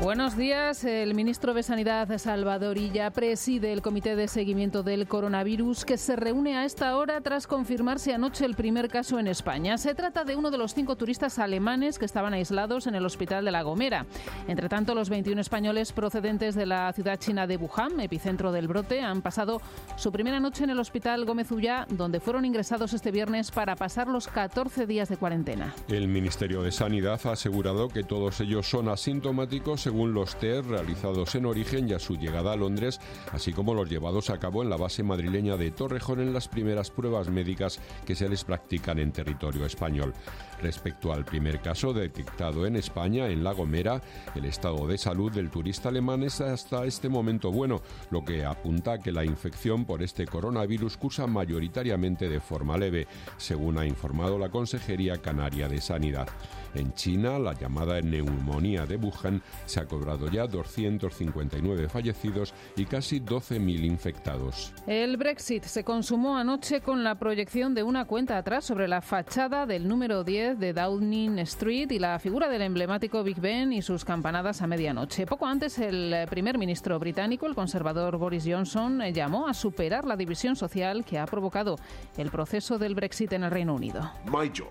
Buenos días. El ministro de Sanidad, Salvador Illa, preside el Comité de Seguimiento del Coronavirus, que se reúne a esta hora tras confirmarse anoche el primer caso en España. Se trata de uno de los cinco turistas alemanes que estaban aislados en el hospital de La Gomera. Entre tanto, los 21 españoles procedentes de la ciudad china de Wuhan, epicentro del brote, han pasado su primera noche en el hospital Gómez Ullá, donde fueron ingresados este viernes para pasar los 14 días de cuarentena.
El Ministerio de Sanidad ha asegurado que todos ellos son asintomáticos según los test realizados en origen y a su llegada a Londres, así como los llevados a cabo en la base madrileña de Torrejón en las primeras pruebas médicas que se les practican en territorio español. Respecto al primer caso detectado en España, en La Gomera, el estado de salud del turista alemán es hasta este momento bueno, lo que apunta a que la infección por este coronavirus cursa mayoritariamente de forma leve, según ha informado la Consejería Canaria de Sanidad. En China, la llamada neumonía de Wuhan se ha cobrado ya 259 fallecidos y casi 12.000 infectados.
El Brexit se consumó anoche con la proyección de una cuenta atrás sobre la fachada del número 10 de Downing Street y la figura del emblemático Big Ben y sus campanadas a medianoche. Poco antes, el primer ministro británico, el conservador Boris Johnson, llamó a superar la división social que ha provocado el proceso del Brexit en el Reino Unido.
My job.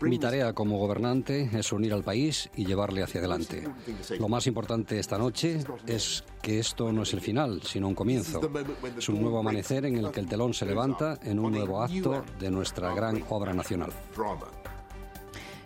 Mi tarea como gobernante es unir al país y llevarle hacia adelante. Lo más importante esta noche es que esto no es el final, sino un comienzo. Es un nuevo amanecer en el que el telón se levanta en un nuevo acto de nuestra gran obra nacional.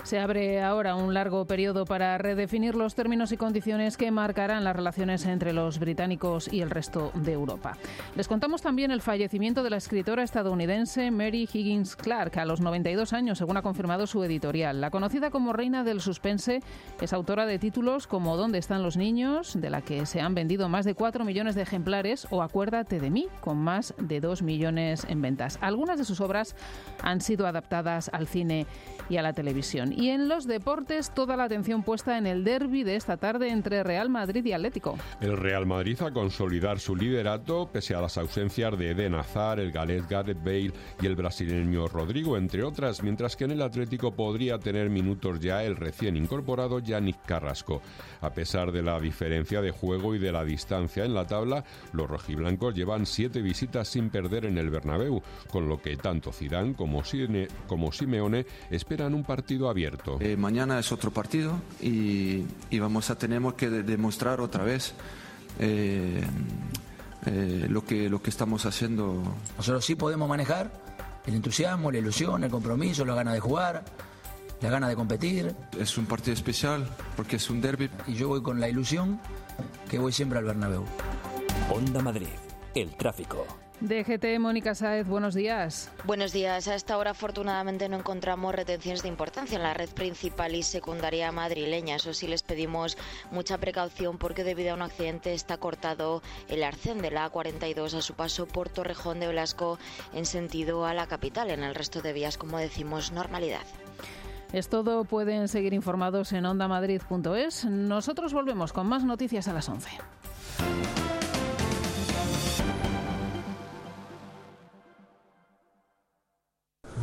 Se abre ahora un largo periodo para redefinir los términos y condiciones que marcarán las relaciones entre los británicos y el resto de Europa. Les contamos también el fallecimiento de la escritora estadounidense Mary Higgins Clark a los 92 años, según ha confirmado su editorial. La conocida como reina del suspense es autora de títulos como ¿Dónde están los niños?, de la que se han vendido más de 4 millones de ejemplares, o Acuérdate de mí, con más de 2 millones en ventas. Algunas de sus obras han sido adaptadas al cine y a la televisión. Y en los deportes, toda la atención puesta en el derby de esta tarde entre Real Madrid y Atlético.
El Real Madrid a consolidar su liderato pese a las ausencias de Eden Hazard, el galés Gareth Bale y el brasileño Rodrigo, entre otras, mientras que en el Atlético podría tener minutos ya el recién incorporado Yannick Carrasco. A pesar de la diferencia de juego y de la distancia en la tabla, los rojiblancos llevan siete visitas sin perder en el Bernabéu, con lo que tanto Zidane como, Sine, como Simeone esperan un partido abierto
eh, mañana es otro partido y, y vamos a tenemos que de demostrar otra vez eh, eh, lo, que, lo que estamos haciendo.
Nosotros sí podemos manejar el entusiasmo, la ilusión, el compromiso, la ganas de jugar, la ganas de competir.
Es un partido especial porque es un derby.
Y yo voy con la ilusión que voy siempre al Bernabéu.
Onda Madrid, el tráfico.
DGT, Mónica Sáez, buenos días.
Buenos días. A esta hora, afortunadamente, no encontramos retenciones de importancia en la red principal y secundaria madrileña. Eso sí, les pedimos mucha precaución porque, debido a un accidente, está cortado el arcén de la A42 a su paso por Torrejón de Velasco en sentido a la capital. En el resto de vías, como decimos, normalidad.
Es todo. Pueden seguir informados en ondamadrid.es. Nosotros volvemos con más noticias a las 11.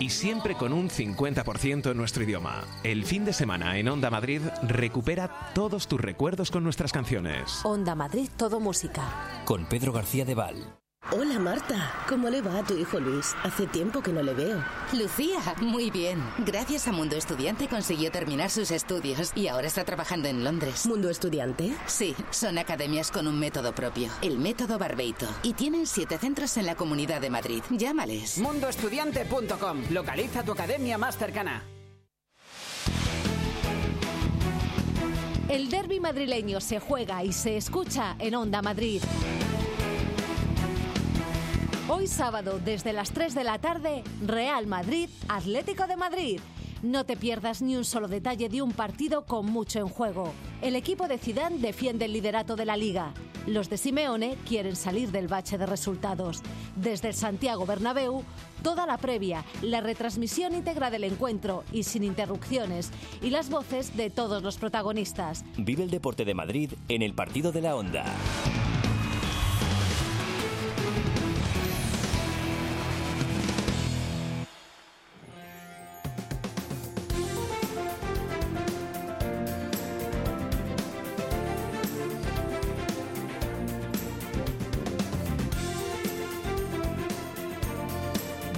Y siempre con un 50% en nuestro idioma. El fin de semana en Onda Madrid recupera todos tus recuerdos con nuestras canciones.
Onda Madrid Todo Música.
Con Pedro García de Val.
Hola Marta, ¿cómo le va a tu hijo Luis? Hace tiempo que no le veo.
Lucía, muy bien. Gracias a Mundo Estudiante consiguió terminar sus estudios y ahora está trabajando en Londres.
¿Mundo Estudiante?
Sí, son academias con un método propio, el método Barbeito. Y tienen siete centros en la Comunidad de Madrid. Llámales.
Mundoestudiante.com. Localiza tu academia más cercana.
El derby madrileño se juega y se escucha en Onda Madrid. Hoy sábado, desde las 3 de la tarde, Real Madrid, Atlético de Madrid. No te pierdas ni un solo detalle de un partido con mucho en juego. el equipo de Zidane defiende el liderato de la liga. Los de Simeone quieren salir del bache de resultados. Desde el Santiago Bernabéu, toda la previa, la retransmisión íntegra del encuentro y sin interrupciones y las voces de todos los protagonistas.
Vive el deporte de Madrid en el partido de la onda.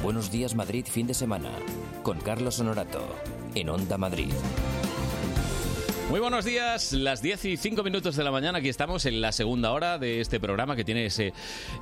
Buenos días Madrid fin de semana con Carlos Honorato en Onda Madrid.
Muy buenos días, las 10 y 5 minutos de la mañana, aquí estamos en la segunda hora de este programa que tiene ese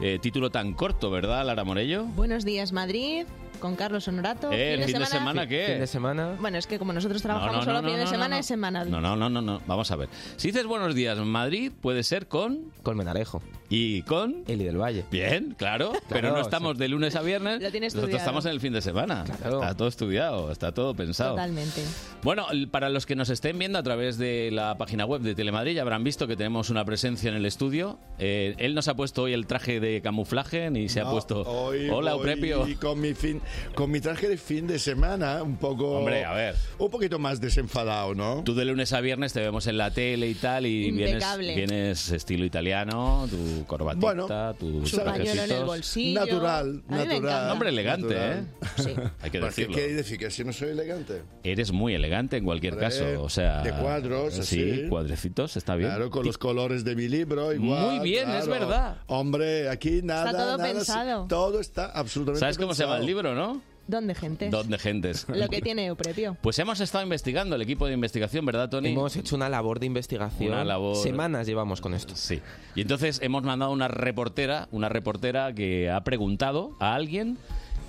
eh, título tan corto, ¿verdad, Lara Morello?
Buenos días, Madrid. Con Carlos Honorato.
Eh, ¿el fin de semana qué? ¿Fin de
semana?
Bueno, es que como nosotros trabajamos
no,
solo
no,
fin de
no,
semana,
no.
es semanal.
No, no, no, no, no, vamos a ver. Si dices buenos días Madrid, puede ser con...
Con Menarejo.
¿Y con?
Eli del Valle.
Bien, claro, pero no
sí.
estamos de lunes a viernes,
Lo tiene
nosotros
estudiado.
estamos en el fin de semana. Está todo estudiado, está todo pensado.
Totalmente.
Bueno, l- para los que nos estén viendo a través de la página web de Telemadrid, ya habrán visto que tenemos una presencia en el estudio. Eh, él no se ha puesto hoy el traje de camuflaje ni se ha
No,
puesto.
Ah, hoy
Hola,
voy
Euprepio.
Con mi, fin, con mi traje de fin de semana, un poco.
Hombre, a ver.
Un poquito más desenfadado, ¿no?
Tú de lunes a viernes te vemos en la tele y tal, y vienes,
Impecable.
vienes estilo italiano, tu corbatita, tu
¿sabes? Natural,
A mí me
natural.
encanta.
Hombre elegante,
¿eh?
Hay que
¿Qué
decirlo.
quiere decir? ¿Que si no soy elegante?
Eres muy elegante en cualquier
Hombre,
caso, o sea...
de cuadros,
sí,
así. Ah,
cuadrecitos, está bien.
Claro, con los colores de mi libro, igual.
Muy bien, es
claro.
verdad.
Hombre, aquí nada.
todo
nada,
pensado.
Todo está absolutamente
¿Sabes cómo se llama el libro, no?
¿Dónde, gente?
¿Dónde gentes?
Lo que tiene Euprepio.
Pues hemos estado investigando, el equipo de investigación, ¿verdad, Tony?
Hemos hecho una labor de investigación.
Una labor-
Semanas llevamos con esto.
Sí. Y entonces hemos mandado una reportera, una reportera que ha preguntado a alguien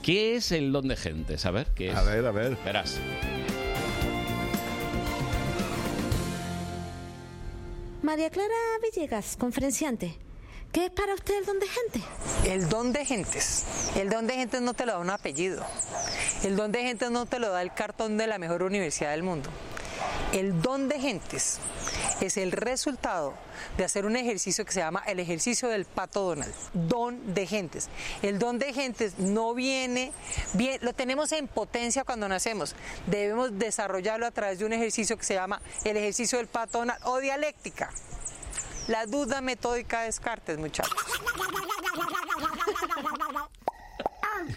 qué es el don de gentes. A ver, ¿qué es? A ver,
a ver.
Verás.
María Clara Villegas, conferenciante. ¿Qué es para usted el don de gente?
El don de gentes. El don de gentes no te lo da un apellido. El don de gentes no te lo da el cartón de la mejor universidad del mundo. El don de gentes es el resultado de hacer un ejercicio que se llama el ejercicio del pato Donald. Don de gentes. El don de gentes no viene bien, lo tenemos en potencia cuando nacemos. Debemos desarrollarlo a través de un ejercicio que se llama el ejercicio del pato Donald o dialéctica. La duda metódica de Descartes, muchachos.
Oh boy,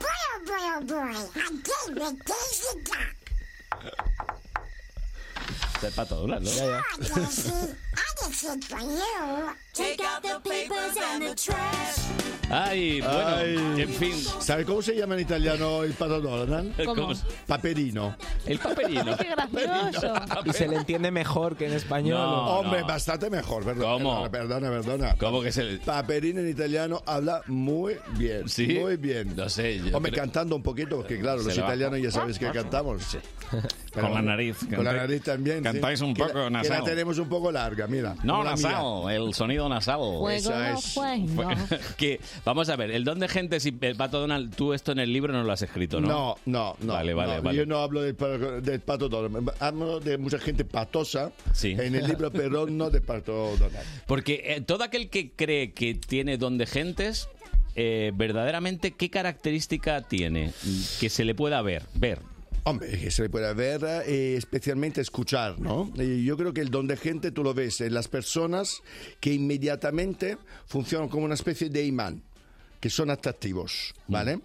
oh boy, oh boy. Aquí me quisica.
Está el pato Donald, ¿no?
I get shit for you. Take out the papers and the trash.
Ay, bueno, en fin.
¿Sabe cómo se llama en italiano el pato Donald?
¿Cómo? ¿Cómo se-
Paperino.
El paperino.
¡Qué gracioso!
Y se le entiende mejor que en español.
No, Hombre, bastante mejor, perdón.
¿Cómo?
Perdona, perdona.
¿Cómo que se le-
Paperino en italiano habla muy bien.
Sí.
Muy bien.
No sé. yo
Hombre,
creo-
cantando un poquito, porque claro,
Se
los
le va.
italianos ya sabéis que cantamos. Pero
Con la nariz.
Con la
cantáis-
nariz también. sí.
Cantáis un
Que la-
poco
que
nasal.
la tenemos un poco larga, mira.
No,
Como la mía.
nasal, el sonido nasal.
Eso es.
que, vamos a ver, el don de gentes y el pato Donald, tú esto en el libro no lo has escrito, ¿no?
No, no, no.
Vale, vale,
no,
vale.
Yo no hablo del, pa- del pato Donald. Hablo de mucha gente patosa
Sí.
en el libro, pero no de pato Donald.
Porque eh, todo aquel que cree que tiene don de gentes, eh, verdaderamente, ¿qué característica tiene que se le pueda ver? Ver.
Hombre, que se le puede ver, eh, especialmente escuchar, ¿no? Y yo creo que el don de gente tú lo ves en las personas que inmediatamente funcionan como una especie de imán, que son atractivos, ¿vale?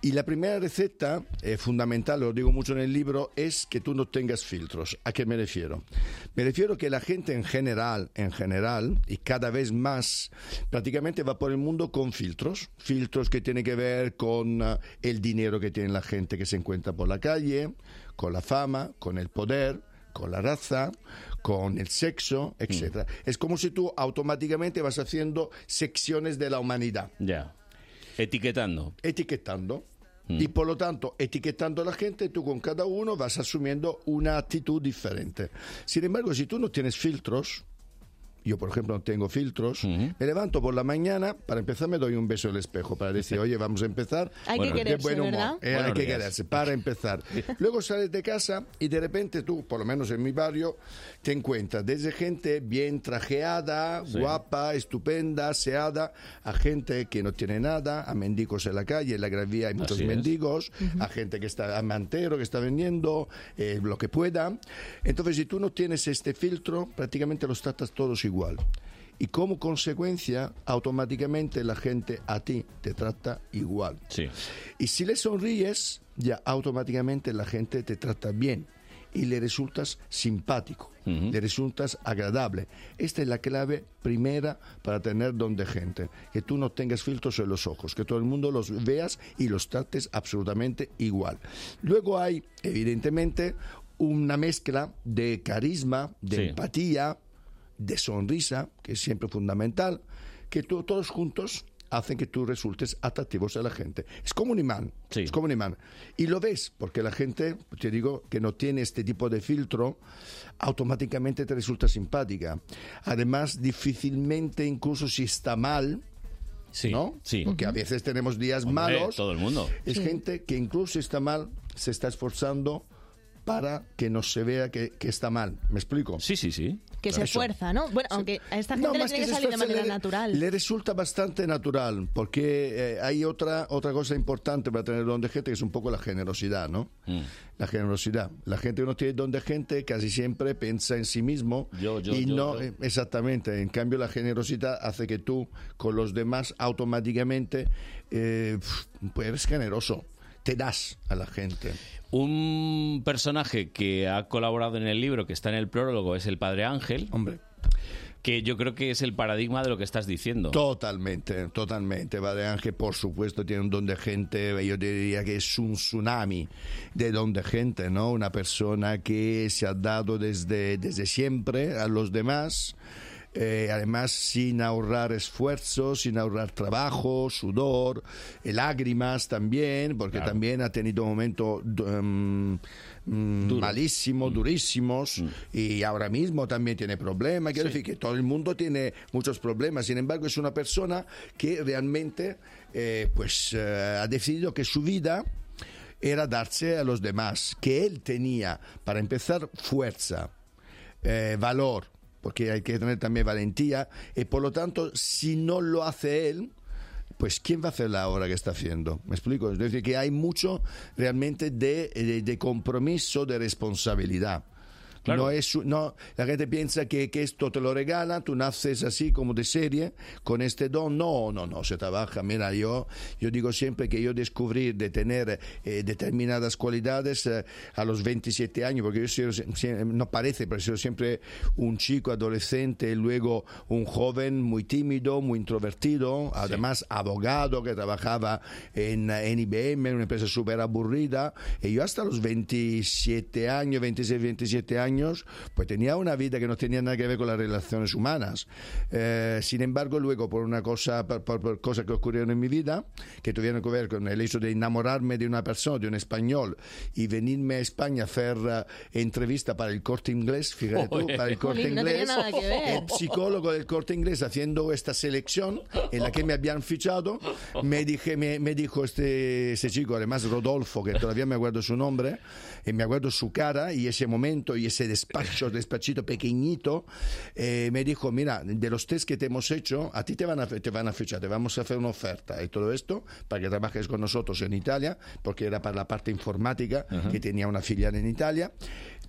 Y la primera receta, eh, fundamental, lo digo mucho en el libro, es que tú no tengas filtros. ¿A qué me refiero? Me refiero que la gente en general, en general, y cada vez más, prácticamente va por el mundo con filtros. Filtros que tienen que ver con eh, el dinero que tiene la gente que se encuentra por la calle, con la fama, con el poder, con la raza, con el sexo, etc. Es como si tú automáticamente vas haciendo secciones de la humanidad
Ya. Etiquetando.
etiquetando. Y por lo tanto, etiquetando a la gente, tú con cada uno vas asumiendo una actitud diferente. Sin embargo, si tú no tienes filtros, yo por ejemplo no tengo filtros, me levanto por la mañana, para empezar me doy un beso en el espejo, para decir, oye, vamos a empezar.
Hay que
de
quererse,
buen humor.
¿verdad?
Eh, hay
Buenos
que
días.
quererse, para empezar. Luego sales de casa y de repente tú, por lo menos en mi barrio, te encuentras desde gente bien trajeada,
Sí.
guapa, estupenda, aseada, a gente que no tiene nada, a mendigos en la calle, en la gran vía hay muchos
Así es.
mendigos amigos, a gente que está, a mantero que está vendiendo, eh, lo que pueda. Entonces, si tú no tienes este filtro, prácticamente los tratas todos igual. Y como consecuencia, automáticamente la gente a ti te trata igual. Y si le sonríes, ya automáticamente la gente te trata bien y le resultas simpático, le resultas agradable. Esta es la clave primera para tener don de gente, que tú no tengas filtros en los ojos, que todo el mundo los veas y los trates absolutamente igual. Luego hay, evidentemente, una mezcla de carisma, de
Sí.
empatía, de sonrisa, que es siempre fundamental, que tú- todos juntos hacen que tú resultes atractivos a la gente. Es como un imán, es como un imán. Y lo ves, porque la gente, te digo, que no tiene este tipo de filtro, automáticamente te resulta simpática. Además, difícilmente, incluso si está mal, ¿no? Porque a veces tenemos días
Hombre,
malos.
todo el mundo.
Es
Sí.
gente que incluso si está mal, se está esforzando para que no se vea que, que está mal. ¿Me explico?
Sí, sí, sí.
Que se esfuerza, ¿no? Bueno, aunque a esta gente
No,
le
más
tiene que
que se
salir de
esfuerce,
manera
le-
natural.
Le resulta bastante natural, porque eh, hay otra, otra cosa importante para tener don de gente, que es un poco la generosidad, ¿no?
Mm.
La generosidad. La gente que no tiene don de gente casi siempre piensa en sí mismo
yo,
y
yo,
no
yo.
eh, exactamente. En cambio, la generosidad hace que tú con los demás automáticamente eh, pues eres generoso, te das a la gente.
Un personaje que ha colaborado en el libro, que está en el prólogo, es el padre Ángel.
Hombre.
Que yo creo que es el paradigma de lo que estás diciendo.
Totalmente, totalmente. Padre Ángel, por supuesto, tiene un don de gente, yo diría que es un tsunami de don de gente, ¿no? Una persona que se ha dado desde, desde siempre a los demás. eh, además, sin ahorrar esfuerzo, sin ahorrar trabajo, sudor, eh, lágrimas también, porque también ha tenido momentos um, mm, malísimos, durísimos, y ahora mismo también tiene problemas. Quiero decir que todo el mundo tiene muchos problemas. Sin embargo, es una persona que realmente eh, pues, eh, ha decidido que su vida era darse a los demás, que él tenía, para empezar, fuerza, eh, valor, porque hay que tener también valentía, y por lo tanto, si no lo hace él, pues ¿quién va a hacer la obra que está haciendo? ¿Me explico? Es decir, que hay mucho realmente de, de- de compromiso, de responsabilidad. No es, un- no, la gente piensa que, que esto te lo regala, tú naces así como de serie, con este don. No, no, no, se trabaja. Mira, yo, yo digo siempre que yo descubrí de tener eh, determinadas cualidades eh, a los 27 años, porque yo soy- sie- no parece, pero soy siempre un chico adolescente, y luego un joven muy tímido, muy introvertido, además abogado que trabajaba en, en IBM, en una empresa súper aburrida. Y yo hasta los 27 años, 26, 27 años, pues tenía una vida que no tenía nada que ver con las relaciones humanas. Eh, sin embargo, luego por una cosa, por, por- por cosas que ocurrieron en mi vida, que tuvieron que ver con el hecho de enamorarme de una persona, de un español, y venirme a España a hacer eh, entrevista para el corte inglés, fíjate tú,
Oye.
para el corte
Jolín, no tenía
inglés,
nada que ver.
el psicólogo del corte inglés haciendo esta selección en la que me habían fichado, me, dije, me, me dijo este, este chico, además Rodolfo, que todavía me acuerdo su nombre, y me acuerdo su cara y ese momento y ese despacho, despachito pequeñito, eh, me dijo, mira, de los test que te hemos hecho, a ti te van a, te van a fichar, te vamos a hacer una oferta y todo esto para que trabajes con nosotros en Italia, porque era para la parte informática, que tenía una filial en Italia.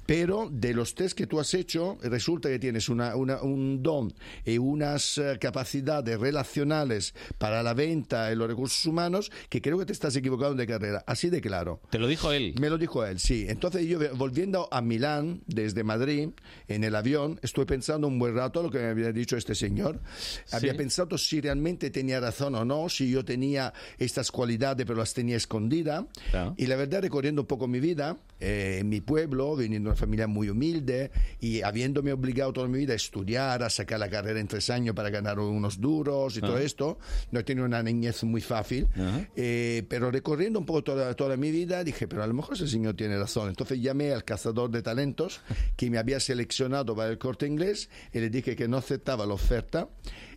Pero de los test que tú has hecho, resulta que tienes una- una- un don y unas eh, capacidades relacionales para la venta y los recursos humanos que creo que te estás equivocando de carrera. Así de claro.
Te lo dijo él.
Me lo dijo él, sí. Entonces yo volviendo a Milán desde Madrid en el avión, estoy pensando un buen rato lo que me había dicho este señor. Había pensado si realmente tenía razón o no, si yo tenía estas cualidades pero las tenía escondidas. Y la verdad, recorriendo un poco mi vida, eh, en mi pueblo, viniendo a una familia muy humilde y habiéndome obligado toda mi vida a estudiar, a sacar la carrera en tres años para ganar unos duros y todo
Ah.
esto, no he tenido una niñez muy fácil.
Ah.
Eh, pero recorriendo un poco toda, toda mi vida, dije, pero a lo mejor ese señor tiene razón. Entonces llamé al cazador de talentos que me había seleccionado para el corte inglés y le dije que no aceptaba la oferta.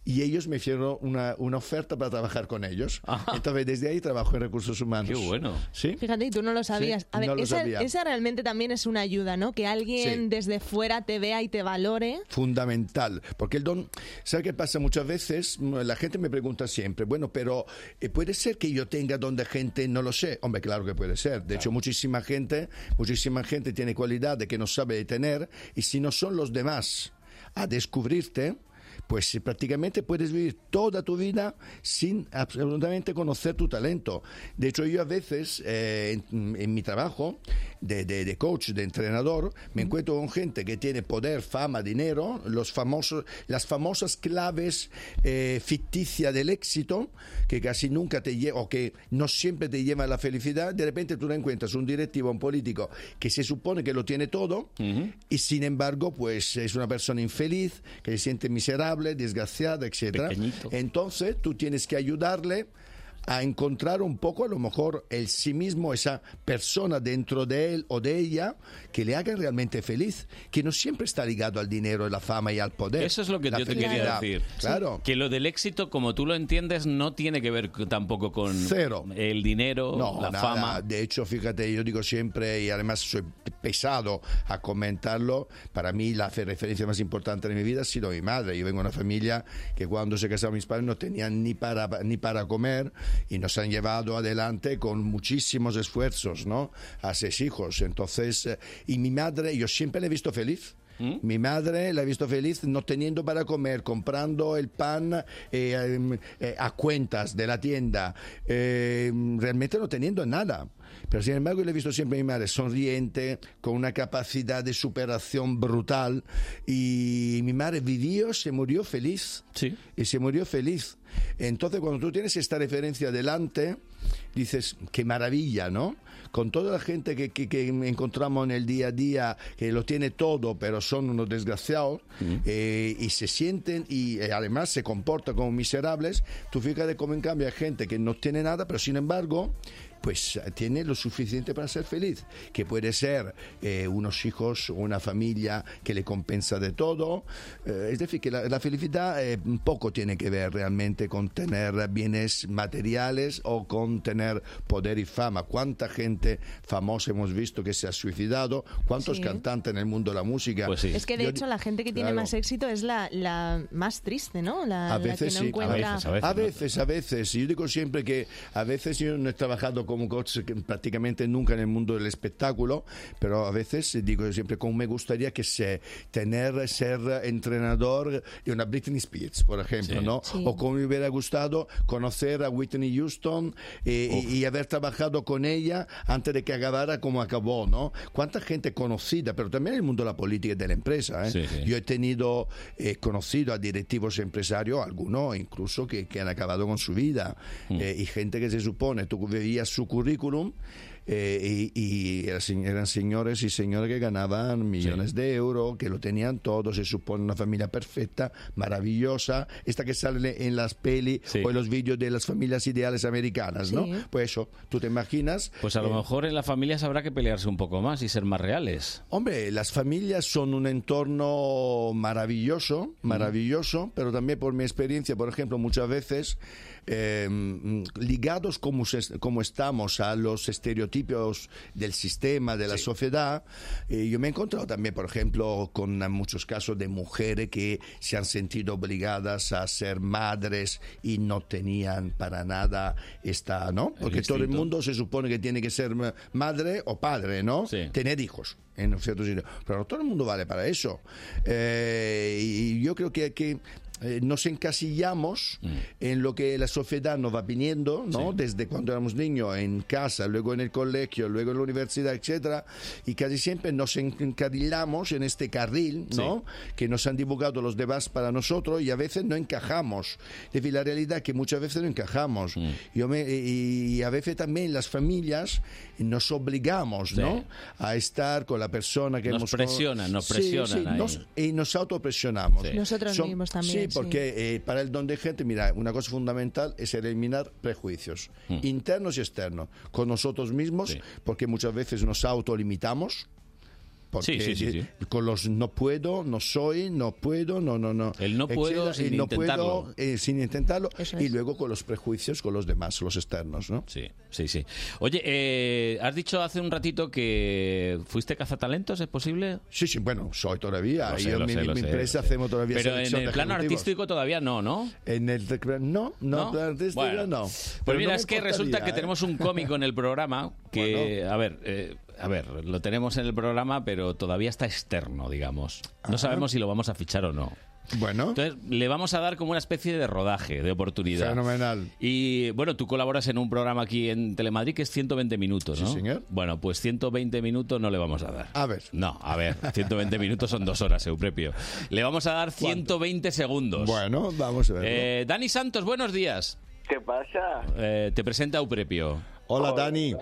Y ellos me hicieron una, una oferta para trabajar con ellos. Entonces, desde ahí trabajo en recursos humanos.
Qué bueno.
Sí.
Fíjate, y tú no lo sabías. A ver,
no lo
esa,
sabía.
esa realmente también es una ayuda, ¿no? Que alguien
Sí.
desde fuera te vea y te valore.
fundamental. Porque el don, ¿sabes qué pasa? Muchas veces mm, la gente me pregunta siempre, bueno, pero eh, ¿puede ser que yo tenga don de gente? No lo sé. Hombre, claro que puede ser. De hecho, muchísima gente, muchísima gente tiene cualidades que no sabe tener y si no son los demás a descubrirte, pues eh, prácticamente puedes vivir toda tu vida sin absolutamente conocer tu talento. De hecho, yo a veces eh, en, en mi trabajo de, de- de coach, de entrenador, me encuentro con gente que tiene poder, fama, dinero, los famosos, las famosas claves eh, ficticias del éxito, que casi nunca te lleva, o que no siempre te lleva a la felicidad. De repente tú no encuentras un directivo, un político, que se supone que lo tiene todo, y sin embargo, pues es una persona infeliz, que se siente miserable, desgraciada, etcétera. Entonces, tú tienes que ayudarle a encontrar un poco, a lo mejor, el sí mismo, esa persona dentro de él o de ella, que le haga realmente feliz, que no siempre está ligado al dinero, la fama y al poder.
Eso es lo que
La
yo te quería
felicidad.
decir.
Claro.
Que lo del éxito, como tú lo entiendes, no tiene que ver c- tampoco con
Cero.
el dinero,
No,
la
nada.
fama.
De hecho, fíjate, yo digo siempre, y además soy pesado a comentarlo, para mí la fe- referencia más importante de mi vida ha sido mi madre. Yo vengo de una familia que cuando se casaron mis padres no tenían ni para, ni para comer y nos han llevado adelante con muchísimos esfuerzos, ¿no? A seis hijos. Entonces, eh, y mi madre, yo siempre la he visto feliz. Mi madre la he visto feliz no teniendo para comer, comprando el pan eh, em, eh, a cuentas de la tienda, eh, realmente no teniendo nada. Pero sin embargo, le he visto siempre a mi madre sonriente, con una capacidad de superación brutal. Y mi madre vivió, se murió feliz. Y se murió feliz. Entonces, cuando tú tienes esta referencia delante, dices, qué maravilla, ¿no? Con toda la gente que, que- que encontramos en el día a día, que lo tiene todo, pero son unos desgraciados, eh, y se sienten y eh, además se comportan como miserables, tú fíjate cómo en cambio hay gente que no tiene nada, pero sin embargo pues tiene lo suficiente para ser feliz, que puede ser eh, unos hijos o una familia que le compensa de todo. Eh, es decir, que la, la felicidad eh, poco tiene que ver realmente con tener bienes materiales o con tener poder y fama. ¿Cuánta gente famosa hemos visto que se ha suicidado? ¿Cuántos
Sí.
cantantes en el mundo de la música?
Es que de
Yo-
hecho la gente que tiene
Claro.
más éxito es la, la más triste, ¿no? La, la
A veces
que no
sí,
encuentra.
a veces, a veces. Yo digo siempre que a veces yo no he trabajado como coach que prácticamente nunca en el mundo del espectáculo, pero a veces digo siempre como me gustaría que se tener ser entrenador de una Britney Spears, por ejemplo,
Sí.
¿no?
Sí.
O como me hubiera gustado conocer a Whitney Houston eh, y, y haber trabajado con ella antes de que acabara como acabó, ¿no? Cuánta gente conocida, pero también en el mundo de la política y de la empresa, ¿eh?
Sí, sí.
Yo he tenido eh, conocido a directivos empresarios, algunos incluso que, que han acabado con su vida,
Mm.
eh, y gente que se supone, tú veías su currículum. eh, y, y eran se- eran señores y señoras que ganaban millones de euros, que lo tenían todo, se supone una familia perfecta, maravillosa, esta que sale en las pelis o en los vídeos de las familias ideales americanas, ¿no?
Sí.
Pues eso, tú te imaginas
Pues a lo
eh,
mejor en las familias habrá que pelearse un poco más y ser más reales.
Hombre, las familias son un entorno maravilloso, maravilloso, pero también por mi experiencia, por ejemplo, muchas veces eh, mm, ligados como, se- como estamos a los estereotipos del sistema, de la sociedad, eh, yo me he encontrado también, por ejemplo, con muchos casos de mujeres que se han sentido obligadas a ser madres y no tenían para nada esta, ¿no? Porque todo el
instinto.
mundo se supone que tiene que ser ma- madre o padre, ¿no? Tener hijos, en un cierto sentido. Pero no todo el mundo vale para eso. Eh, y y yo creo que, que eh, nos encasillamos en lo que la sociedad nos va viniendo, ¿no? Desde cuando éramos niños, en casa, luego en el colegio, luego en la universidad, etcétera, y casi siempre nos encarrilamos en este carril, ¿no? Que nos han divulgado los demás para nosotros y a veces no encajamos. Es decir, la realidad es que muchas veces no encajamos.
Mm.
Yo me- y, y a veces también las familias nos obligamos, ¿no?
Sí.
A estar con la persona que
Nos
hemos...
presionan, nos
Sí,
presionan
sí,
ahí.
nos- y nos autopresionamos.
Sí.
Nosotros mismos también,
Sí,
sí.
porque eh, para el don de gente, mira, una cosa fundamental es eliminar prejuicios,
Mm.
internos y externos, con nosotros mismos, porque muchas veces nos autolimitamos. Porque
Sí, sí, sí,
eh, con los no puedo, no soy, no puedo, no, no, no. El
no puedo sin
el no puedo,
intentarlo.
eh, sin intentarlo.
es.
Y luego con los prejuicios con los demás, los externos, ¿no?
Sí, sí, sí. Oye, eh, has dicho hace un ratito que fuiste cazatalentos, ¿es posible?
Sí, sí, bueno, soy todavía.
Lo sé,
Yo,
lo
mi,
sé,
mi-
lo
mi
sé,
empresa
lo sé.
hacemos todavía
Pero en
selección
el
de
plano
ejecutivos.
artístico todavía no, ¿no?
En el de- no, no,
¿No?
plan artístico
Bueno,
no.
Pues
Pero
mira,
no me
es que
importaría,
resulta que
¿eh?
tenemos un cómico en el programa que, a ver, eh, a ver, lo tenemos en el programa, pero todavía está externo, digamos. No sabemos si lo vamos a fichar o no.
Bueno.
Entonces, le vamos a dar como una especie de rodaje, de oportunidad.
Fenomenal.
Y bueno, tú colaboras en un programa aquí en Telemadrid que es 120 minutos, ¿no?
Sí, señor.
Bueno, pues 120 minutos no le vamos a dar.
A ver.
No, a ver, 120 minutos son dos horas, Euprepio. Le vamos a dar 120 segundos.
Bueno, vamos a ver.
Eh, Dani Santos, buenos días.
¿Qué pasa?
Eh, te presenta Euprepio.
Hola, Dani.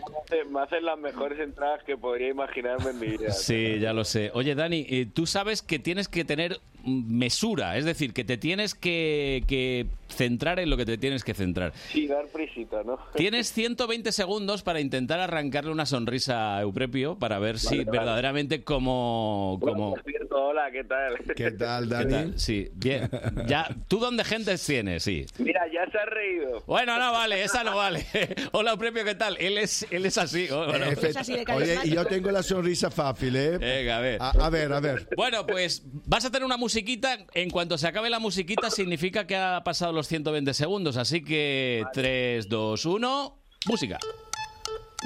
Me hacen las mejores entradas que podría imaginarme en mi vida.
Sí, ya lo sé. Oye, Dani, eh, tú sabes que tienes que tener mm, mesura, es decir, que te tienes que, que centrar en lo que te tienes que centrar.
Sí, dar prisita, ¿no?
Tienes 120 segundos para intentar arrancarle una sonrisa a Euprepio para ver si
Vale, vale.
verdaderamente como... como...
Por cierto, hola, ¿qué tal?
¿Qué tal,
¿Qué tal? Sí, bien. Ya, ¿Tú dónde gentes tienes? Sí.
Mira, ya se ha reído.
Bueno, no vale, esa no vale. Hola, Euprepio, ¿qué tal? Él es, él es así. oh, bueno.
Efect- Oye, y yo tengo la sonrisa fácil, ¿eh?
Venga, a ver.
A, a ver, a ver.
Bueno, pues vas a tener una musiquita. En cuanto se acabe la musiquita, significa que ha pasado los 120 segundos. Así que 3, 2, 1, música.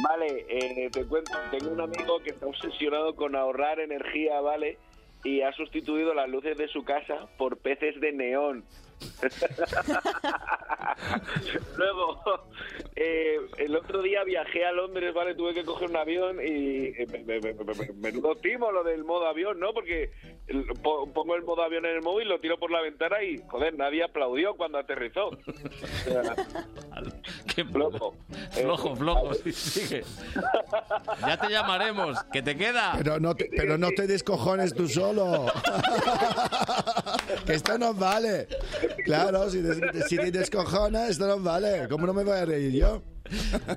Vale, eh, te cuento, tengo un amigo que está obsesionado con ahorrar energía, ¿vale? Y ha sustituido las luces de su casa por peces de neón. Luego, eh, el otro día viajé a Londres, ¿vale? Tuve que coger un avión y... eh, me- me- me- me- me- Menudo timo lo del modo avión, ¿no? Porque el- po- pongo el modo avión en el móvil, lo tiro por la ventana y, joder, nadie aplaudió cuando aterrizó. O sea,
Qué
flojo.
Flojo, flojo. sí, sigue. Ya te llamaremos. ¿Qué te queda?
Pero no te, pero no te descojones tú solo. que esto no vale. Claro, si, des- si te descojonas, esto no vale. ¿Cómo no me voy a reír yo?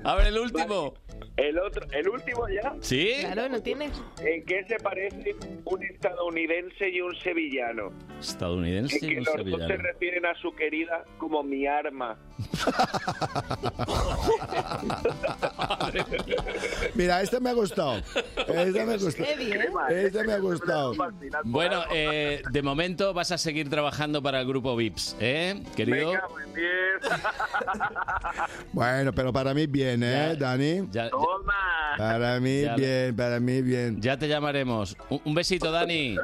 A ver, el último.
El otro, el último ya.
¿Sí?
Claro, no tienes. ¿En qué se parece un estadounidense y un sevillano?
Estadounidense
en
y
que
un
los dos se
sevillano.
refieren a su querida como mi arma.
Mira, esta me ha gustado. Esta me ha gustado. Esta me ha gustado.
Bueno, eh, de momento vas a seguir trabajando para el grupo VIPS, ¿eh, querido?
Bueno, pero para mí bien, ¿eh, Dani? Para mí
Ya lo-
bien, para mí bien.
Ya te llamaremos. Un, un besito, Dani.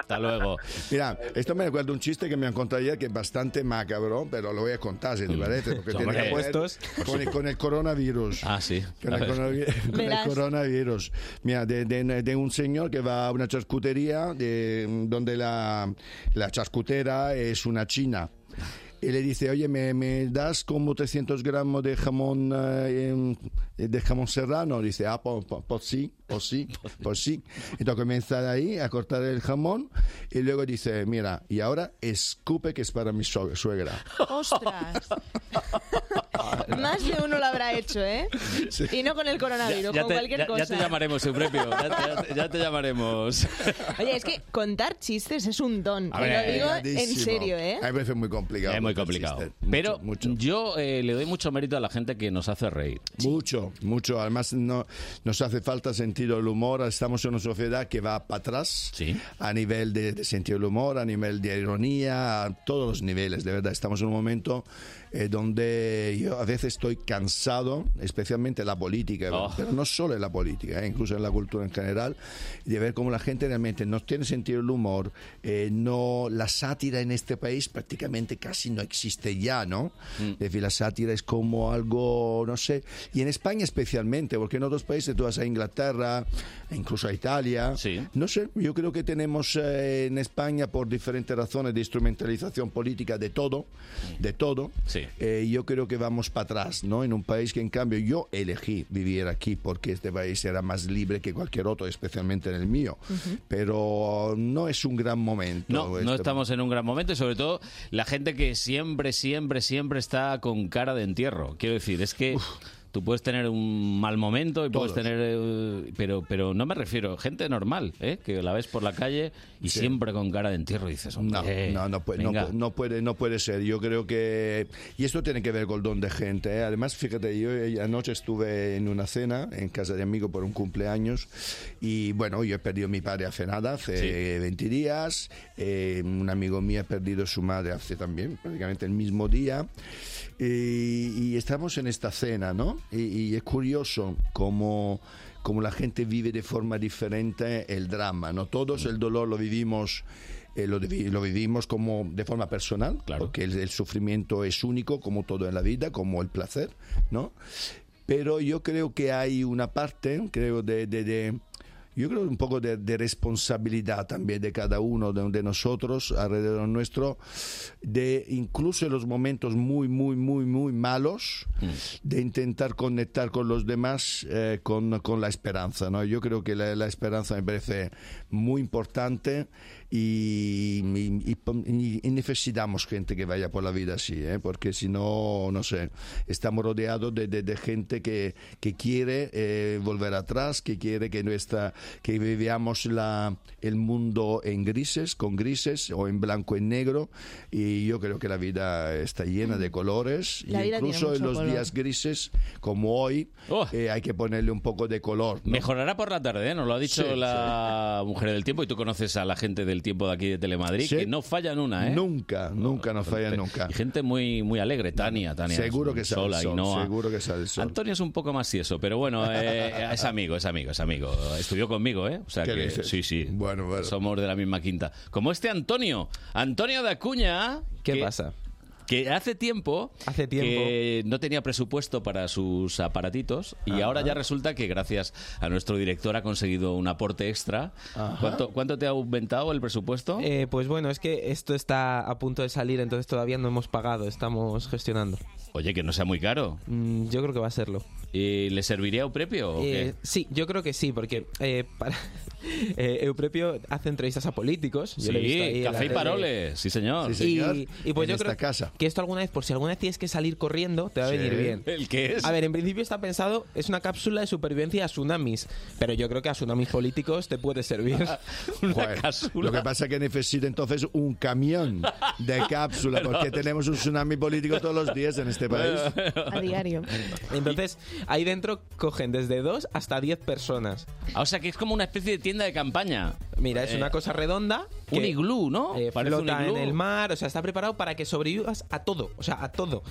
Hasta luego.
Mira, esto me recuerda un chiste que me han contado ayer que es bastante macabro, pero lo voy a contar
Mm.
si te parece, porque tiene
Hombre.
que ver
Puestos.
con el, con el coronavirus.
Ah, sí.
Con
A
el,
ver.
coronavi- con el
Verás.
coronavirus. Mira, de, de- de un señor que va a una charcutería de- donde la, la charcutera es una china. Y le dice, oye, ¿me, me das como 300 gramos de jamón eh, em, de jamón serrano? Dice, ah, pues sí, pues sí, pues sí. Entonces comienza de ahí a cortar el jamón y luego dice, mira, y ahora escupe que es para mi so- suegra.
¡Ostras! Más de uno lo habrá hecho, ¿eh?
Sí.
Y no con el coronavirus, con cualquier
ya- ya
cosa.
te llamaremos, Eufrepio. Ya, te- ya- ya te llamaremos.
Oye, es que contar chistes es un don.
A
Te
ver,
lo digo en
complicadísimo.
serio, ¿eh?
A veces es muy complicado.
Es muy complicado. Pero yo eh, le doy mucho mérito a la gente que nos hace reír.
Mucho, mucho. Además, no, nos hace falta sentido del humor. Estamos en una sociedad que va para atrás a nivel de, de sentido del humor, a nivel de ironía, a todos los niveles. De verdad, estamos en un momento eh, donde yo a veces estoy cansado, especialmente en la política, pero no solo en la política, eh, incluso en la cultura en general, de ver cómo la gente realmente no tiene sentido el humor, eh, no la sátira en este país prácticamente casi no existe ya, ¿no? Es decir, la sátira es como algo, no sé, y en España especialmente, porque en otros países tú vas a Inglaterra, incluso a Italia, no sé, yo creo que tenemos eh, en España por diferentes razones de instrumentalización política de todo, de todo, eh, yo creo que vamos para atrás, ¿no? En un país que en cambio yo elegí vivir aquí porque este país era más libre que cualquier otro, especialmente en el mío,
Ujú.
pero no es un gran momento.
No, no
este
estamos en un gran momento y sobre todo la gente que siempre, siempre, siempre está con cara de entierro. Quiero decir, es que tú puedes tener un mal momento y puedes
Todos.
tener... eh, Pero, pero no me refiero, gente normal, ¿eh? que la ves por la calle y
Sí.
siempre con cara de entierro y dices,
No,
"Hombre,
no, no, puede, no,
venga".
pu- no puede, no puede ser. Yo creo que... Y esto tiene que ver con el don de gente. ¿eh? Además, fíjate, yo eh, anoche estuve en una cena en casa de amigo por un cumpleaños y bueno, yo he perdido a mi padre hace nada, hace 20 días. Eh, un amigo mío ha perdido a su madre hace también, prácticamente el mismo día. Y, y estamos en esta cena, ¿no? Y, y es curioso cómo cómo la gente vive de forma diferente el drama, ¿no? Todos el dolor lo vivimos eh, lo, vivi- lo vivimos como de forma personal, porque el, el sufrimiento es único, como todo en la vida, como el placer, ¿no? Pero yo creo que hay una parte, creo, de, de- de- yo creo un poco de, de responsabilidad también de cada uno de, de nosotros alrededor nuestro, de incluso en los momentos muy, muy, muy, muy malos, de intentar conectar con los demás eh, con, con la esperanza. ¿no? Yo creo que la, la esperanza me parece muy importante y, y- y pon- y- y necesitamos gente que vaya por la vida así, ¿eh? porque si no, no sé, estamos rodeados de, de- de gente que, que quiere eh, volver atrás, que quiere que, nuestra, que vivamos la, el mundo en grises, con grises o en blanco y negro. Y yo creo que la vida está llena de colores,
La
y
vida tiene
incluso en
mucho
los
color.
días grises como hoy, eh, hay que ponerle un poco de color. ¿no?
Mejorará por la tarde, ¿eh? nos lo ha dicho
Sí,
la mujer del tiempo y tú conoces a la gente del tiempo de aquí de Telemadrid,
Sí.
que no fallan una, ¿eh?
Nunca, nunca nos fallan nunca.
Y gente muy, muy alegre, Tania, Tania.
Seguro que sale el
sola y
sol,
Noa.
seguro que sale el sol.
Antonio es un poco más tieso, pero bueno, eh, es amigo, es amigo, es amigo. Estudió conmigo, ¿eh? O sea
¿Qué
que
dices?
sí, sí. Bueno, Somos de la misma quinta. Como este Antonio, Antonio de Acuña. ¿Qué
pasa?
Que hace tiempo, hace
tiempo.
que no tenía presupuesto para sus aparatitos y
Ajá.
ahora ya resulta que gracias a nuestro director ha conseguido un aporte extra.
Ajá.
¿Cuánto, ¿Cuánto te ha aumentado el presupuesto?
Eh, pues bueno, es que esto está a punto de salir, entonces todavía no hemos pagado, estamos gestionando.
Oye, que no sea muy caro.
Mm, yo creo que va a serlo.
¿Y le serviría a Euprepio o qué?
Eh, sí, yo creo que sí, porque eh, para, eh, Euprepio hace entrevistas a políticos. Yo lo he
Sí,
visto ahí en la
Café y
tele.
Paroles, sí señor.
Y, y pues yo creo que esto alguna vez, por si alguna vez tienes que salir corriendo, te va a
Sí.
venir bien.
¿El qué es?
A ver, en principio está pensado, es una cápsula de supervivencia a tsunamis, pero yo creo que a tsunamis políticos te puede servir.
Joder, Lo que pasa es que necesita entonces un camión de cápsula,
Pero-
porque tenemos un tsunami político todos los días en este país.
A diario.
Entonces, ahí dentro cogen desde dos hasta 10 personas.
O sea, que es como una especie de tienda de campaña.
Mira, es
Eh,
una cosa redonda.
un iglú, ¿no?
eh,
Parece un
flota
iglú.
en el mar, o sea, está preparado para que sobrevivas a todo, o sea, a todo.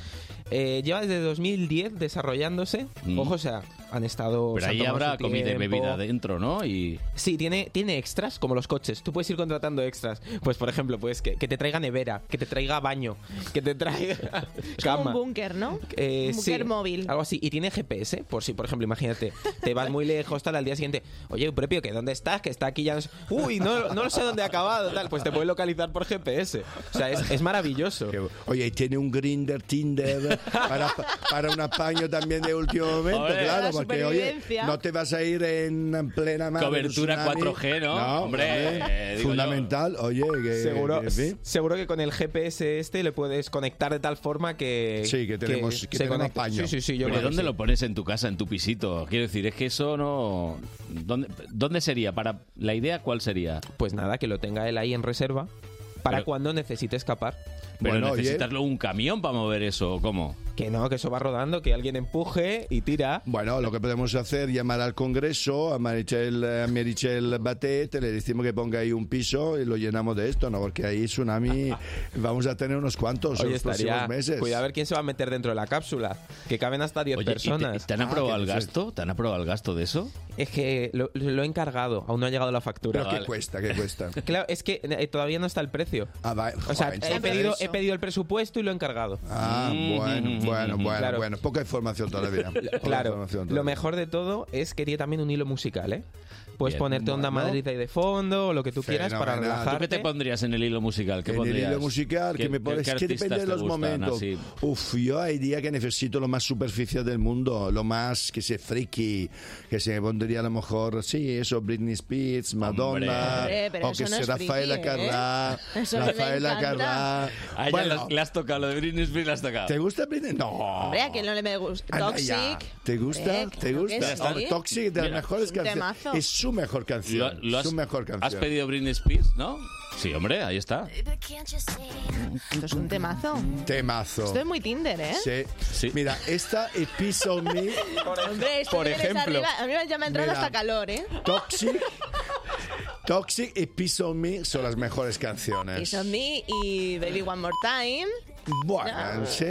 Eh, lleva desde 2010 desarrollándose.
Mm.
Ojo, o sea, han estado.
Pero
se han
ahí
tomado
habrá
su
comida y
tiempo.
bebida dentro, ¿no? Y
Sí, tiene, tiene extras, como los coches. Tú puedes ir contratando extras. Pues, por ejemplo, pues que, que te traiga nevera, que te traiga baño, que te traiga
Un
cama.
búnker, ¿no?
Eh,
un búnker
sí,
Ah.
móvil.
Algo así. Y tiene GPS, por si, por ejemplo, imagínate, te vas muy lejos, tal, al día siguiente, oye, propio, que dónde estás, que está aquí ya... no sé- Uy, no, no lo sé dónde ha acabado, tal. Pues te puedes localizar por GPS. O sea, es, es maravilloso.
Oye, y tiene un grinder, Tinder, para, para un apaño también de último momento,
Hombre.
claro,
La
porque oye,
supervivencia.
no te vas a ir en plena mar.
Cobertura 4G, ¿no? Hombre, eh, digo yo.
fundamental, oye, que,
Seguro,
que- sí.
seguro que con el GPS este le puedes conectar de tal forma que...
Sí, que tenemos- que tenemos
conecte.
apaño.
Sí, sí, sí, yo
¿Pero
creo que
dónde
sí.
lo pones en tu casa, en tu pisito? Quiero decir, es que eso no... ¿Dónde, dónde sería? Para ¿La idea cuál sería?
Pues nada, que lo tenga él ahí en reserva para cuando necesite escapar.
Pero
Bueno, oye.
necesitas luego un camión para mover eso, ¿o ¿cómo?
Que no, que eso va rodando, que alguien empuje y tira.
Bueno, lo que podemos hacer, llamar al Congreso, a Marichel, a Marichel Batet, le decimos que ponga ahí un piso y lo llenamos de esto, ¿no? Porque ahí tsunami vamos a tener unos cuantos Pues en
Oye,
los
estaría.
próximos meses.
Cuidado a ver quién se va a meter dentro de la cápsula. Que caben hasta 10
Oye, ¿y te-
personas.
y te han
Ah,
aprobado el gasto?
¿Te han aprobado el gasto de eso? Es que Eh, lo, lo he encargado, aún no ha llegado la factura.
Pero ¿qué cuesta? ¿Qué cuesta? Ah,
Claro, es que eh, todavía no está el precio. o sea,
joder,
he
entonces-
pedido, he pedido el presupuesto y lo he encargado.
Ah, bueno, bueno, bueno,
Mm, Claro.
bueno. Poca información todavía. Poca
Claro,
información
lo
todavía.
mejor de todo es que tiene también un hilo musical, ¿eh? Puedes
Bien.
ponerte Onda
Bueno.
Madrid ahí de fondo, o lo que tú quieras para
¿Tú qué
relajarte.
te pondrías en el hilo musical? ¿Qué
en el
pondrías?
hilo musical, que
¿Qué-
me
qué-
pones,
qué
que
artistas
depende de
te
los
gustan
momentos.
así?
Uf, yo hay días que necesito lo más superficial del mundo, lo más que se friki, que se pondría a lo mejor, sí, eso, Britney Spears, Madonna,
Hombre, pero
o que
eso no
sea
es friki,
Rafaela
¿eh?
Carrá,
Eso me
Rafaela
encanta.
Carrá.
Ah, ya
Bueno,
lo- le has tocado, lo de Britney Spears le has tocado.
¿te gusta Britney? No.
Hombre, a quien no le gusta.
Anaya,
Toxic.
¿Te gusta?
Hombre,
¿Te
claro
gusta?
que sí.
Está Toxic de las
Mira.
mejores
Es un
canciones.
temazo.
Es su mejor
Lo-
canción.
lo has-
su mejor canción.
¿Has pedido Britney Spears, no? Sí, hombre, ahí está.
Esto es un temazo.
Temazo.
Esto es muy Tinder, ¿eh?
Sí. Mira, esta es Piece of Me.
Hombre, esto
Por
ya les
ejemplo.
arriba- a mí ya me ha entrado
Mira.
hasta calor, ¿eh?
Toxic. Toxic y Piece on Me son las mejores canciones.
Kiss on Me y Baby One More Time.
Bueno,
No.
¿sí?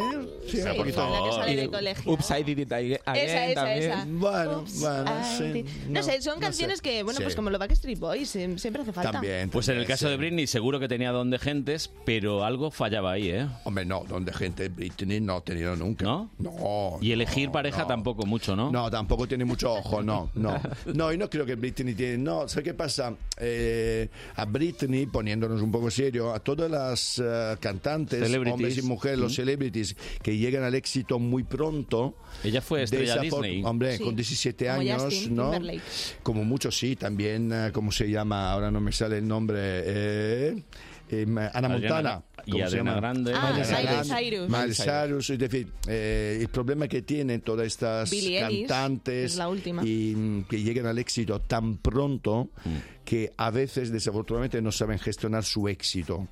Sí,
Sí,
un poquito.
la que sale del colegio.
Upside Did It Again
Esa, esa,
también.
esa.
Bueno,
Oops,
bueno,
I
sí.
did- No, sé, son canciones que, bueno,
Sí.
pues como los Backstreet Boys, eh, siempre hace falta.
Pues en el caso
sí.
de Britney seguro que tenía don de gentes, pero algo fallaba ahí, ¿eh?
Hombre, no, donde gente Britney no ha tenido nunca.
¿No?
No.
Y elegir pareja tampoco mucho, ¿no?
No, tampoco tiene mucho ojo, no, no. No, y no creo que Britney tiene. No, ¿sabes qué pasa? Eh, a Britney, poniéndonos un poco serio, a todas las eh, cantantes,
Celebrities.
hombres y mujeres, los
Mm.
celebrities que llegan al éxito muy pronto.
Ella fue estrella
Desafo-
Disney.
Hombre,
Sí.
con 17
Como
años,
Justin
¿no?
Timberlake.
Como muchos sí, también, eh, ¿cómo se llama? Ahora no me sale el nombre. eh, eh, Ana Montana.
y
¿cómo se
Adriana
llama?
Grande. Ah,
Miley
Miley
Grande,
Cyrus.
Miley
Miley
Cyrus, es decir, eh, el problema que tienen todas estas
Billie Eilish
cantantes
es la última.
y mm, que llegan al éxito tan pronto que a veces desafortunadamente no saben gestionar su éxito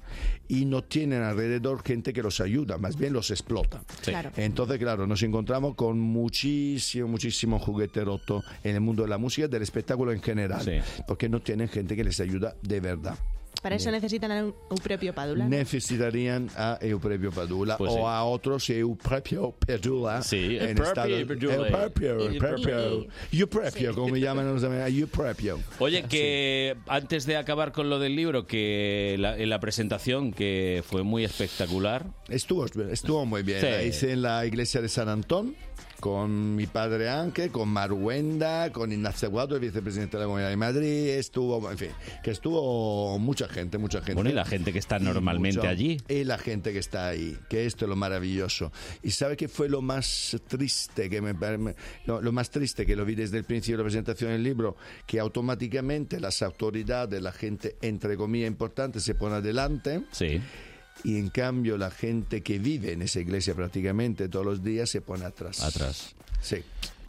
y no tienen alrededor gente que los ayuda, más bien los explota.
Sí. Claro.
Entonces, claro, nos encontramos con muchísimo, muchísimo juguete roto en el mundo de la música, del espectáculo en general, porque no tienen gente que les ayuda de verdad.
Para eso necesitan a un, un propio Padula.
Necesitarían a Eusebio Padula
Pues
o
sí.
a otros Eusebio Padula
Sí,
en
Eusebio
Estados
Padula.
Eusebio, Eusebio. Eusebio, como me llaman los americanos, Eusebio.
Oye, que antes de acabar con lo del libro, que la, en la presentación, que fue muy espectacular.
Estuvo, estuvo muy bien.
Sí.
La hice en la iglesia de San Antón con mi padre Anke, con Maruenda, con Ignacio Guado, el vicepresidente de la Comunidad de Madrid. Estuvo, en fin, que estuvo mucha gente, mucha gente.
Bueno, y la gente que está
Y
normalmente
mucho-
allí.
Y la gente que está ahí, que esto es lo maravilloso. ¿Y sabe qué fue lo más triste que me, me- no, lo más triste que lo vi desde el principio de la presentación del libro? Que automáticamente las autoridades, la gente entre comillas importante se pone adelante.
Sí.
Y en cambio la gente que vive en esa iglesia prácticamente todos los días se pone atrás.
Atrás.
Sí.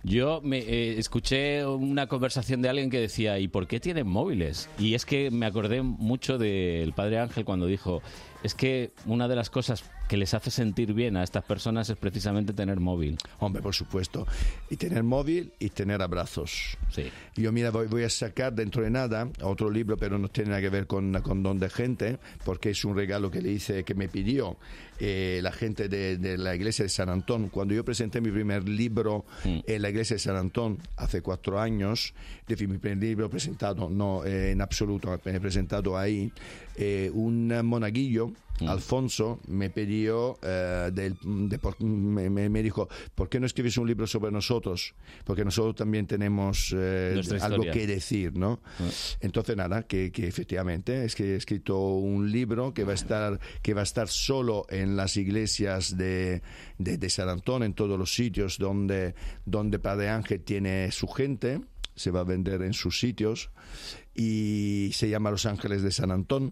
Yo me, eh, escuché una conversación de alguien que decía, ¿y por qué tienen móviles? Y es que me acordé mucho del padre Ángel cuando dijo, es que una de las cosas que les hace sentir bien a estas personas es precisamente tener móvil.
Hombre, por supuesto. Y tener móvil y tener abrazos.
Sí.
Yo, mira, voy, voy a sacar dentro de nada otro libro, pero no tiene nada que ver con, con Don de Gente, porque es un regalo que le hice, que me pidió eh, la gente de, de la iglesia de San Antón. Cuando yo presenté mi primer libro en la iglesia de San Antón hace cuatro años, es decir, mi primer libro presentado, no eh, en absoluto, he presentado ahí, eh, un monaguillo.
Mm.
Alfonso me pidió, eh, del- de por- me, me- me dijo, ¿por qué no escribes un libro sobre nosotros? Porque nosotros también tenemos eh,
Nuestra
algo
historia. Ah.
que decir, ¿no? Entonces nada, que, que efectivamente es que he escrito un libro que va a estar que va a estar solo en las iglesias de, de, de San Antón, en todos los sitios donde donde Padre Ángel tiene su gente, se va a vender en sus sitios y se llama Los Ángeles de San Antón.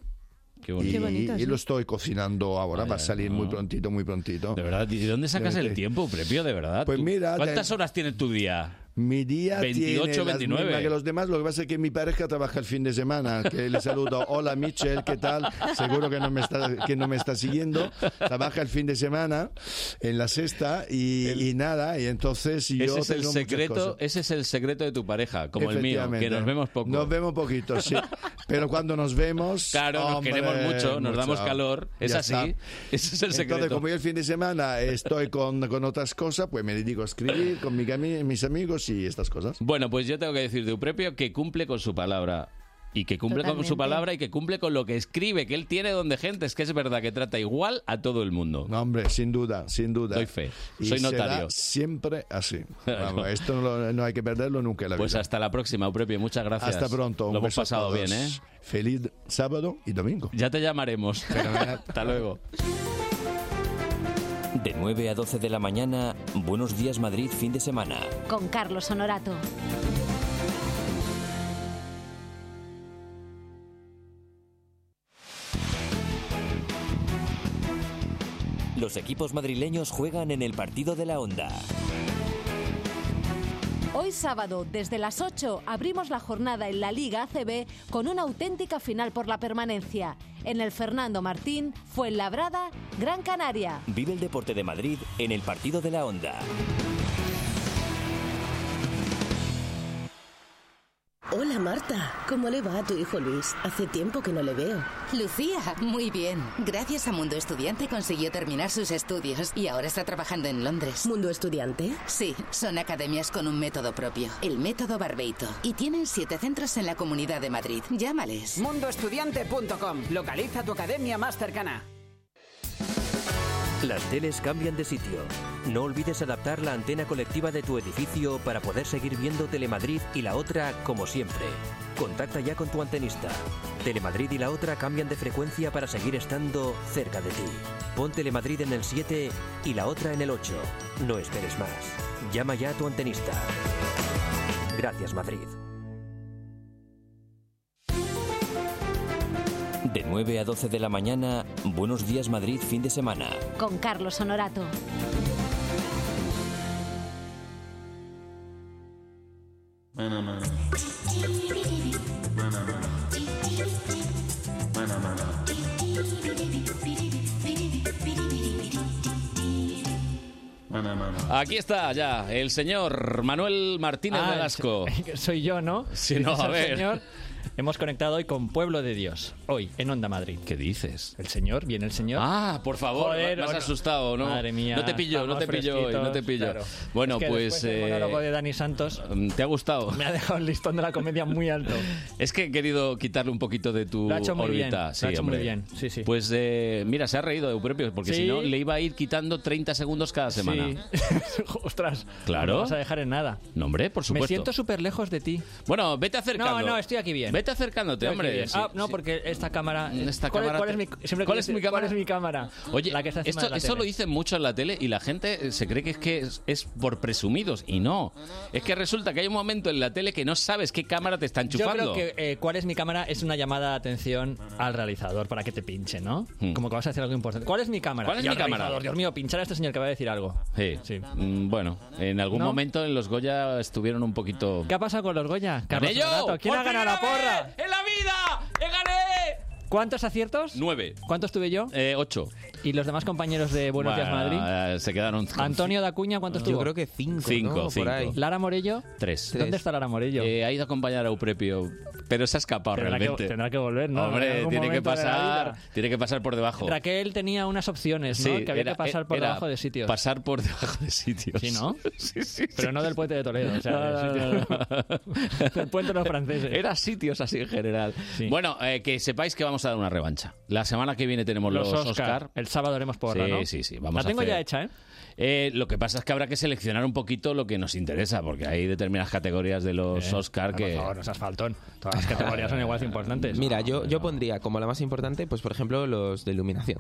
bonito.
Y,
Qué bonito,
y
sí.
lo estoy cocinando ahora, va a salir muy prontito, muy prontito.
De verdad, ¿y de dónde sacas el tiempo, Prepio? De verdad.
Pues
¿Tú-
mira,
¿Cuántas
te-
horas tiene tu día?
Mi día
28,
tiene las
29.
mismas que los demás. Lo que pasa es que mi pareja trabaja el fin de semana. Que le saludo. Hola Michelle, ¿qué tal? Seguro que no me está, que no me está siguiendo. Trabaja el fin de semana en la sexta y, y nada. Y entonces yo
Ese es, el
tengo muchas cosas.
secreto, ese es el secreto de tu pareja, como el mío, que
Efectivamente.
nos vemos poco.
Nos vemos poquito, sí. Pero cuando nos vemos.
Claro, nos
hombre,
queremos mucho, nos damos calor, es
Ya
así.
está.
Ese es el secreto.
Entonces, como yo el fin de semana estoy con, con otras cosas, pues me dedico a escribir con mi cami- mis amigos y estas cosas.
Bueno, pues yo tengo que decir de Uprepio que cumple con su palabra. Y que cumple con su
Totalmente.
palabra y que cumple con lo que escribe, que él tiene donde gente. Es que es verdad que trata igual a todo el mundo.
No, hombre, sin duda, sin duda.
Doy fe.
Y
Soy
será
notario.
siempre así. Vamos, eh. esto no, lo- no hay que perderlo nunca en la
Pues
vida.
hasta la próxima, Uprepio. Muchas gracias.
Hasta pronto. un
Lo hemos
beso a
pasado
todos.
bien, ¿eh?
Feliz sábado y domingo.
Ya te llamaremos. Hasta luego.
De 9 a 12 de la mañana, Buenos Días Madrid fin de semana.
Con Carlos Honorato.
Los equipos madrileños juegan en el partido de la onda.
Hoy sábado, desde las 8, abrimos la jornada en la Liga ACB con una auténtica final por la permanencia. En el Fernando Martín, Fuenlabrada, Gran Canaria.
Vive el deporte de Madrid en el partido de la onda.
Hola Marta, ¿cómo le va a tu hijo Luis? Hace tiempo que no le veo.
Lucía, muy bien. Gracias a Mundo Estudiante consiguió terminar sus estudios y ahora está trabajando en Londres.
¿Mundo Estudiante?
Sí, son academias con un método propio, el método Barbeito. Y tienen siete centros en la Comunidad de Madrid. Llámales.
Mundoestudiante.com. Localiza tu academia más cercana.
Las teles cambian de sitio. No olvides adaptar la antena colectiva de tu edificio para poder seguir viendo Telemadrid y la otra como siempre. Contacta ya con tu antenista. Telemadrid y la otra cambian de frecuencia para seguir estando cerca de ti. Pon Telemadrid en el 7 y la otra en el 8. No esperes más. Llama ya a tu antenista. Gracias Madrid. De 9 a 12 de la mañana, Buenos Días Madrid fin de semana.
Con Carlos Honorato.
Aquí está ya el señor Manuel Martínez
Ah,
Velasco.
Soy yo, ¿no?
Sí, no,
Dice
a
el
ver.
Señor, hemos conectado hoy con Pueblo de Dios, hoy, en Onda Madrid.
¿Qué dices?
El señor, viene el señor.
Ah, por favor, me has asustado, ¿no?
Madre mía.
No te pillo, no
estamos
te pillo hoy, no te
fresquitos,
pillo.
claro.
Bueno,
Es que
pues...
después del
eh,
monólogo de Dani Santos
¿Te ha gustado?
me ha dejado el listón de la comedia muy alto.
Es que he querido quitarle un poquito de tu
Lo ha hecho muy
órbita.
bien, lo ha
Sí,
hecho muy
hombre.
bien, sí, sí.
Pues eh, mira, se ha reído de Eupropio, porque
Sí.
si no le iba a ir quitando 30 segundos cada semana.
Sí. Ostras.
Claro.
No me vas a dejar en nada.
No, hombre, por
Me
supuesto.
siento súper lejos de ti.
Bueno, vete acercando.
No, no, estoy aquí bien.
Vete acercándote,
Estoy aquí
hombre.
bien.
Sí,
Ah, no,
sí.
porque esta cámara.
Esta
¿Cuál,
cámara
cuál
te-
es mi, siempre
¿Cuál es mi
dice,
cámara?
¿Cuál es mi cámara?
Oye,
la que está encima
esto,
de la
esto lo
tele.
dicen mucho en la tele y la gente eh, se cree que es que es, es por presumidos y no. Es que resulta que hay un momento en la tele que no sabes qué cámara te está enchufando.
Yo creo que eh, cuál es mi cámara es una llamada de atención al realizador para que te pinche, ¿no? Como que vas a hacer algo importante. ¿Cuál es mi cámara?
Hmm. ¿Cuál es
Y
mi
al
cámara?
realizador, Dios mío, pinchar a este señor que va a decir algo.
Sí. Mm, Bueno, en algún
¿No?
momento en los Goya estuvieron un poquito.
¿Qué ha pasado con los Goya? Carlos
¡Camello!
Honorato, ¿Quién
¡Por
ha ganado la
primera
porra?
vez ¡En la vida! ¡Le gané!
¿Cuántos aciertos?
Nueve. Eh,
¿Cuántos tuve yo?
ocho.
¿Y los demás compañeros de Buenos Días
Bueno,
Madrid?
eh, Se quedaron. con
Antonio Dacuña, ¿cuántos
Yo
tuvo?
creo que cinco, Cinco, ¿no? Por cinco. ahí.
Lara Morello.
Tres.
¿Dónde está Lara Morello?
Eh, ha ido a acompañar a Uprepio, pero se ha escapado
Tendrá que-
realmente.
tendrá que volver, ¿no? En
Hombre,
algún
tiene que
momento de la
pasar,
vida.
tiene que pasar por debajo.
Raquel tenía unas opciones, ¿no?
Sí,
que había
era-
que pasar por
era
debajo de sitios.
Pasar por debajo de sitios.
Sí, ¿no?
Sí, sí.
Pero no del puente de Toledo. O sea,
No, no, no,
del puente de los franceses.
Era sitios así en general. Bueno, eh, que sepáis que vamos a dar una revancha. La semana que viene tenemos los,
Los Oscar. El sábado haremos porra,
sí,
¿no?
Sí, sí, vamos
La tengo
a hacer-
ya hecha, ¿eh?
Eh, Lo que pasa es que habrá que seleccionar un poquito lo que nos interesa, porque hay determinadas categorías de los
Eh,
Oscar que...
Por favor, no seas faltón. Todas las categorías son igual de importantes.
Mira, yo, yo pondría como la más importante, pues por ejemplo, los de iluminación.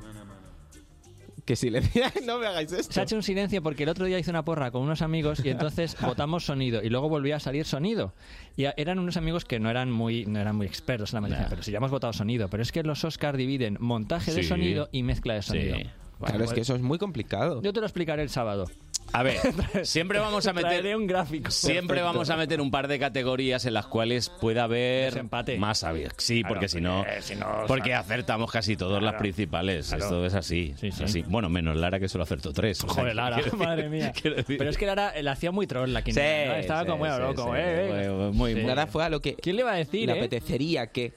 Que si le no me hagáis esto.
Se ha hecho un silencio porque el otro día hice una porra con unos amigos y entonces votamos sonido y luego volvía a salir sonido. Y a- eran unos amigos que no eran muy, no eran muy expertos en la materia, pero si ya hemos votado sonido. Pero es que los Oscar dividen montaje de
Sí.
sonido y mezcla de sonido.
pues
Claro, es que eso es muy complicado.
Yo te lo explicaré el sábado.
A ver, siempre vamos a meter
un gráfico.
Siempre
Perfecto.
vamos a meter un par de categorías en las cuales pueda haber más abierto. Sí,
Claro,
porque si no,
porque si no,
porque
o sea,
acertamos casi todas las
claro.
principales.
Claro.
Esto es así, es
sí.
así. Bueno, menos Lara que solo acertó tres. o sea,
Joder, Lara,
quiero decir-
madre mía.
quiero decir-
Pero es que Lara eh, la hacía muy troll la quinceañera, ¿no? Estaba como muy loco, eh. eh.
muy,
muy-
Nada fue a lo que.
¿Quién le iba a decir?
Le
eh?
apetecería que.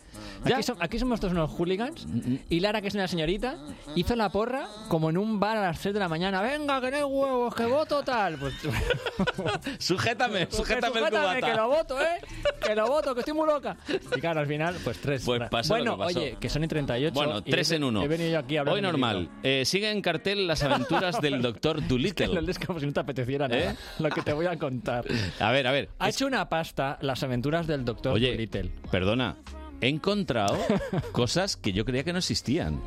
Aquí, so- aquí somos todos unos hooligans
Mm,
y Lara, que es una señorita, hizo la porra como en un bar a las 3 de la mañana. Venga, que no hay huevos, que voto tal. Pues,
Sujétame, sujétame el cubata.
que lo voto, ¿eh? Que lo voto, que estoy muy loca. Y claro, al final, pues tres.
Pues pasó
bueno,
lo que pasó.
oye, que son y 38.
Bueno,
y
tres
he-
en uno.
He venido yo aquí a hablar
Hoy
de mi
normal.
libro.
Eh, sigue en cartel las aventuras del doctor
Que lo
Dolittle.
lees como si no te apeteciera nada
¿Eh?
lo que te voy a contar.
A ver, a ver.
Ha hecho una pasta las aventuras del doctor
Oye, perdona. He encontrado cosas que yo creía que no existían.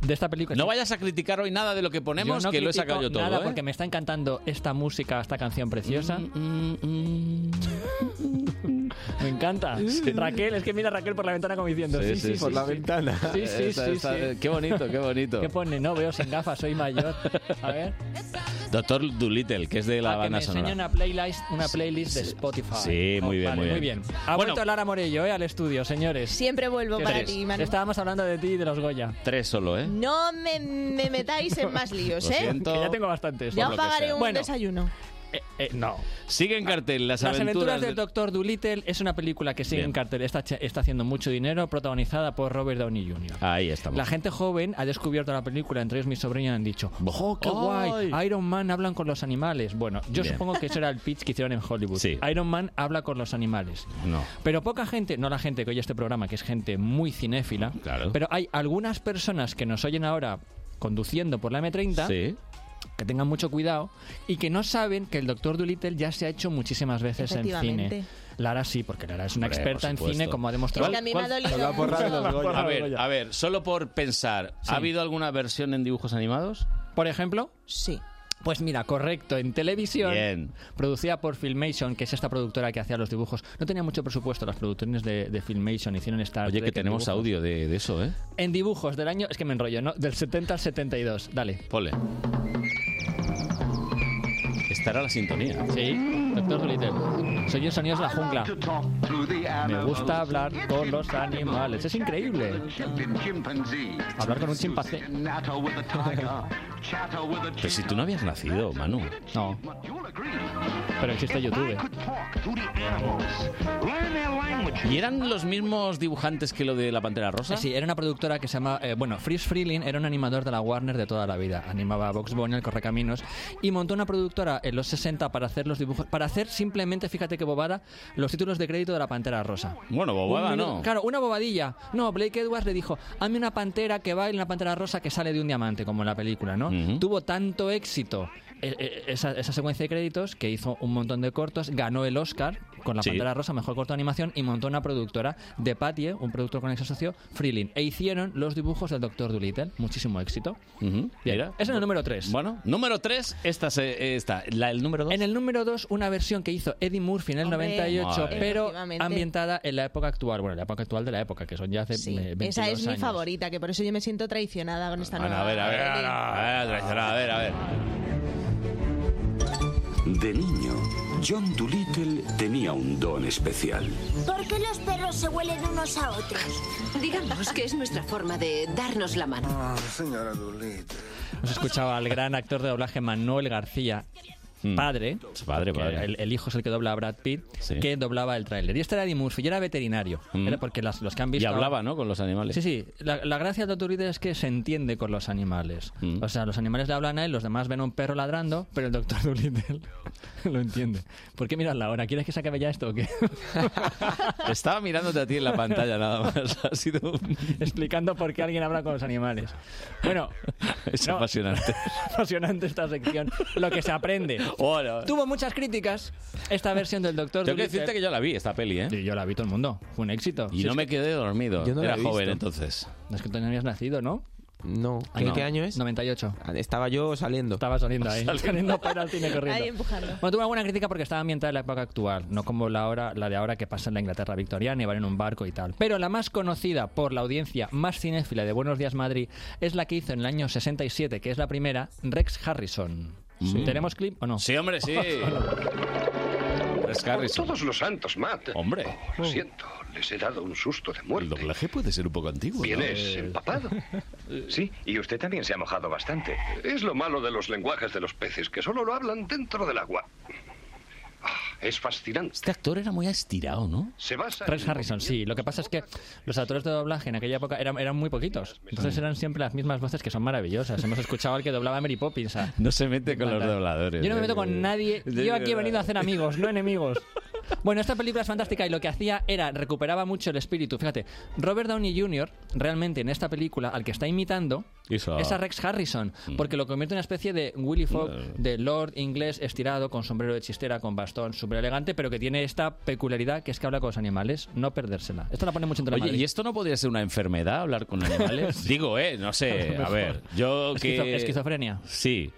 de esta película.
No vayas a criticar hoy nada de lo que ponemos,
Yo no
que lo he sacado yo
critico
todo.
Nada,
¿eh?
porque me está encantando esta música, esta canción preciosa.
Mm,
me encanta.
Sí.
Raquel, es que mira a Raquel por la ventana como diciendo sí, sí, sí, sí. Sí, sí,
Está-
sí,
está-
sí.
Qué bonito, qué bonito.
¿Qué pone? No veo sin gafas, soy mayor. A ver,
Doctor Dolittle, que es de la
que me
banda
enseña
sonora.
una playlist, una playlist de Spotify. Oh,
Sí, muy bien,
Vale,
muy bien.
Ha
Bueno.
vuelto Lara Morello eh, al estudio, señores.
Siempre vuelvo
Que
para
es-
ti, Manu.
Estábamos hablando de ti y de los Goya.
Tres solo, ¿eh?
No me, me metáis en más líos,
Lo
¿eh?
siento.
Que ya tengo bastantes.
Ya os pagaré un
Bueno,
desayuno.
Eh, no. Ah,
Sigue en cartel las,
Las aventuras
de-
del Doctor Dolittle es una película que sigue
Bien.
en cartel. Está, cha- está haciendo mucho dinero, protagonizada por Robert Downey Jr.
Ahí estamos.
La gente joven ha descubierto la película, entre ellos mi sobrino, y han dicho, ¡Oh, qué guay! Iron Man hablan con los animales. Bueno, yo
Bien.
supongo que eso era el pitch que hicieron en Hollywood. Iron Man habla con los animales.
No.
Pero poca gente, no la gente que oye este programa, que es gente muy cinéfila, pero hay algunas personas que nos oyen ahora conduciendo por la M30
Sí.
que tengan mucho cuidado y que no saben que el Doctor Dolittle ya se ha hecho muchísimas veces en
Efectivamente.
cine. Lara sí, porque Lara es una
Hombre,
experta
por
en
supuesto.
cine, como ha
Es
demostrado.
que a mí me ha ¿Cuál- dolido cuál- mucho. La porra de los
A ver,
Goya.
a ver, solo por pensar, ¿ha habido alguna versión en dibujos animados?
Por ejemplo.
Sí.
Pues mira, correcto, en televisión,
Bien.
producida por Filmation, que es esta productora que hacía los dibujos. No tenía mucho presupuesto las producciones de, de Filmation, hicieron esta...
Oye, que tenemos audio de, de eso, ¿eh?
En dibujos del año, es que me enrollo, ¿no? Del 70 al 72, dale.
Pole. Estará la sintonía.
Sí, doctor Dolittle. Soy el sonido de la jungla. Me gusta hablar con los animales, es increíble. Hablar con un chimpancé.
Pero si tú no habías nacido, Manu.
No. Pero existe YouTube. ¿eh?
¿Y eran los mismos dibujantes que lo de la Pantera Rosa?
Sí, era una productora que se llama, eh, bueno, Fritz Freeling era un animador de la Warner de toda la vida. Animaba a Box Bunny, el Correcaminos y montó una productora en los 60 para hacer los dibujos, para hacer simplemente, fíjate que bobada, los títulos de crédito de la Pantera Rosa.
Bueno, bobada
Un
no.
minuto- Claro, una bobadilla. No, Blake Edwards le dijo, hazme una pantera que baila, una pantera rosa que sale de un diamante, como en la película, ¿no? Tuvo tanto éxito eh, eh, esa, esa secuencia de créditos que hizo un montón de cortos, ganó el Oscar con la
Sí.
pantera rosa, mejor corto de animación, y montó una productora de Patie, un productor con ese socio, Freeling, e hicieron los dibujos del Doctor Dolittle. Muchísimo éxito.
Ujú, mira.
Ese es el número 3.
Bueno, número 3, esta, se- esta. La, el número 2.
En el número 2, una versión que hizo Eddie Murphy en el
Hombre,
98,
Madre.
pero
efectivamente.
ambientada en la época actual. Bueno, la época actual de la época, que son ya hace
Sí,
eh, 22
Esa es mi
años.
favorita, que por eso yo me siento traicionada con esta
Bueno,
nueva.
a ver, a ver,
ah,
a ver, a ver, a ver, a ver.
De niño, John Doolittle tenía un don especial.
¿Por qué los perros se huelen unos a otros?
Digamos que es nuestra forma de darnos la mano.
señora Doolittle.
Hemos escuchado al gran actor de doblaje Manuel García. Padre,
Hmm. padre,
porque
padre.
El, el hijo es el que dobla a Brad Pitt, que doblaba el tráiler. Y este era Eddie Murphy, y era veterinario.
Mm.
Era porque las- los que han
Y
visto.
hablaba, ¿no? Con los animales.
Sí, sí. La, la gracia de Doctor es que se entiende con los animales.
Mm.
O sea, los animales le hablan a él, los demás ven a un perro ladrando, pero el Doctor Dolittle lo entiende. ¿Por qué miras la hora? ¿Quieres que se acabe ya esto o qué?
Estaba mirándote a ti en la pantalla nada más. Ha sido un-
Explicando por qué alguien habla con los animales. Bueno,
es
No.
apasionante.
apasionante esta sección. Lo que se aprende.
Hola.
Tuvo muchas críticas esta versión del Doctor
Tengo que
Dolittle.
decirte que yo la vi, esta peli, ¿eh?
yo la vi todo el mundo. Fue un éxito.
Y
Si
no
es
me
que-
quedé dormido.
Yo no la
Era
he visto.
joven entonces.
No es que tú no habías nacido, ¿no?
No.
Ah,
¿Qué,
no.
qué año es?
98.
Estaba yo saliendo.
Estaba saliendo ahí. Saliendo para el cine corriendo.
Ahí empujando.
Bueno, tuvo alguna crítica porque estaba ambientada en la época actual, no como la, hora, la de ahora que pasa en la Inglaterra victoriana y van en un barco y tal. Pero la más conocida por la audiencia más cinéfila de Buenos Días Madrid es la que hizo en el año 67, que es la primera, Rex Harrison.
Mm.
¿Tenemos clip o no?
Sí, hombre, sí. Chris Harrison.
Todos los santos, Matt.
Hombre.
Lo siento, les he dado un susto de muerte.
El doblaje puede ser un poco antiguo. ¿no?
Vienes
Eh,
empapado. Sí, y usted también se ha mojado bastante. Es lo malo de los lenguajes de los peces, que solo lo hablan dentro del agua. Ah, Es fascinante.
Este actor era muy estirado, ¿no?
Se basa
Rex
en...
Harrison, sí. Lo que pasa es que los actores de doblaje en aquella época eran, eran muy poquitos. Entonces eran siempre las mismas voces que son maravillosas. Hemos escuchado al que doblaba a Mary Poppins. a-
No se mete con los dobladores.
Yo no me
¿eh?
meto con nadie.
De
Yo aquí he
verdad.
venido a hacer amigos, no enemigos. Bueno, esta película es fantástica y lo que hacía era recuperaba mucho el espíritu. Fíjate, Robert Downey Jr. realmente en esta película al que está imitando
Eso.
es a Rex Harrison,
Mm.
porque lo convierte en una especie de Willy Fogg, de Lord inglés estirado, con sombrero de chistera, con bastón, súper elegante, pero que tiene esta peculiaridad que es que habla con los animales, no perdérsela. Esto la pone mucho en
Oye,
Madrid.
¿y esto no podría ser una enfermedad, hablar con animales? Digo, eh, no sé, a
Mejor.
ver, yo que...
Esquizo- Esquizofrenia.
Sí.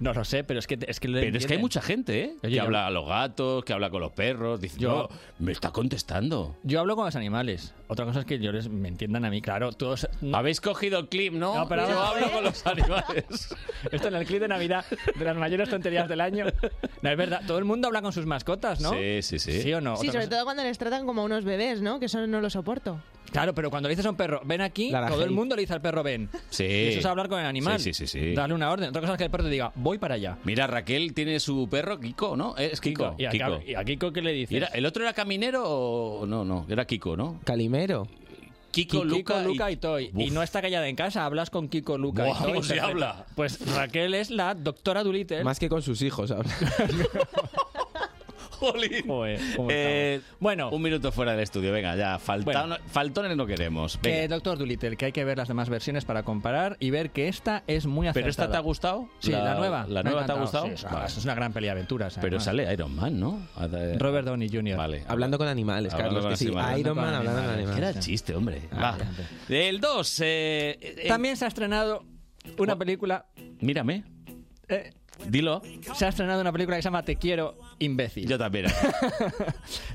No lo sé, pero es que, es que lo
Pero es que hay
entienden.
mucha gente, ¿eh?
Oye,
que
yo-
habla a los gatos, que habla con los perros, dice,
Yo-
"No, me está contestando.
Yo hablo con los animales. Otra cosa es que yo les, me entiendan a mí. Claro, todos.
Habéis cogido clip, ¿no?
pero
Yo
vamos a ver.
hablo con los animales.
Esto en el clip de Navidad, de las mayores tonterías del año. No, es verdad, todo el mundo habla con sus mascotas, ¿no?
Sí, sí, sí.
¿Sí o no?
Sí,
Otra
sobre
cosa-
todo cuando les tratan como a unos bebés, ¿no? Que eso no lo soporto.
Claro, pero cuando le dices a un perro, ven aquí,
Lara
todo el
Haidt.
mundo le dice al perro, ven.
Sí.
Y eso es hablar con el animal.
Sí, sí, sí, sí.
Darle una orden. Otra cosa es que el perro te diga, voy para allá.
Mira, Raquel tiene su perro, Kiko, ¿no? Eh, Es Kiko.
Y a,
Kiko.
y a Kiko, ¿qué le dices?
Era- ¿El otro era Caminero o no? No, era Kiko, ¿no? Calimero. Kiko,
Kiko,
Luca,
Luca y, Toy. Y
Uf.
no está callada en casa, hablas con Kiko, Luca
Buah,
y Toy.
¿cómo se
Perfecto.
habla?
Pues Raquel es la doctora Dulittle.
Más que con sus hijos habla.
Joder, ¿cómo
bueno, Eh, un minuto fuera del estudio, venga, ya. Falta,
Bueno.
faltones no queremos.
Que
Venga.
Doctor Dolittle, que hay que ver las demás versiones para comparar y ver que esta es muy acertada.
¿Pero esta te ha gustado?
Sí, la,
La-
nueva.
la
Me ha
nueva te ha
encantado,
gustado?
sí, es, una-
Vale.
es una gran peli de aventuras.
Pero
además.
sale Iron Man, ¿no?
Robert Downey Jr.
Vale.
Hablando con animales,
Hablando
Carlos.
con
que sí,
animales.
Iron Man
Hablando con
hablando con
animales.
animales.
Que era chiste, hombre. Va. El 2.
eh,
Eh,
También se ha estrenado una película...
Mírame.
eh,
Dilo.
se ha estrenado una película que se llama Te quiero, imbécil.
Yo también.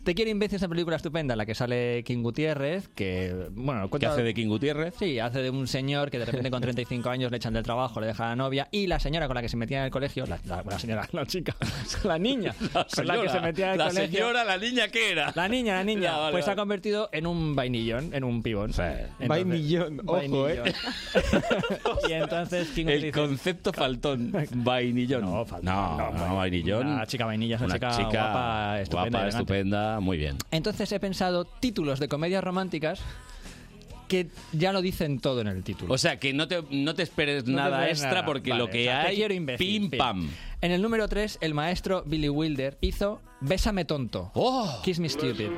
Te quiero, imbécil es una película estupenda en la que sale King Gutiérrez, que... Bueno,
¿Qué
cuenta-
hace de King Gutiérrez?
Sí, hace de un señor que de repente con 35 años le echan del trabajo, le deja la novia y la señora con la que se metía en el colegio, la, la- la señora, la chica, la niña, con la que se metía en el
la
colegio.
señora, la niña, ¿qué era?
La niña, la niña,
Ya, vale,
pues se ha
vale.
convertido en un vainillón, en un pibón. Entonces-
Vainillón, ojo,
vainillón.
eh.
y entonces King
El concepto faltón. Vainillón. No, no, vainillón.
Una chica vainilla es una chica guapa, estupenda,
guapa,
elegante.
estupenda, muy bien.
Entonces he pensado títulos de comedias románticas que ya lo dicen todo en el título.
O sea, que no te, no te esperes
No te
nada
esperes
extra
nada.
porque
Vale,
lo que
o sea, te
hay,
quiero imbécil,
pim,
fin.
pam.
En el número 3, el maestro Billy Wilder hizo Bésame tonto. Kiss me stupid.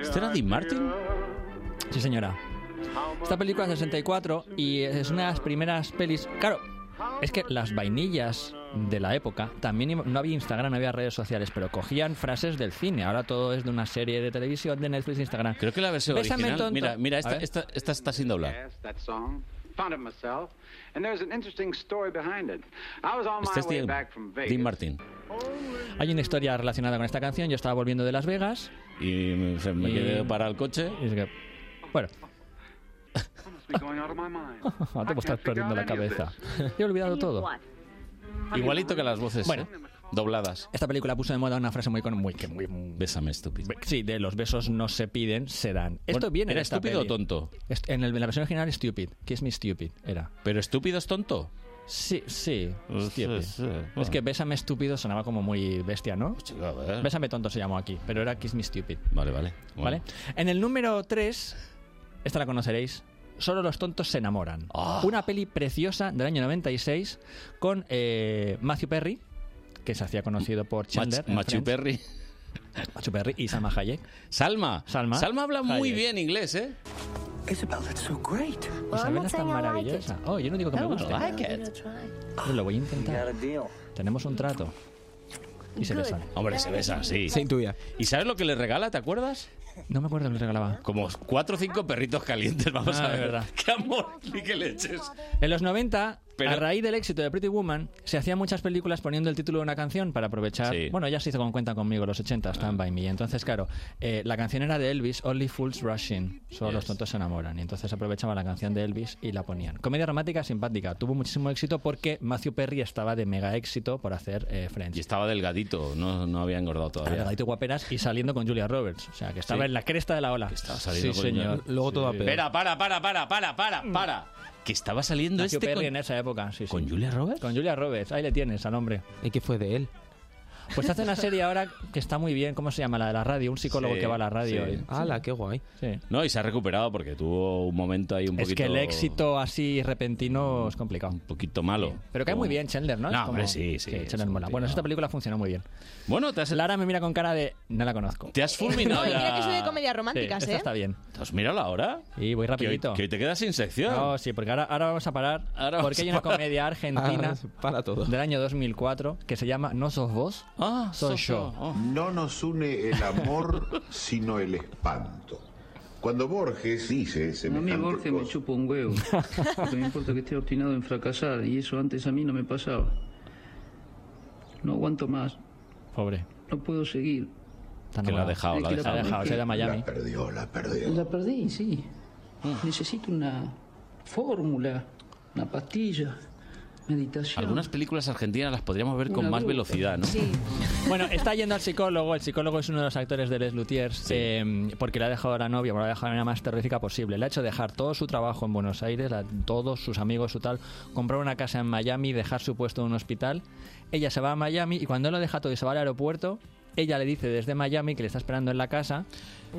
¿Este era Dean Martin?
Sí, señora. Esta película es del 64 y es una de las primeras pelis. Claro, es que las vainillas de la época también im- no había Instagram, no había redes sociales, pero cogían frases del cine. Ahora todo es de una serie de televisión, de Netflix, Instagram.
Creo que la versión
Bésame
original.
tonto.
Mira, mira,
A
esta,
ver.
esta, esta está sin doblar.
Yes, that song. Found it myself, and there's an interesting story behind it. I was on my
Este es
way
Dean,
back from Vegas.
Dean Martin.
Hay una historia relacionada con esta canción. Yo estaba volviendo de Las Vegas.
Y me, se me
Y-
quedé para el coche.
Bueno,
Must be going out of my mind.
te estás perdiendo la cabeza. He olvidado todo.
Igualito que las voces.
Bueno.
¿eh? Dobladas.
Esta película puso de moda una frase muy con muy que muy
Bésame estúpido.
Sí, de los besos no se piden, se dan. Esto
Bueno,
viene
¿Era
de esta
estúpido
peli.
o tonto?
Est- En, el- en la versión original stupid, kiss me stupid era.
¿Pero estúpido es tonto?
Sí, sí,
Sí,
stupid.
sí,
Es
bueno.
que bésame estúpido sonaba como muy bestia, ¿no?
a ver.
Bésame tonto se llamó aquí, pero era kiss me stupid.
Vale, vale.
¿Vale? En el número 3, esta la conoceréis. Solo los tontos se enamoran.
Ah.
Una peli preciosa del año 96 con eh, Matthew Perry, que se hacía conocido por Chandler. en
Matthew
Friends.
Perry.
Matthew Perry y Salma Hayek.
Salma.
Salma.
Salma habla muy
Hayek.
bien inglés, ¿eh?
Isabel, that's so great.
Isabel es tan Pues maravillosa. Oh, yo no digo que me
No, I
guste.
like
Pero lo voy a intentar. Tenemos un trato. Y se besan.
Hombre, se besa, sí.
Se
intuía. ¿Y sabes lo que le regala, pues te acuerdas?
No me acuerdo que le regalaba.
Como cuatro o cinco perritos calientes, vamos
Ah,
a
de
ver.
verdad.
¡Qué amor! ¡Ni qué leches!
En los 90 A raíz del éxito de Pretty Woman, se hacían muchas películas poniendo el título de una canción para aprovechar. Bueno, ya se hizo con Cuenta conmigo, los 80, Stand By Me. Entonces, claro, eh, la canción era de Elvis, Only Fools Rushing, solo los
Yes.
tontos se enamoran. Y entonces aprovechaban la canción de Elvis y la ponían. Comedia romántica simpática. Tuvo muchísimo éxito porque Matthew Perry estaba de mega éxito por hacer eh, Friends.
Y estaba delgadito, no, no había engordado todavía.
Ah, Delgadito guaperas y saliendo con Julia Roberts. O sea, que estaba
Ah, Sí.
en la cresta de la ola.
Estaba saliendo
sí,
con
señor.
Julia. Luego todo a peor. Espera,
para, para, para, para, para, para.
Que estaba saliendo
Matthew
este
Perry
con-
en esa época, sí, sí.
¿Con Julia Roberts?
Con Julia Roberts, ahí le tienes al hombre.
¿Y qué fue de él?
Pues hace una serie ahora que está muy bien, ¿cómo se llama? La de la radio, un psicólogo
Sí,
que va a la radio.
sí.
y-
¡Hala,
qué guay!
No, y se ha recuperado porque tuvo un momento ahí un
Es
poquito...
que el éxito así repentino es complicado. Un
poquito malo.
Pero cae muy bien Chandler, ¿no?
Oh. No,
Es como-
hombre, sí, sí, es
Chandler mola. Bueno, esta película funcionó muy bien.
Bueno, te has...
Lara me mira con cara de... No la conozco.
Te has fulminado
No, y mira
la-
que soy de comedias románticas,
esta
¿eh?
está bien.
Pues mira la hora.
Y voy
Que
rapidito.
hoy, que hoy te quedas sin sección.
No, sí, porque ahora, ahora vamos a parar.
Ahora vamos
porque hay
a
una
parar. Ah,
comedia argentina
Ahora
para todo.
del año 2004 que se llama No sos vos,
ah,
soy
sos
yo.
No nos une el amor, sino el espanto. Cuando Borges dice
A mí
semejante
Borges me
cosa-
chupa un huevo. Lo que me importa es que esté obstinado en fracasar y eso antes a mí no me pasaba. No aguanto más.
Pobre.
No puedo seguir.
Que la ha dejado, la ha dejado. La ha dejado, se ha ido a Miami.
La perdió, la perdió.
La perdí, sí.
Mm.
Necesito una fórmula, una pastilla, meditación.
Algunas películas argentinas las podríamos ver con
Una
más
bruja.
velocidad, ¿no?
Sí.
Bueno, está yendo al psicólogo. El psicólogo es uno de los actores de Les Luthiers eh, porque le ha dejado a la novia, bueno, la ha dejado de la manera más terrorífica posible. Le ha hecho dejar todo su trabajo en Buenos Aires, a todos sus amigos, su tal, comprar una casa en Miami, dejar su puesto en un hospital. Ella se va a Miami y cuando él lo deja todo y se va al aeropuerto, ella le dice desde Miami que le está esperando en la casa.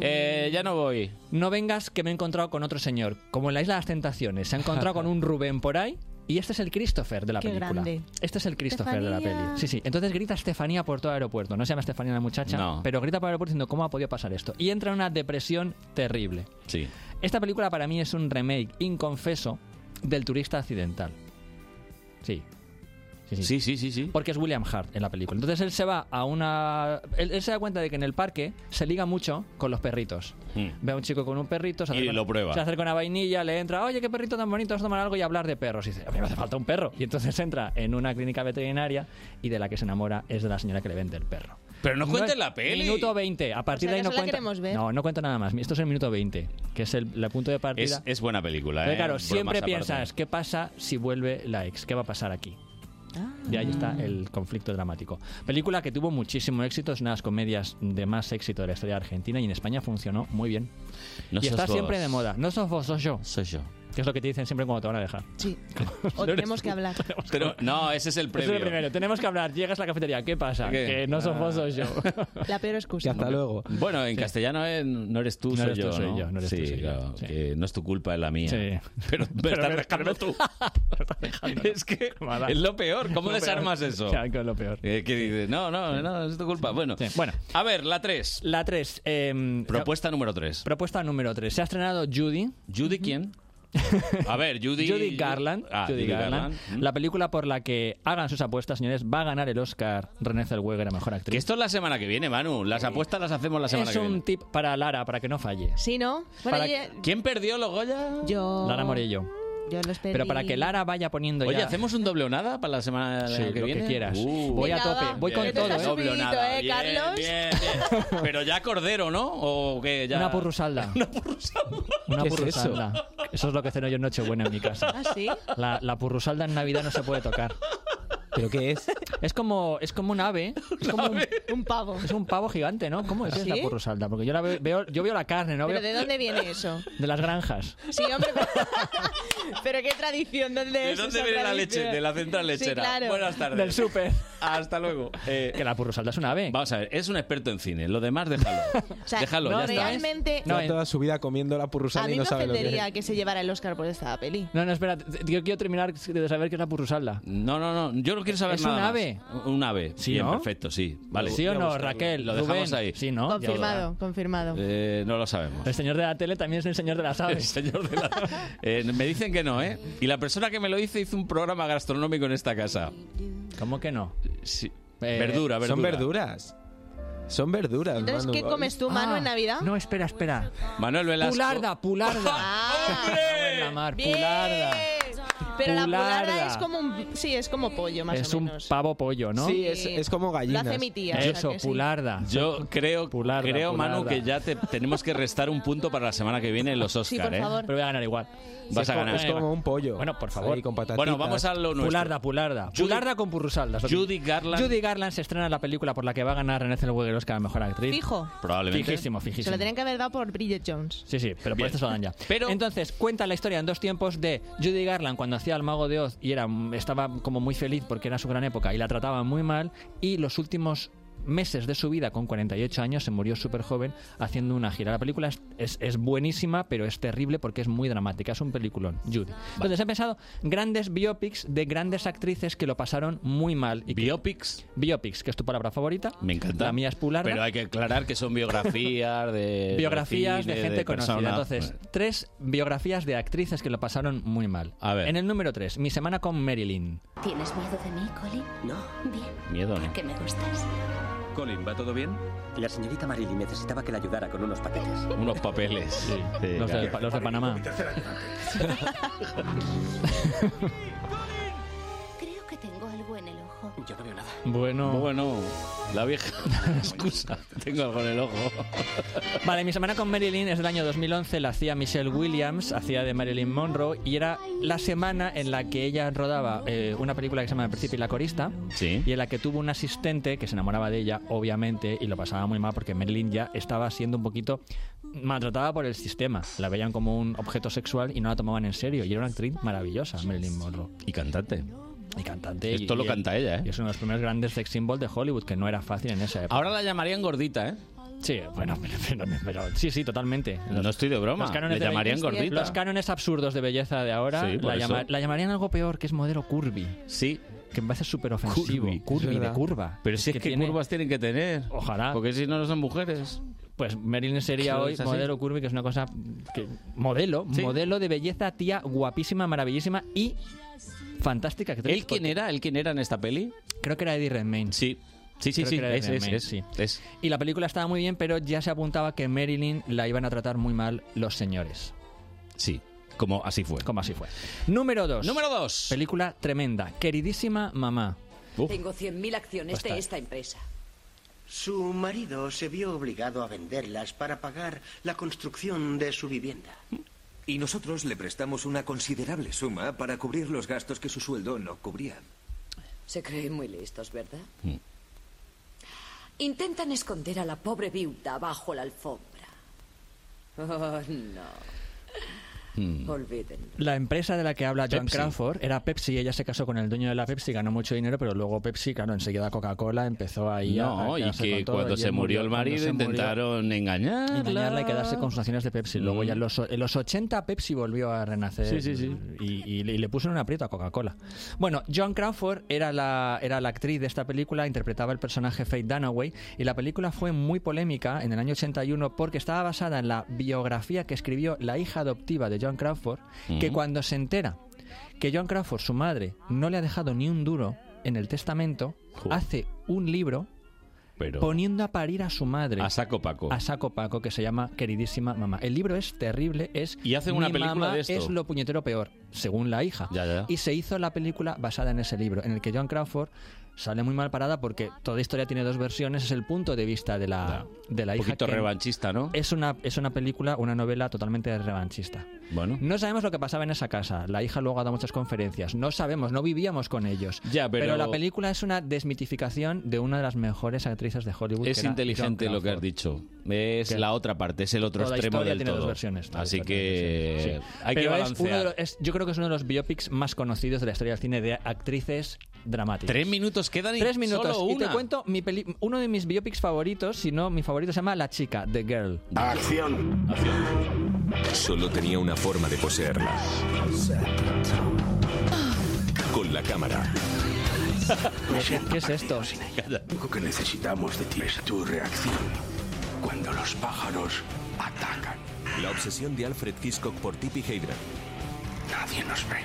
Eh, ya no voy.
No vengas que me he encontrado con otro señor. Como en la Isla de las Tentaciones, se ha encontrado con un Rubén por ahí. Y este es el Christopher de la
Qué
película.
grande.
Este es el Christopher de la
Estefanía.
peli. Sí, sí. Entonces grita Estefanía por todo el aeropuerto. No se llama Estefanía la muchacha,
No.
pero grita por el aeropuerto diciendo cómo ha podido pasar esto. Y entra en una depresión terrible.
Sí.
Esta película para mí es un remake inconfeso del turista accidental. Sí. Sí sí. Porque es William Hart en la película. Entonces él se va a una. Él, él se da cuenta de que en el parque se liga mucho con los perritos. Ve a un chico con un perrito, se
Hmm. Y
acerca,
lo prueba.
se acerca una vainilla, le entra, oye, qué perrito tan bonito, vamos a tomar algo y hablar de perros. Y dice, a mí me hace falta un perro. Y entonces entra en una clínica veterinaria y de la que se enamora es de la señora que le vende el perro.
Pero no cuentes la peli.
Minuto 20. A partir
O sea,
de ahí
que
no
solo la
cuenta.
queremos ver.
No, no cuento nada más. Esto es el minuto 20, que es el, el punto de partida.
Es, es buena película,
Pero
¿eh?
claro,
Bromas
siempre
aparte.
piensas, ¿qué pasa si vuelve la ex? ¿Qué va a pasar aquí? Y ahí está el conflicto dramático. Película que tuvo muchísimo éxito, es una de las comedias de más éxito de la historia argentina y en España funcionó muy bien.
No
y
sos
está
vos.
siempre de moda. No sos vos, sos yo.
Soy yo.
Que es lo que te dicen siempre cuando te van a dejar.
Sí. O tenemos que hablar.
Pero no, ese es el
Eso es
previo.
lo primero. Tenemos que hablar. Llegas a la cafetería. ¿Qué pasa?
¿Qué?
Que no sos
Ah.
vos, sos yo.
La peor excusa.
luego. Bueno, en castellano es no eres tú,
No
soy
eres tú,
yo.
soy
¿no?
yo, no eres
sí,
tú, soy yo,
claro, que no es tu culpa, es la mía. Pero me estás dejando tú. es que es lo peor. ¿Cómo
Es lo
desarmas
peor.
eso?
O sea, que es lo peor.
Eh, que dices, no, no, no, es tu culpa. Bueno,
bueno.
Ah. a ver, la 3.
La 3.
Propuesta número 3.
Propuesta número 3. Se ha estrenado Judy.
¿Judy quién? A ver, Judy...
Judy Garland.
Ah,
Judy
Judy
Garland.
Garland.
La película por la que hagan sus apuestas, señores, va a ganar el Oscar René Zellweger a Mejor
Que
Actriz.
esto es la semana que viene, Manu. Las apuestas las hacemos la semana
es
que
un
viene.
tip para Lara, para que no falle.
Sí, ¿no? Bueno,
Para-
yo,
¿Quién perdió los Goya?
yo...
Lara Morello.
Yo los perdí.
Pero para que Lara vaya poniendo
Oye,
ya...
¿hacemos un doble o nada para la semana
Sí,
que
lo que
viene?
quieras. Voy a Venga, tope, va. voy con
Bien,
todo,
bien,
¿eh?
Doble o
Subidito,
nada.
¿eh,
Bien,
Carlos?
bien, bien. Pero ya Cordero, ¿no? O que ya...
Una porrusalda. Una
Una
purrusalda. eso? es lo que ceno yo en Nochebuena en mi casa.
¿Ah, sí?
La, la purrusalda en Navidad no se puede tocar.
¿Pero qué es?
Es como, es como un ave. Es como un,
un pavo.
Es un pavo gigante, ¿no? ¿Cómo es
¿Sí?
la purrusalda? Porque yo, la ve- veo, yo veo la carne, ¿no?
¿Pero
Veo-
de dónde viene eso?
de las granjas.
Sí, hombre, pero, pero qué tradición, ¿dónde
¿De
es
dónde
esa
viene la
tradición?
leche? De la central
Sí,
lechera.
claro.
Buenas tardes.
Del súper.
Hasta luego. Eh,
que la purrusalda es una ave.
Vamos a ver, es un experto en cine. Lo demás, déjalo.
O sea,
déjalo,
no,
ya está.
realmente...
Lleva toda su vida comiendo la
A
purrusana
mí
y no
me
sabe lo que
ofendería
es.
que, se llevara el Oscar por esta peli.
No, no, espera. te- Yo quiero terminar de saber qué es la purrusalda.
No, no, no. Yo no quiero saber
¿Es
nada
un
más.
ave?
Un ave.
¿Sí,
Bien,
no?
perfecto, sí. Vale.
¿Sí o no, Raquel?
Lo dejamos
Rubén?
ahí.
Sí, ¿no?
confirmado, confirmado.
Eh, no lo sabemos.
El señor de la tele también es el señor de las
El
aves.
señor de la- Eh, me dicen que no, ¿eh? Y la persona que me lo hizo hizo un programa gastronómico en esta casa.
¿Cómo que no?
Sí.
Eh,
verdura, verdura.
son
verduras. Son verduras,
Entonces,
Manu.
¿qué comes tú, Manu,
Ah,
en Navidad?
No, espera, espera.
Manuel Velasco.
Pularda, pularda.
Ah,
Cago en la mar, pularda.
Pero la pularda
pularda.
es como un, sí, es como pollo más
es
o
un
menos.
pavo pollo, ¿no?
Sí, es- es como gallinas. Lo hace mi tía, o sea
Eso,
que sí.
pularda.
Yo creo, creo
pularda.
Manu, que ya te, tenemos que restar un punto para la semana que viene en los Oscar, ¿eh?
Pero voy a ganar igual.
Vas a ganar.
Es como un pollo. Bueno, por favor.
Ahí, con patatitas. Bueno, vamos a lo nuestro.
Pularda, pularda. pularda con purrusaldas.
Judy Garland.
Judy Garland se estrena en la película por la que va a ganar Renée Zellweger el Oscar a Mejor Actriz.
Fijo.
Probablemente.
Fijísimo,
Se
fijísimo.
lo tenían que haber dado por Bridget Jones.
Sí, sí, pero
Bien.
por este se lo dan ya. Pero... Entonces, cuenta la historia en dos tiempos de Judy Garland cuando hacía El Mago de Oz y era, estaba como muy feliz porque era su gran época y la trataban muy mal y los últimos meses de su vida con 48 años se murió súper joven haciendo una gira. La película es, es- es buenísima pero es terrible porque es muy dramática, es un peliculón, Judy. Entonces he pensado grandes biopics de grandes actrices que lo pasaron muy mal. Y
¿Biopics?
biopics, que es tu palabra favorita.
Me encanta.
La mía es Pularda.
Pero hay que aclarar que son biografías de.
biografías de
cine,
gente conocida.
personas.
Entonces, tres biografías de actrices que lo pasaron muy mal. A ver. En el número tres, Mi semana con Marilyn.
¿Tienes miedo de mí, Colin? No. Bien.
Miedo,
¿Qué me gustas?
Colin, ¿va todo bien? La señorita Marilyn necesitaba que la ayudara con unos papeles.
Unos papeles. Sí,
Los de,
claro.
los de Panamá.
Creo que tengo algo en el ojo.
Yo no veo nada.
Bueno.
Bueno, la vieja excusa. Tengo algo en el ojo.
Vale, mi semana con Marilyn es del año 2011, la hacía Michelle Williams, hacía de Marilyn Monroe, y era la semana en la que ella rodaba eh, una película que se llama El Príncipe y la Corista, y en la que tuvo un asistente que se enamoraba de ella, obviamente, y lo pasaba muy mal porque Marilyn ya estaba siendo un poquito maltratada por el sistema. La veían como un objeto sexual y no la tomaban en serio, y era una actriz maravillosa, Marilyn Monroe.
Y cantante.
Y cantante.
Esto lo canta
ella, ¿eh? Y es uno de los primeros grandes sex symbols de Hollywood, que no era fácil en esa época.
Ahora la llamarían gordita, ¿eh?
Sí, bueno, pero, pero- pero- sí, sí, totalmente.
no estoy de broma.
Los cánones
Le
de
llamarían
belleza-
gordita.
Los cánones absurdos de belleza de ahora
Sí, por
la, llama-
eso.
la llamarían algo peor, que es modelo curvy.
Sí.
Que me parece súper ofensivo. Curvy,
Es
de
verdad.
curva.
Pero si es que
tiene-
curvas tienen que tener.
Ojalá.
Porque si no, no son mujeres.
Pues Marilyn sería
Claro,
hoy
es así.
modelo curvy, que es una cosa... Que, modelo, modelo de belleza, tía guapísima, maravillísima y fantástica actriz.
¿Él quién era? ¿Él quién era en esta peli?
Creo que era Eddie Redmayne.
Sí. Sí, sí,
Creo
sí.
que era
Es,
Eddie
es,
Redmayne,
es,
sí.
es.
Y la película estaba muy bien, pero ya se apuntaba que Marilyn la iban a tratar muy mal los señores.
Sí, como así fue.
Como así fue. Número 2.
Número 2.
Película tremenda. Queridísima mamá.
Tengo 100.000 acciones de esta empresa. Su marido se vio obligado a venderlas para pagar la construcción de su vivienda.
Y nosotros le prestamos una considerable suma para cubrir los gastos que su sueldo no cubría.
Se creen muy listos, ¿verdad?
Mm.
Intentan esconder a la pobre viuda bajo la alfombra. Oh, no. Olvídenlo.
La empresa de la que habla John
Pepsi.
Crawford era Pepsi. Ella se casó con el dueño de la Pepsi, ganó mucho dinero, pero luego Pepsi, claro, enseguida Coca-Cola empezó ahí a-
No,
a.
y
quedarse
que
con todo,
cuando
y
se
él
murió el
cuando
marido
se murió,
intentaron engañarla.
engañarla y quedarse con sus acciones de Pepsi. Luego ya en los, en los 80 Pepsi volvió a renacer
Mm. Sí, sí, sí.
Y, y le, y le puso en un aprieto a Coca-Cola. Bueno, John Crawford era la, era la actriz de esta película, interpretaba el personaje Faye Dunaway y la película fue muy polémica en el año 81 porque estaba basada en la biografía que escribió la hija adoptiva de John Crawford, que
Ujú.
cuando se entera que John Crawford, su madre, no le ha dejado ni un duro en el testamento, hace un libro
Pero-
poniendo a parir a su madre.
A saco Paco.
A saco Paco, que se llama Queridísima Mamá. El libro es terrible, es...
Y hacen una
Mi
película
mamá
de esto.
es lo puñetero peor, según la hija. Y se hizo la película basada en ese libro, en el que Joan Crawford sale muy mal parada porque toda historia tiene dos versiones, es el punto de vista de la, de la
Un
hija.
poquito
que
revanchista, ¿no?
Es una, es una película, una novela totalmente revanchista.
Bueno.
No sabemos lo que pasaba en esa casa. La hija luego ha dado muchas conferencias. No sabemos, no vivíamos con ellos.
Ya, pero-
la película es una desmitificación de una de las mejores actrices de Hollywood.
Es
que era
inteligente
Joan
lo que has
Crawford.
dicho. Es la otra parte, es el otro
Toda
extremo
historia
del
tiene
todo.
dos versiones, toda
Así
historia
que hay que
Pero
balancear.
es uno de los- es- yo creo que es uno de los biopics más conocidos de la historia del cine de actrices dramáticas.
Tres minutos quedan y
Tres minutos.
solo
Y te
una.
cuento mi peli- uno de mis biopics favoritos, si no mi favorito, se llama La chica, The Girl.
Acción. Solo tenía una forma de poseerla. Con la cámara.
¿Qué, qué es esto?
Lo que necesitamos de ti es tu reacción cuando los pájaros atacan.
La obsesión de Alfred Hitchcock por Tippi Hedren.
Nadie nos ve.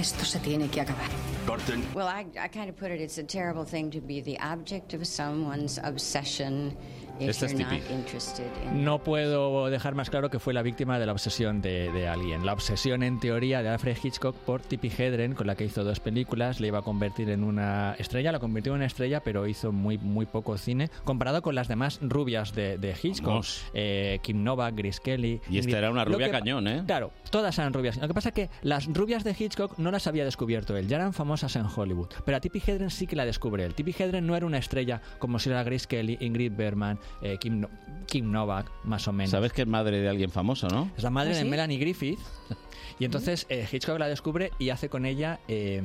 Esto se tiene que acabar.
Corten.
Well, I, I kind of put it, it's a terrible thing to be the object of someone's obsession
Esta es Tipi.
No puedo dejar más claro que fue la víctima de la obsesión de, de Alien. La obsesión, en teoría, de Alfred Hitchcock por Tippi Hedren, con la que hizo dos películas, le iba a convertir en una estrella, la convirtió en una estrella, pero hizo muy, muy poco cine, comparado con las demás rubias de, de Hitchcock.
Vamos.
Eh, Kim Novak, Gris Kelly...
Y esta
Ingrid-
era una
Lo
rubia
que pa-
cañón, ¿eh?
Claro, todas eran rubias. Lo que pasa es que las rubias de Hitchcock no las había descubierto él, ya eran famosas en Hollywood. Pero a Tippi Hedren sí que la descubre él. Tippi Hedren no era una estrella como si era Grace Kelly, Ingrid Bergman, eh, Kim, No- Kim Novak, más o menos.
Sabes que es madre de alguien famoso, ¿no?
Es la madre
¿Ah,
de
sí?
Melanie Griffith. Y entonces eh, Hitchcock la descubre y hace con ella. eh,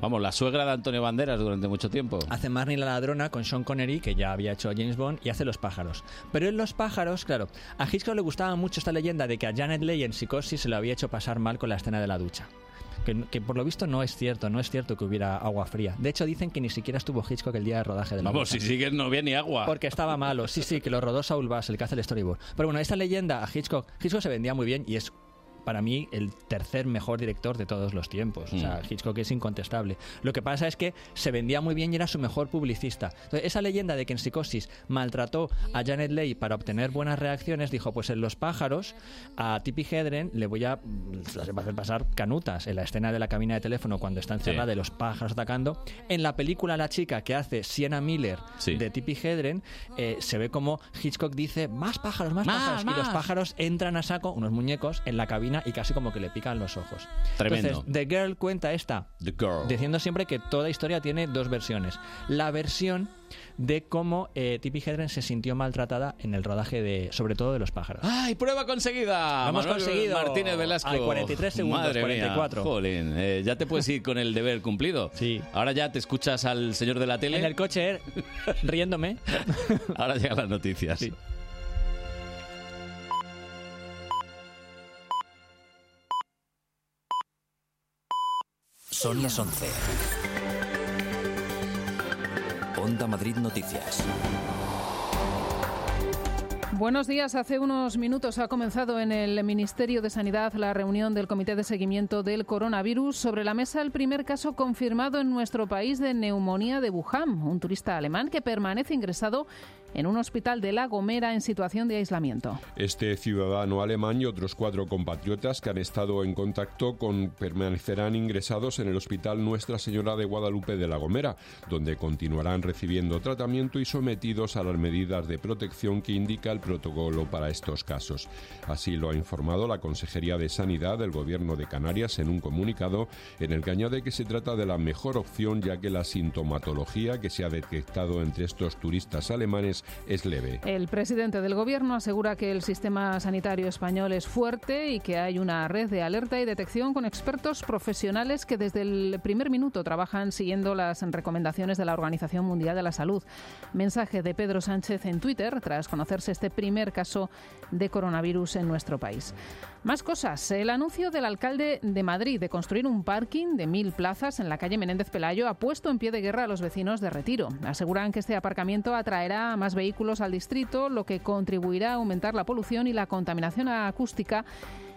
Vamos, la suegra de Antonio Banderas durante mucho tiempo.
hace Marnie la ladrona con Sean Connery, que ya había hecho James Bond, y hace Los pájaros. Pero en Los pájaros, claro, a Hitchcock le gustaba mucho esta leyenda de que a Janet Leigh en Psicosis se lo había hecho pasar mal con la escena de la ducha. Que, que por lo visto no es cierto, no es cierto que hubiera agua fría. De hecho, dicen que ni siquiera estuvo Hitchcock el día de rodaje de la
Vamos,
ducha.
si sigues no viene ni agua.
Porque estaba malo. Sí, sí, que lo rodó Saul Bass, el que hace el storyboard. Pero bueno, esta leyenda a Hitchcock. Hitchcock se vendía muy bien y es. Para mí, el tercer mejor director de todos los tiempos. O sea, Hitchcock es incontestable. Lo que pasa es que se vendía muy bien y era su mejor publicista. Entonces, esa leyenda de que en Psicosis maltrató a Janet Leigh para obtener buenas reacciones, dijo: Pues en Los Pájaros, a Tippi Hedren le voy a mm, las va a hacer pasar canutas en la escena de la cabina de teléfono cuando está encerrada
Sí.
de los pájaros atacando. En la película La chica que hace Sienna Miller de Tippi Hedren, eh, se ve como Hitchcock dice más pájaros, más,
Más,
pájaros. Y los
más.
pájaros entran a saco, unos muñecos, en la cabina y casi como que le pican los ojos.
Tremendo.
Entonces, The Girl cuenta esta
The girl.
diciendo siempre que toda historia tiene dos versiones. La versión de cómo eh, Tippi Hedren se sintió maltratada en el rodaje de, sobre todo de los pájaros.
¡Ay, prueba conseguida!
Lo hemos
Manuel
conseguido.
Martínez Velasco.
Ay, 43 segundos,
Madre mía,
44.
jolín, eh, ya te puedes ir con el deber cumplido. Sí. Ahora ya te escuchas al señor de la tele.
En el coche, eh, riéndome.
Ahora llegan las noticias.
Son las 11. Onda Madrid Noticias.
Buenos días. Hace unos minutos ha comenzado en el Ministerio de Sanidad la reunión del Comité de Seguimiento del Coronavirus. Sobre la mesa, el primer caso confirmado en nuestro país de neumonía de Wuhan, un turista alemán que permanece ingresado en un hospital de La Gomera en situación de aislamiento.
Este ciudadano alemán y otros cuatro compatriotas que han estado en contacto con permanecerán ingresados en el Hospital Nuestra Señora de Guadalupe de La Gomera, donde continuarán recibiendo tratamiento y sometidos a las medidas de protección que indica el protocolo para estos casos. Así lo ha informado la Consejería de Sanidad del Gobierno de Canarias en un comunicado en el que añade que se trata de la mejor opción ya que la sintomatología que se ha detectado entre estos turistas alemanes es leve.
El presidente del Gobierno asegura que el sistema sanitario español es fuerte y que hay una red de alerta y detección con expertos profesionales que desde el primer minuto trabajan siguiendo las recomendaciones de la Organización Mundial de la Salud. Mensaje de Pedro Sánchez en Twitter tras conocerse este primer caso de coronavirus en nuestro país. Más cosas. El anuncio del alcalde de Madrid de construir un parking de mil plazas en la calle Menéndez Pelayo ha puesto en pie de guerra a los vecinos de Retiro. Aseguran que este aparcamiento atraerá más vehículos al distrito, lo que contribuirá a aumentar la polución y la contaminación acústica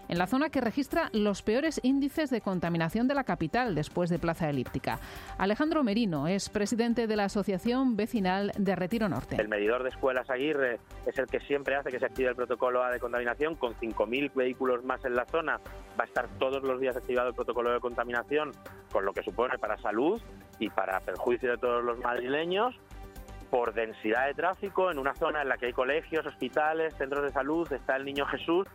en la zona que registra los peores índices de contaminación de la capital después de Plaza Elíptica. Alejandro Merino es presidente de la Asociación Vecinal de Retiro Norte.
El medidor de escuelas Aguirre es el que siempre hace que se active el protocolo A de contaminación con 5.000 vehículos más en la zona. Va a estar todos los días activado el protocolo de contaminación, con lo que supone para salud y para perjuicio de todos los madrileños por densidad de tráfico en una zona en la que hay colegios, hospitales, centros de salud, está el Niño Jesús.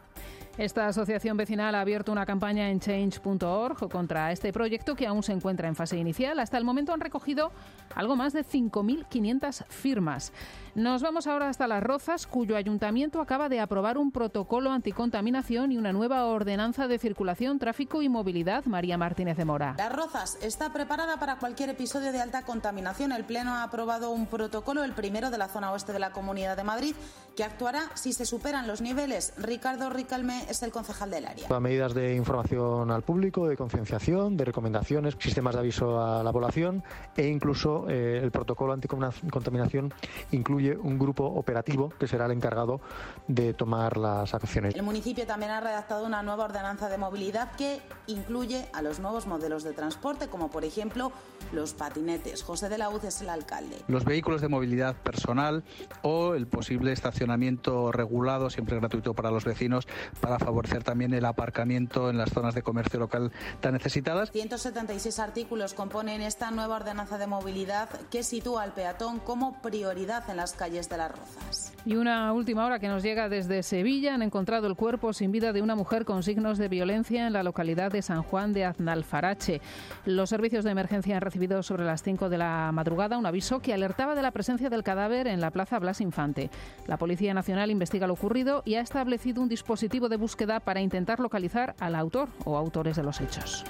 Esta asociación vecinal ha abierto una campaña en change.org contra este proyecto que aún se encuentra en fase inicial. Hasta el momento han recogido algo más de 5.500 firmas. Nos vamos ahora hasta Las Rozas, cuyo ayuntamiento acaba de aprobar un protocolo anticontaminación y una nueva ordenanza de circulación, tráfico y movilidad. María Martínez de Mora.
Las Rozas está preparada para cualquier episodio de alta contaminación. El Pleno ha aprobado un protocolo, el primero de la zona oeste de la Comunidad de Madrid, que actuará si se superan los niveles. Ricardo Ricalme es el concejal del área.
A medidas de información al público, de concienciación, de recomendaciones, sistemas de aviso a la población e incluso eh, el protocolo anticontaminación incluye un grupo operativo que será el encargado de tomar las acciones.
El municipio también ha redactado una nueva ordenanza de movilidad que incluye a los nuevos modelos de transporte, como por ejemplo los patinetes. José de la Uz es el alcalde.
los vehículos de movilidad personal o el posible estacionamiento regulado, siempre gratuito para los vecinos, para favorecer también el aparcamiento en las zonas de comercio local tan necesitadas.
176 artículos componen esta nueva ordenanza de movilidad que sitúa al peatón como prioridad en las calles de Las Rozas.
Y una última hora que nos llega desde Sevilla. Han encontrado el cuerpo sin vida de una mujer con signos de violencia en la localidad de San Juan de Aznalfarache. Los servicios de emergencia han recibido sobre las 5 de la madrugada un aviso que alertaba de la presencia del cadáver en la plaza Blas Infante. La Policía Nacional investiga lo ocurrido y ha establecido un dispositivo de búsqueda para intentar localizar al autor o autores de los hechos.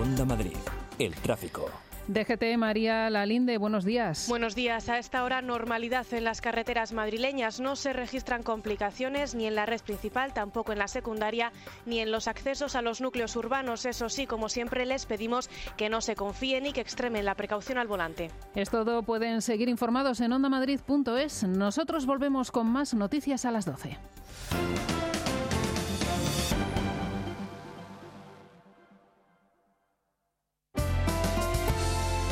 Onda Madrid, el tráfico.
DGT María Lalinde, buenos días.
Buenos días. A esta hora normalidad en las carreteras madrileñas. No se registran complicaciones ni en la red principal, tampoco en la secundaria, ni en los accesos a los núcleos urbanos. Eso sí, como siempre, les pedimos que no se confíen y que extremen la precaución al volante.
Es todo, pueden seguir informados en ondamadrid.es. Nosotros volvemos con más noticias a las 12.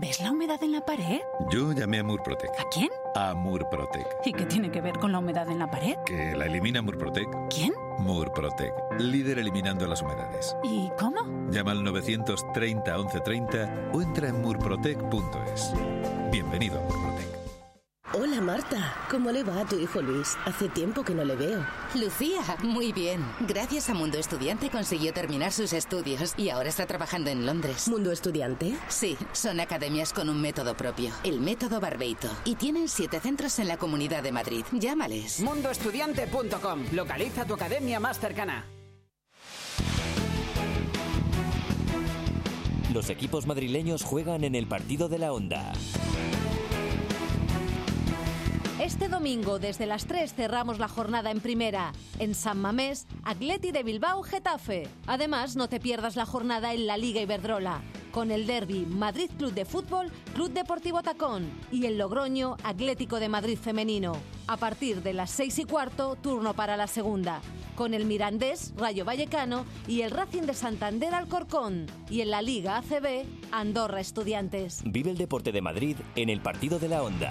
¿Ves la humedad en la pared?
Yo llamé a Murprotec.
¿A quién?
A Murprotec.
¿Y qué tiene que ver con la humedad en la pared?
¿Que la elimina Murprotec?
¿Quién?
Murprotec. Líder eliminando las humedades.
¿Y cómo?
Llama al 930 1130 o entra en murprotec.es. Bienvenido a Murprotec.
Hola Marta, ¿cómo le va a tu hijo Luis? Hace tiempo que no le veo. Lucía, muy bien. Gracias a Mundo Estudiante consiguió terminar sus estudios y ahora está trabajando en Londres. ¿Mundo Estudiante? Sí, son academias con un método propio, el método Barbeito. Y tienen siete centros en la Comunidad de Madrid. Llámales.
Mundoestudiante.com. Localiza tu academia más cercana.
Los equipos madrileños juegan en el partido de la Onda.
Este domingo desde las 3 cerramos la jornada en primera. En San Mamés, Atleti de Bilbao Getafe. Además, no te pierdas la jornada en la Liga Iberdrola. Con el derby Madrid Club de Fútbol, Club Deportivo Tacón y el Logroño Atlético de Madrid Femenino. A partir de las 6 y cuarto, turno para la segunda. Con el Mirandés, Rayo Vallecano y el Racing de Santander Alcorcón. Y en la Liga ACB, Andorra Estudiantes.
Vive el deporte de Madrid en el partido de la Onda.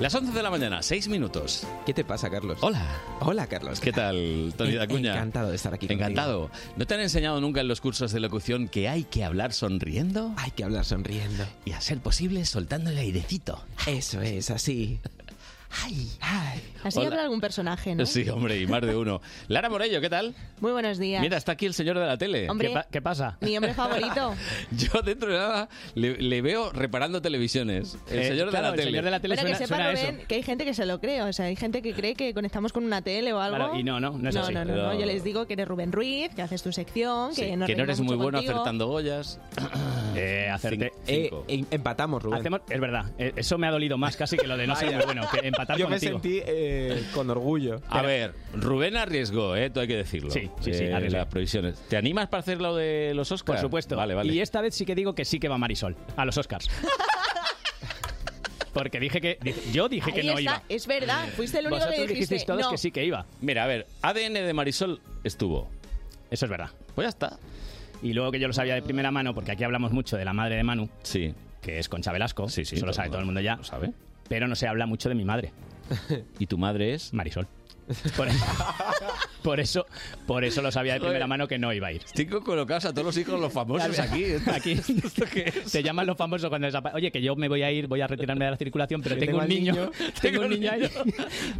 Las 11 de la mañana, 6 minutos.
¿Qué te pasa, Carlos?
Hola.
Hola, Carlos.
¿Qué tal, Tony
En-
Dacuña?
Encantado de estar aquí.
Encantado. ¿No te han enseñado nunca en los cursos de locución que hay que hablar sonriendo?
Hay que hablar sonriendo.
Y a ser posible soltando el airecito.
Eso es, así.
Ay,
ay.
Así
Hola.
habla algún personaje, ¿no?
Sí, hombre, y más de uno. Lara Morello, ¿qué tal?
Muy buenos días.
Mira, está aquí el señor de la tele.
Hombre.
¿Qué, qué pasa?
Mi hombre favorito.
Yo dentro de nada le, le veo reparando televisiones. El
Eh,
señor de
claro,
la
el
tele.
señor de la
Bueno, que sepa, Rubén, que hay gente que se lo cree. O sea, hay gente que cree que conectamos con una tele o algo.
Claro, y no, no, no es así.
No, no,
Pero-
no. Yo les digo que eres Rubén Ruiz, que haces tu sección, que,
Sí,
nos
que no eres
reímos
muy
mucho
bueno
contigo.
acertando.
Ollas.
Eh, acerté.
Cinco. empatamos, Rubén.
Hacemos, es verdad, eh, eso me ha dolido más casi que lo de no ser muy bueno, que empatar
Yo
contigo.
me sentí eh, con orgullo.
A ver, Rubén arriesgó, ¿eh? Todo hay que decirlo.
Sí, sí, sí,
Eh,
arriesgué.
las previsiones. ¿Te animas para hacer lo de los Oscars?
Por supuesto.
Vale, vale.
Y esta vez sí que digo que sí que va Marisol a los Oscars. Porque dije que dije- yo dije que
Ahí
no
está,
iba.
es verdad. Fuiste el único
Vosotros
que dijiste.
dijisteis todos
no.
que sí que iba.
Mira, a ver, ADN de Marisol estuvo.
Eso es verdad.
Pues ya está.
Y luego que yo lo sabía de primera mano, porque aquí hablamos mucho de la madre de Manu.
Sí.
Que es Concha Velasco. Sí, sí. Eso lo sabe todo el mundo ya. Lo
sabe.
Pero no se habla mucho de mi madre.
¿Y tu madre es?
Marisol. Por eso, por eso lo sabía de primera
Joder.
mano que no iba a ir.
Cinco colocados a todos los hijos de los famosos aquí.
Aquí. Te llaman los famosos cuando desapa- Oye, que yo me voy a ir, voy a retirarme de la circulación, pero
Que
tengo,
tengo
un
al
niño.
niño.
Tengo un niño ahí.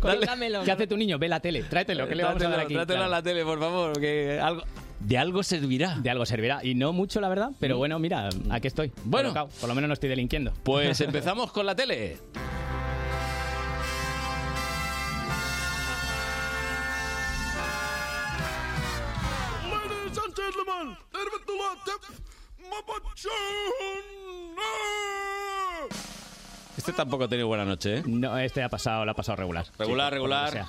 Dale.
¿Qué hace tu niño? Ve la tele, tráetelo, que le vamos a dar
Trátelo,
aquí?
trátelo a
Claro.
la tele, por favor, que algo... De algo servirá. Mm.
De algo servirá. Y no mucho, la verdad, pero bueno, mira, aquí estoy. Bueno, por lo menos no estoy delinquiendo.
Pues empezamos con la tele.
Ladies and gentlemen, Ermetullah Tep
Este tampoco ha tenido buena noche, ¿eh?
No, este ha pasado, lo ha pasado regular. Sí,
Regular,
por lo que
regular.
sea.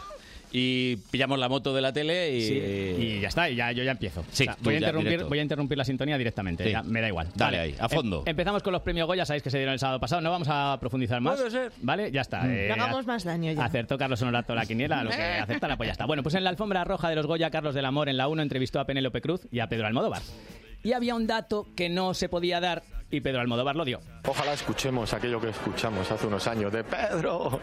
Y pillamos la moto de la tele y...
Sí, y ya está, y ya, yo ya empiezo.
Sí,
O sea,
tú
voy, a
ya
interrumpir,
directo.
voy a interrumpir la sintonía directamente,
Sí.
ya, me da igual.
Dale ahí, a fondo.
Em- empezamos con los premios Goya, sabéis que se dieron el sábado pasado, no vamos a profundizar más.
Puede ser.
Vale, ya
Mm.
está. eh,
No hagamos más Eh. daño ya.
Acertó Carlos Honorato la quiniela, lo que aceptan, pues ya está. Bueno, pues en la alfombra roja de los Goya, Carlos del Amor en la 1 entrevistó a Penélope Cruz y a Pedro Almodóvar. Y había un dato que no se podía dar y Pedro Almodóvar lo dio.
Ojalá escuchemos aquello que escuchamos hace unos años de Pedro.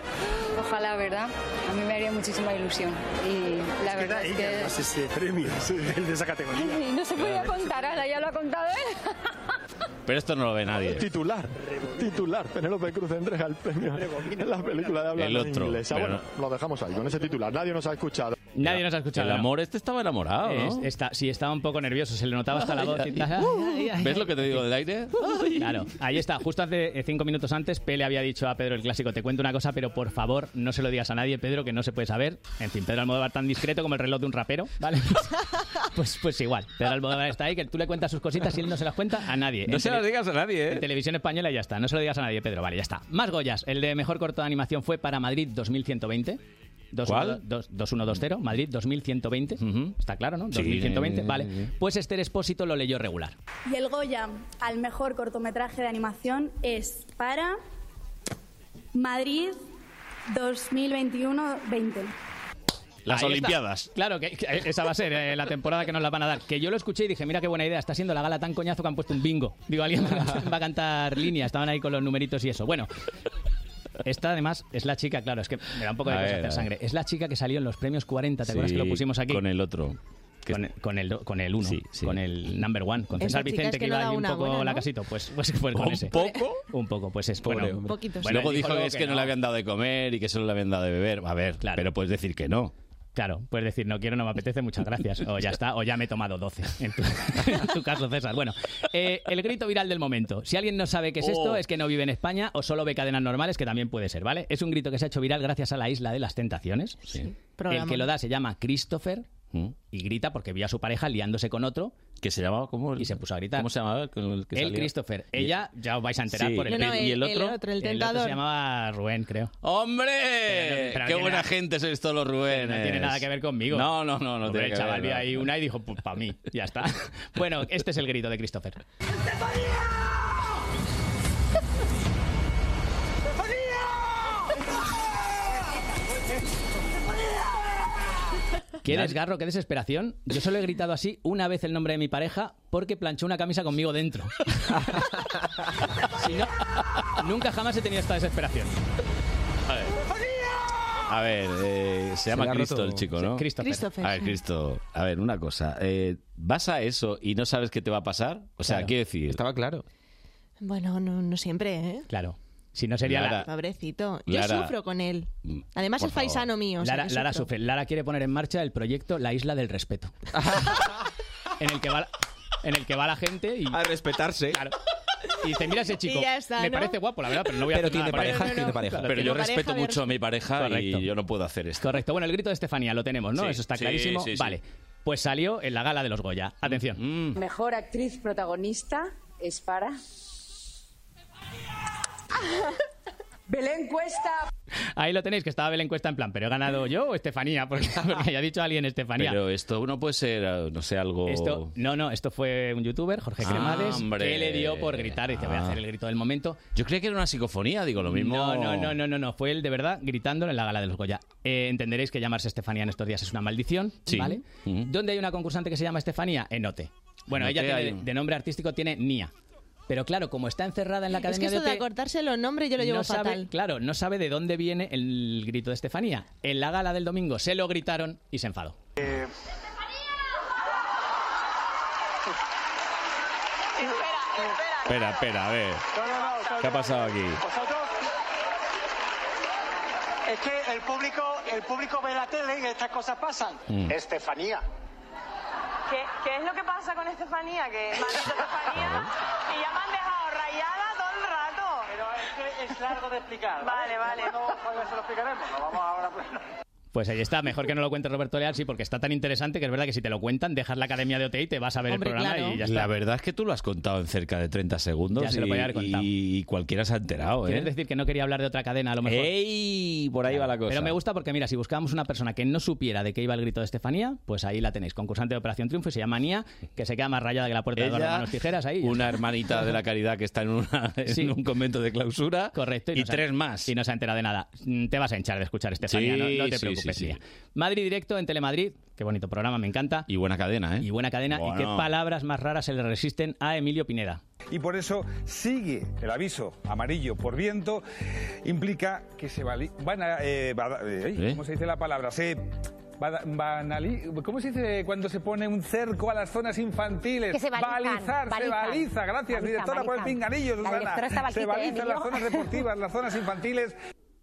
Ojalá, ¿verdad? A mí me haría muchísima ilusión. Y la verdad es que...
este premio, el de esa categoría.
Ay, no se podía contar, ahora ya lo ha contado él.
Pero esto no lo ve nadie.
Titular, titular. Penélope Cruz entrega el premio en la película de habla
El
no
otro,
inglesa.
pero
Bueno, lo dejamos ahí, con ese titular. Nadie nos ha escuchado.
Nadie nos ha escuchado.
El amor
este estaba enamorado,
¿no?
está, sí, estaba un poco nervioso, se le notaba hasta la voz. y tal.
¿Ves lo que te digo del aire?
Claro, ahí está. Justo hace eh, cinco minutos antes, Pele había dicho a Pedro el clásico: Te cuento una cosa, pero por favor no se lo digas a nadie, Pedro, que no se puede saber. En fin, Pedro Almodóvar tan discreto como el reloj de un rapero, ¿vale? Pues, pues igual. Pedro Almodóvar está ahí, que tú le cuentas sus cositas y él no se las cuenta a nadie.
No se las digas a nadie, ¿eh?
En televisión española y ya está. No se lo digas a nadie, Pedro. Vale, ya está. Más Goyas. El de mejor corto de animación fue para Madrid 2120.
¿Cuál?
2120, Madrid 2120. Está claro, ¿no?
Sí.
2120. Vale. Pues Esther Espósito lo leyó regular.
Y el Goya al mejor cortometraje de animación es para Madrid 2021-20.
Las
Ahí está.
Olimpiadas.
Claro, que, que esa va a ser eh, la temporada que nos la van a dar. Que yo lo escuché y dije, mira qué buena idea, está siendo la gala tan coñazo que han puesto un bingo. Digo, alguien va a cantar, va a cantar línea, estaban ahí con los numeritos y eso. Bueno. Esta además es la chica, claro, es que me da un poco de
A
cosa
ver, a
hacer
ver.
sangre. Es la chica que salió en los premios 40, ¿te acuerdas que lo
Sí,
pusimos aquí?
Con el otro.
Con el, con el, do- con el uno, con el number one, con
Esa
César
chica
Vicente,
es
que,
que no
iba
da
ahí un
una
poco
buena, ¿no?
la casito. Pues, pues, pues con
¿Un
ese.
poco?
Un poco, pues es
Pobre
bueno,
hombre.
poquito, sí.
Bueno, Luego
él
dijo,
dijo luego
que es
que
que no.
no.
le habían dado de comer y que solo le habían dado de beber. A ver, pero puedes decir que no.
Claro, puedes decir, no quiero, no me apetece, muchas gracias. O ya está, o ya me he tomado 12. En tu, en tu caso, César. Bueno, eh, el grito viral del momento. Si alguien no sabe qué es esto,
Oh.
es que no vive en España o solo ve cadenas normales, que también puede ser, ¿vale? Es un grito que se ha hecho viral gracias a la Isla de las Tentaciones. El
Programa.
que lo da se llama Christopher y grita porque vio a su pareja liándose con otro.
¿Mm? Que se llamaba como... Y se
puso a gritar.
¿Cómo se llamaba? Con el que
Él,
salía?
Christopher. Ella, ya os vais a enterar
Sí.
por el
No, no,
vídeo.
¿Y el el- otro? el otro, el tentador.
se llamaba Rubén, creo.
¡Hombre!
Pero- pero
¡Qué
tiene
buena
nada-
gente sois todos los Rubén!
No tiene nada que ver conmigo.
No, no, no. no
Hombre,
tiene
el
que
chaval
ver,
vio
no.
ahí una y dijo, pues para mí, ya está. Bueno, este es el grito de Christopher. Qué desgarro, qué desesperación. Yo solo he gritado así una vez el nombre de mi pareja porque planchó una camisa conmigo dentro. Si no, nunca jamás he tenido esta desesperación.
A ver. A ver, eh, se,
le
llama
ha
Cristo
roto-
el chico,
sí,
¿no?
Christopher. Christopher,
A ver,
sí.
Cristo, a ver, una cosa. eh, ¿Vas a eso y no sabes qué te va a pasar? O sea,
Claro.
quiero decir... Estaba
claro.
Bueno, no, no siempre, ¿eh?
Claro. Si no sería
Lara.
la...
Pobrecito. Yo
Lara.
sufro con él. Además es paisano mío. o sea
Lara,
que
Lara
sufro.
sufre. Lara quiere poner en marcha el proyecto La Isla del Respeto. en el que va la, en el que va la gente y a respetarse. Claro. Y dice, mira ese chico,
Y ya está,
me
¿no?
parece guapo, la verdad, pero no voy a
Pero
hacer nada
tiene
por él".
pareja,
Claro,
tiene pareja.
claro,
Pero
tiene
yo
pareja,
respeto
voy
mucho a mi pareja
Correcto.
y yo no puedo hacer esto.
Correcto. Bueno, el grito de Estefanía lo tenemos, ¿no?
Sí,
Eso está
sí,
clarísimo.
sí, Mm, sí.
Vale. Pues salió en la gala de los Goya. Atención.
Mejor actriz protagonista es para. Belén Cuesta.
Ahí lo tenéis, que estaba Belén Cuesta en plan, ¿pero he ganado yo o Estefanía? Porque, porque ya ha dicho alguien Estefanía.
Pero esto no puede ser, eh, no sé, algo...
Esto, no, no, esto fue un youtuber, Jorge
Ah,
Cremades,
hombre.
que le dio por gritar. Dice, voy a
Ah.
hacer el grito del momento.
Yo creía que era una psicofonía, digo, lo mismo...
No, no, no, no, no, no. Fue él de verdad gritándolo en la gala de los Goya. Eh, entenderéis que llamarse Estefanía en estos días es una maldición,
Sí.
¿vale? ¿Dónde hay una concursante que se llama Estefanía? Enote. Bueno,
Enote
ella tiene
hay
de-
un-
de nombre artístico tiene Nia. Pero claro, como está encerrada en la
Es que
academia
esto
de
de
OT,
acortarse los nombres yo lo llevo
no sabe-
fatal.
claro, no sabe de dónde viene el grito de Estefanía. En la gala del domingo se lo gritaron y se enfadó.
Eh,
Eh,
Espera, espera, a ver. ¿Qué ha pasado aquí?
¿Vosotros? Es que el público, el público ve la tele y estas cosas pasan.
Mm.
Estefanía.
¿Qué, qué es lo que pasa con Estefanía? Que me han dicho Estefanía y ya me han dejado rayada todo el rato.
Pero es que es largo de explicar.
Vale, vale.
No, pues se lo explicaremos. No vamos ahora. pues.
Pues ahí está, mejor que no lo cuente Roberto Leal, sí, porque está tan interesante que es verdad que si te lo cuentan, dejas la academia de OT y te vas a ver el programa y ya está.
La verdad es que tú lo has contado en cerca de 30 segundos
Ya se lo
y,
podía haber contado.
y cualquiera se ha enterado,
¿Quieres
¿eh?
decir que no quería hablar de otra cadena a lo mejor?
¡Ey! Por ahí va la cosa.
Pero me gusta porque, mira, si buscábamos una persona que no supiera de qué iba el grito de Estefanía, pues ahí la tenéis. Concursante de Operación Triunfo y se llama Nia, que se queda más rayada que la puerta de
Ella,
Eduardo Manos Tijeras ahí.
Una hermanita de la caridad que está en, una, en un convento de clausura.
Correcto.
Y
tres más. Y no se ha enterado de nada. Mm, Te vas a hinchar de escuchar Estefanía,
Sí,
no, no te
sí,
preocupes,
sí, sí.
Nia. Madrid Directo en Telemadrid. Qué bonito programa, me encanta.
Y buena cadena, ¿eh?
Y buena cadena. ¿Y qué
Bueno.
palabras más raras se le resisten a Emilio Pineda?
Y por eso sigue el aviso amarillo por viento, implica que se vali- van a... eh, bada- eh, ay, ¿Cómo se dice la palabra? Se... bada- banali- ¿Cómo se dice cuando se pone un cerco a las zonas infantiles?
Que se balizan,
Balizar, se
balizan.
baliza. Gracias,
Balizan,
directora, por el
balizan. La
pinganillo, Susana.
directora estaba al
se
quite, ¿eh,
balizan las
Emilio?
zonas deportivas, las zonas infantiles.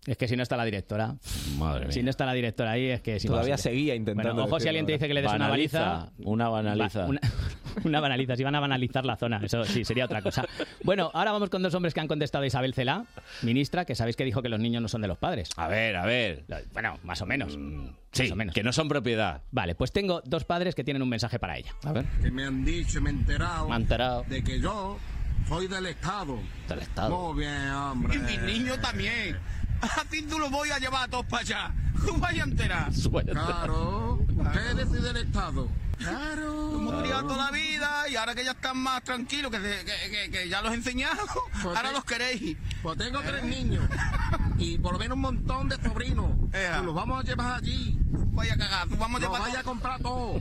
Es que si no está la directora.
Madre
Si no está la directora ahí, es que es
Todavía
imposible.
seguía intentando
Bueno, ojo si
decirlo,
alguien te
¿verdad?
dice que le des una
Banaliza,
baliza.
una banaliza.
Va- una, una banaliza. Si van a banalizar la zona, eso sí, sería otra cosa. Bueno, ahora vamos con dos hombres que han contestado a Isabel Cela, ministra, que sabéis que dijo que los niños no son de los padres.
A ver, a ver. Mm,
Bueno, más o menos.
Sí, que no son propiedad.
Vale, pues tengo dos padres que tienen un mensaje para ella.
A ver.
que me han dicho, me he enterado,
Me he enterado.
de que yo soy del Estado.
Del Estado.
Muy bien, hombre.
Y mis niños también. A ti tú los voy a llevar a todos para allá. Tú vaya entera.
Claro, ustedes soy del Estado. Claro.
Hemos criado toda la vida y ahora que ya están más tranquilos, que, se- que- que- que ya los he enseñado,
Pues
ahora
te-
los queréis. ¿Eh?
Pues tengo tres niños y por lo menos un montón de sobrinos. Y los vamos a llevar allí.
Vaya cagada, tú vamos a
Los
llevar
vaya a comprar todo.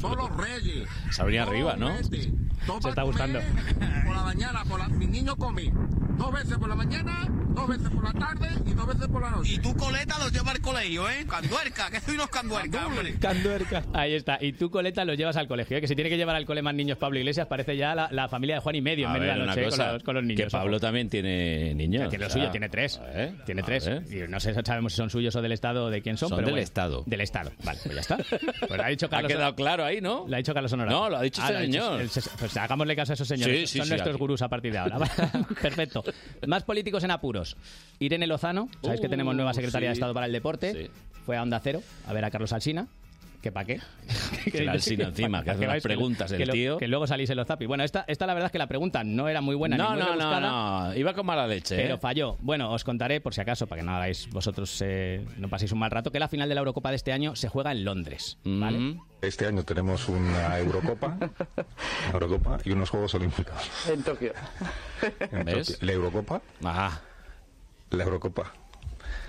Todos los reyes.
Se abría arriba, ¿no?
Se
está gustando.
Por la mañana, por la, mi niño come dos veces por la mañana, dos veces por la tarde y dos veces por la noche.
Y tú, coleta, los llevas al colegio, ¿eh? Canduerca, que soy unos canduerca, hombre.
Ahí está. Y tú, Coleta, los llevas al colegio. ¿eh? Que si tiene que llevar al cole más niños Pablo Iglesias, parece ya la, la familia de Juan y medio en
A
medio de
ver,
la
una
noche ¿eh? con
cosa,
los- con los niños.
que Pablo también tiene niños.
tiene lo
o sea,
suyo, tiene tres. tiene
a
tres.
ver.
Y no sé, sabemos si son suyos o del Estado o de quién son.
Son
pero
del
bueno.
Estado.
Del Estado. Vale, pues ya está. Pues lo ha dicho
Ha
Carlos.
quedado claro ahí, ¿no?
Lo ha dicho Carlos Honorato.
No, lo ha dicho ese
Ah, ha
señor.
el ses- pues hagámosle caso a esos señores.
Sí, sí,
son
sí,
nuestros
aquí.
gurús a partir de ahora. Vale, Perfecto. Más políticos en apuros. Irene Lozano, sabéis que
Uh,
tenemos nueva secretaria de
sí.
Estado para el Deporte. Fue a Onda Cero a ver a Carlos Alsina. ¿Que pa' qué?
Que la Alsina encima, que hace unas
veáis
preguntas el
que lo-
tío.
Que luego salís en los zapis. Bueno, esta, esta la verdad es que la pregunta no era muy buena.
No,
ni muy
no, no,
rebuscada.
no. Iba con mala leche.
Pero
¿eh?
falló. Bueno, os contaré, por si acaso, para que no hagáis vosotros, eh, no paséis un mal rato, que la final de la Eurocopa de este año se juega en Londres. ¿vale?
Este año tenemos una Eurocopa, una Eurocopa y unos Juegos Olímpicos.
En Tokio.
En
¿Ves?
Tokio. La Eurocopa. La Eurocopa.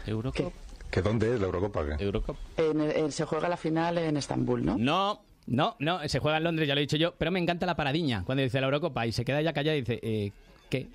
Eurocopa.
¿Que dónde es la Eurocopa? qué?
se juega la final en Estambul, ¿no? No. No, no, se juega en Londres, ya lo he dicho yo, pero me encanta la paradiña cuando dice la Eurocopa y se queda ya callada y dice, eh, ¿qué?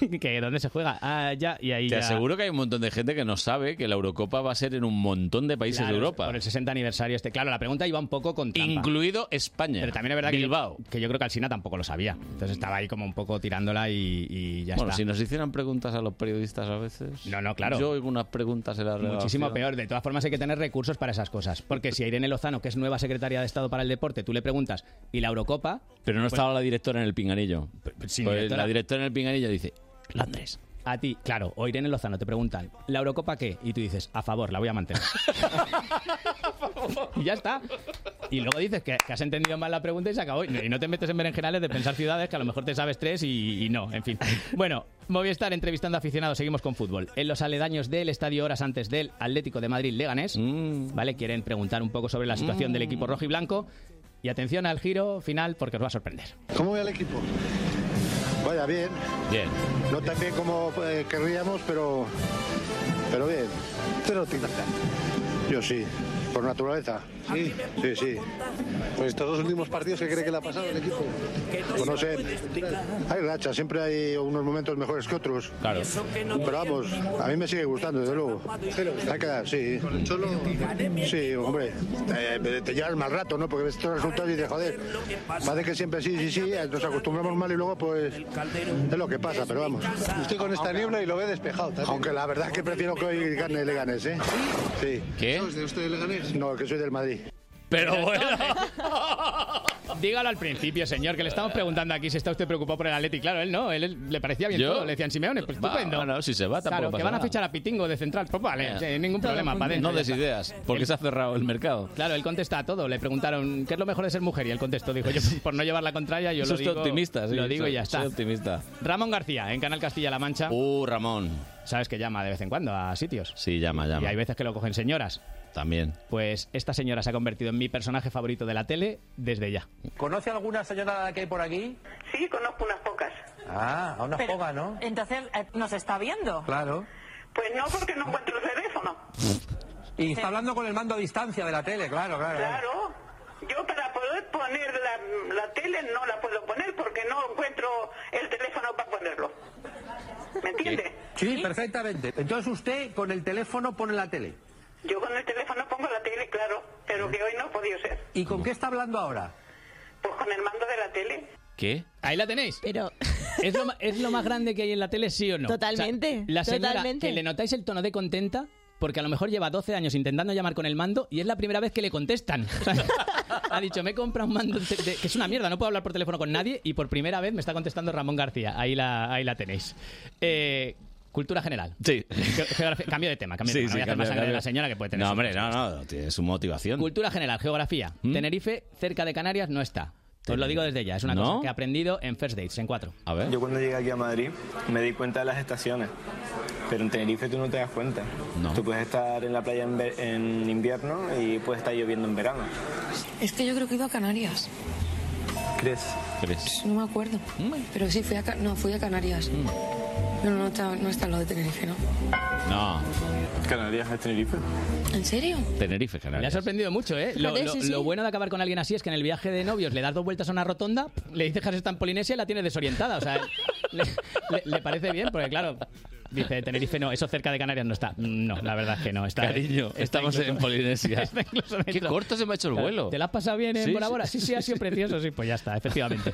¿Que ¿Dónde se juega? Ah, ya, y ahí
Te
ya.
aseguro que hay un montón de gente que no sabe que la Eurocopa va a ser en un montón de países
Claro,
de Europa.
Por el 60 aniversario este. Claro, la pregunta iba un poco con trampa.
Incluido España.
Pero también es verdad que
Bilbao.
yo, que yo creo que Alsina tampoco lo sabía. Entonces estaba ahí como un poco tirándola y, y ya
bueno,
está.
si nos hicieran preguntas a los periodistas a veces.
No, no, claro.
Yo oigo unas preguntas en la
Muchísimo
redacción.
peor. De todas formas, hay que tener recursos para esas cosas. Porque si a Irene Lozano, que es nueva secretaria de Estado para el Deporte, tú le preguntas, ¿y la Eurocopa?
Pero no
Pues-
estaba la directora en el pinganillo.
sin
Pues
directora.
La directora en el pinganillo dice: Londres.
A ti, claro, o Irene Lozano te preguntan, ¿la Eurocopa qué? Y tú dices, a favor, la voy a mantener. y ya está. Y luego dices que, que has entendido mal la pregunta y se acabó. Y no- y no te metes en berenjenales de pensar ciudades que a lo mejor te sabes tres y, y no, en fin. Bueno, Movistar entrevistando a aficionados, seguimos con fútbol. En los aledaños del estadio horas antes del Atlético de Madrid Leganés,
Mm.
¿vale? Quieren preguntar un poco sobre la situación del equipo rojo y blanco. Y atención al giro final porque os va a sorprender.
¿Cómo ve el equipo? Vaya, bien.
Bien.
No tan bien como eh, querríamos, pero, pero bien. Usted no tiene. Yo sí. Por naturaleza. Sí, sí, sí. Pues estos dos últimos partidos que cree que le ha pasado el equipo. Pues no sé. Hay racha, siempre hay unos momentos mejores que otros.
Claro.
Pero vamos, a mí me sigue gustando, desde luego. Hay que dar, sí. Sí, hombre. Eh, te llevas mal rato, ¿no? Porque ves todos los resultados y dices, joder. Parece que siempre sí, sí, sí. Nos acostumbramos mal y luego, pues. Es lo que pasa, pero vamos. Estoy con esta niebla y lo ve despejado. Aunque la verdad es que prefiero que hoy gane Leganés, ¿eh? Sí.
¿Qué?
de usted Leganés? No, que soy del Madrid.
Pero bueno.
Dígalo al principio, señor, que le estamos preguntando aquí si está usted preocupado por el Atleti. Claro, él no, él, él le parecía bien
¿Yo?
todo. Le decían Simeone, pues
Va,
estupendo.
bueno, Ah, si se va, tampoco
Claro, que
pasa
van a
nada.
fichar a Pitingo de central. Pues vale,
Ya.
eh, ningún problema, para adentro.
No
ya está.
desideas, porque se ha cerrado el mercado.
Claro, él contesta a todo. Le preguntaron, ¿qué es lo mejor de ser mujer? Y él contestó, dijo, yo por no llevar la contraria, yo
Soy
lo digo.
optimista, sí,
Lo digo
soy-
y ya está.
Soy optimista.
Ramón García, en Canal Castilla-La Mancha.
Uh, Ramón.
Sabes que llama de vez en cuando a sitios.
Sí, llama,
Y
llama.
hay veces que lo cogen señoras.
También.
Pues esta señora se ha convertido en mi personaje favorito de la tele desde ya.
¿Conoce alguna señora que hay por aquí? Sí, conozco unas pocas. Ah, a unas Pero- pocas, ¿no?
Entonces, eh, ¿nos está viendo?
Claro. Pues no, porque no encuentro el teléfono. Y está hablando con el mando a distancia de la tele, claro, claro. Claro. Yo para poder poner la, la tele no la puedo poner porque no encuentro el teléfono para ponerlo. ¿Me entiende? Sí, perfectamente. Entonces usted con el teléfono pone la tele. Yo con el teléfono pongo la tele, claro, pero que hoy no ha podido ser. ¿Y con qué está hablando ahora? Pues con el mando de la tele.
¿Qué?
Ahí la tenéis.
Pero
¿Es lo, ma- es lo más grande que hay en la tele, sí o no?
Totalmente,
O sea, la señora,
totalmente.
que le notáis el tono de contenta, porque a lo mejor lleva 12 años intentando llamar con el mando y es la primera vez que le contestan. O sea, ha dicho, me he comprado un mando de- de- que es una mierda, no puedo hablar por teléfono con nadie y por primera vez me está contestando Ramón García. Ahí la, ahí la tenéis. Eh, cultura general.
Sí.
cambio de tema, cambio de tema. No voy a hacer más sangre de la señora que puede tener.
No,
su-
hombre, no, no. Tiene su motivación.
Cultura general, geografía.
¿Mm?
Tenerife, cerca de Canarias, no está. Os lo digo desde ya, es una
¿No?
cosa que he aprendido en First Dates, en cuatro.
A ver.
Yo cuando llegué aquí a Madrid me di cuenta de las estaciones, pero en Tenerife tú no te das cuenta.
No.
Tú puedes estar en la playa en, ve- en invierno y puedes estar lloviendo en verano.
Es que yo creo que iba a Canarias.
¿Crees?
¿Crees? No me acuerdo.
Mm.
Pero sí, fui a, Ca- no, fui a Canarias. No, no está, no está lo de Tenerife, ¿no?
No.
Canarias es Tenerife.
¿En serio?
Tenerife,
Me ha
Canarias.
sorprendido mucho, ¿eh? Lo,
Fíjate,
lo-
sí, sí.
lo bueno de acabar con alguien así es que en el viaje de novios le das dos vueltas a una rotonda, le dices que has estado en Polinesia y la tienes desorientada. O sea, le, le- le parece bien, porque claro, dice Tenerife, no, eso cerca de Canarias no está. No, la verdad es que no. Está,
Cariño,
está
estamos
incluso-
en Polinesia.
está incluso
Qué
dentro.
corto se me ha hecho el
Claro,
vuelo.
¿Te la has pasado bien en
Sí,
Bora
sí,
Bora? Sí, sí, ha sido precioso. Sí, pues ya está, efectivamente.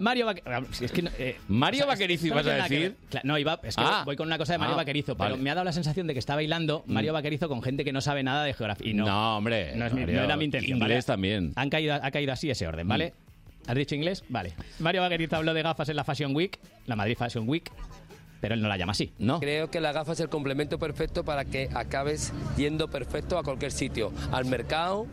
Mario Vaquerizo.
Mario Vaquerizo ibas a decir.
No, iba, es que
Ah.
voy con una cosa de Mario
Ah,
Vaquerizo, pero
vale.
me ha dado la sensación de que está bailando Mario
Mm.
Vaquerizo con gente que no sabe nada de geografía. Y no,
hombre.
no, es mi-
Mario,
no era mi intención, ¿vale?
Inglés también. Mm.
Han caído, ha caído así ese orden, ¿vale? ¿Has dicho inglés? Vale. Mario Vaquerizo habló de gafas en la Fashion Week, la Madrid Fashion Week, pero él no la llama así.
No.
Creo que la gafa es el complemento perfecto para que acabes yendo perfecto a cualquier sitio, al mercado,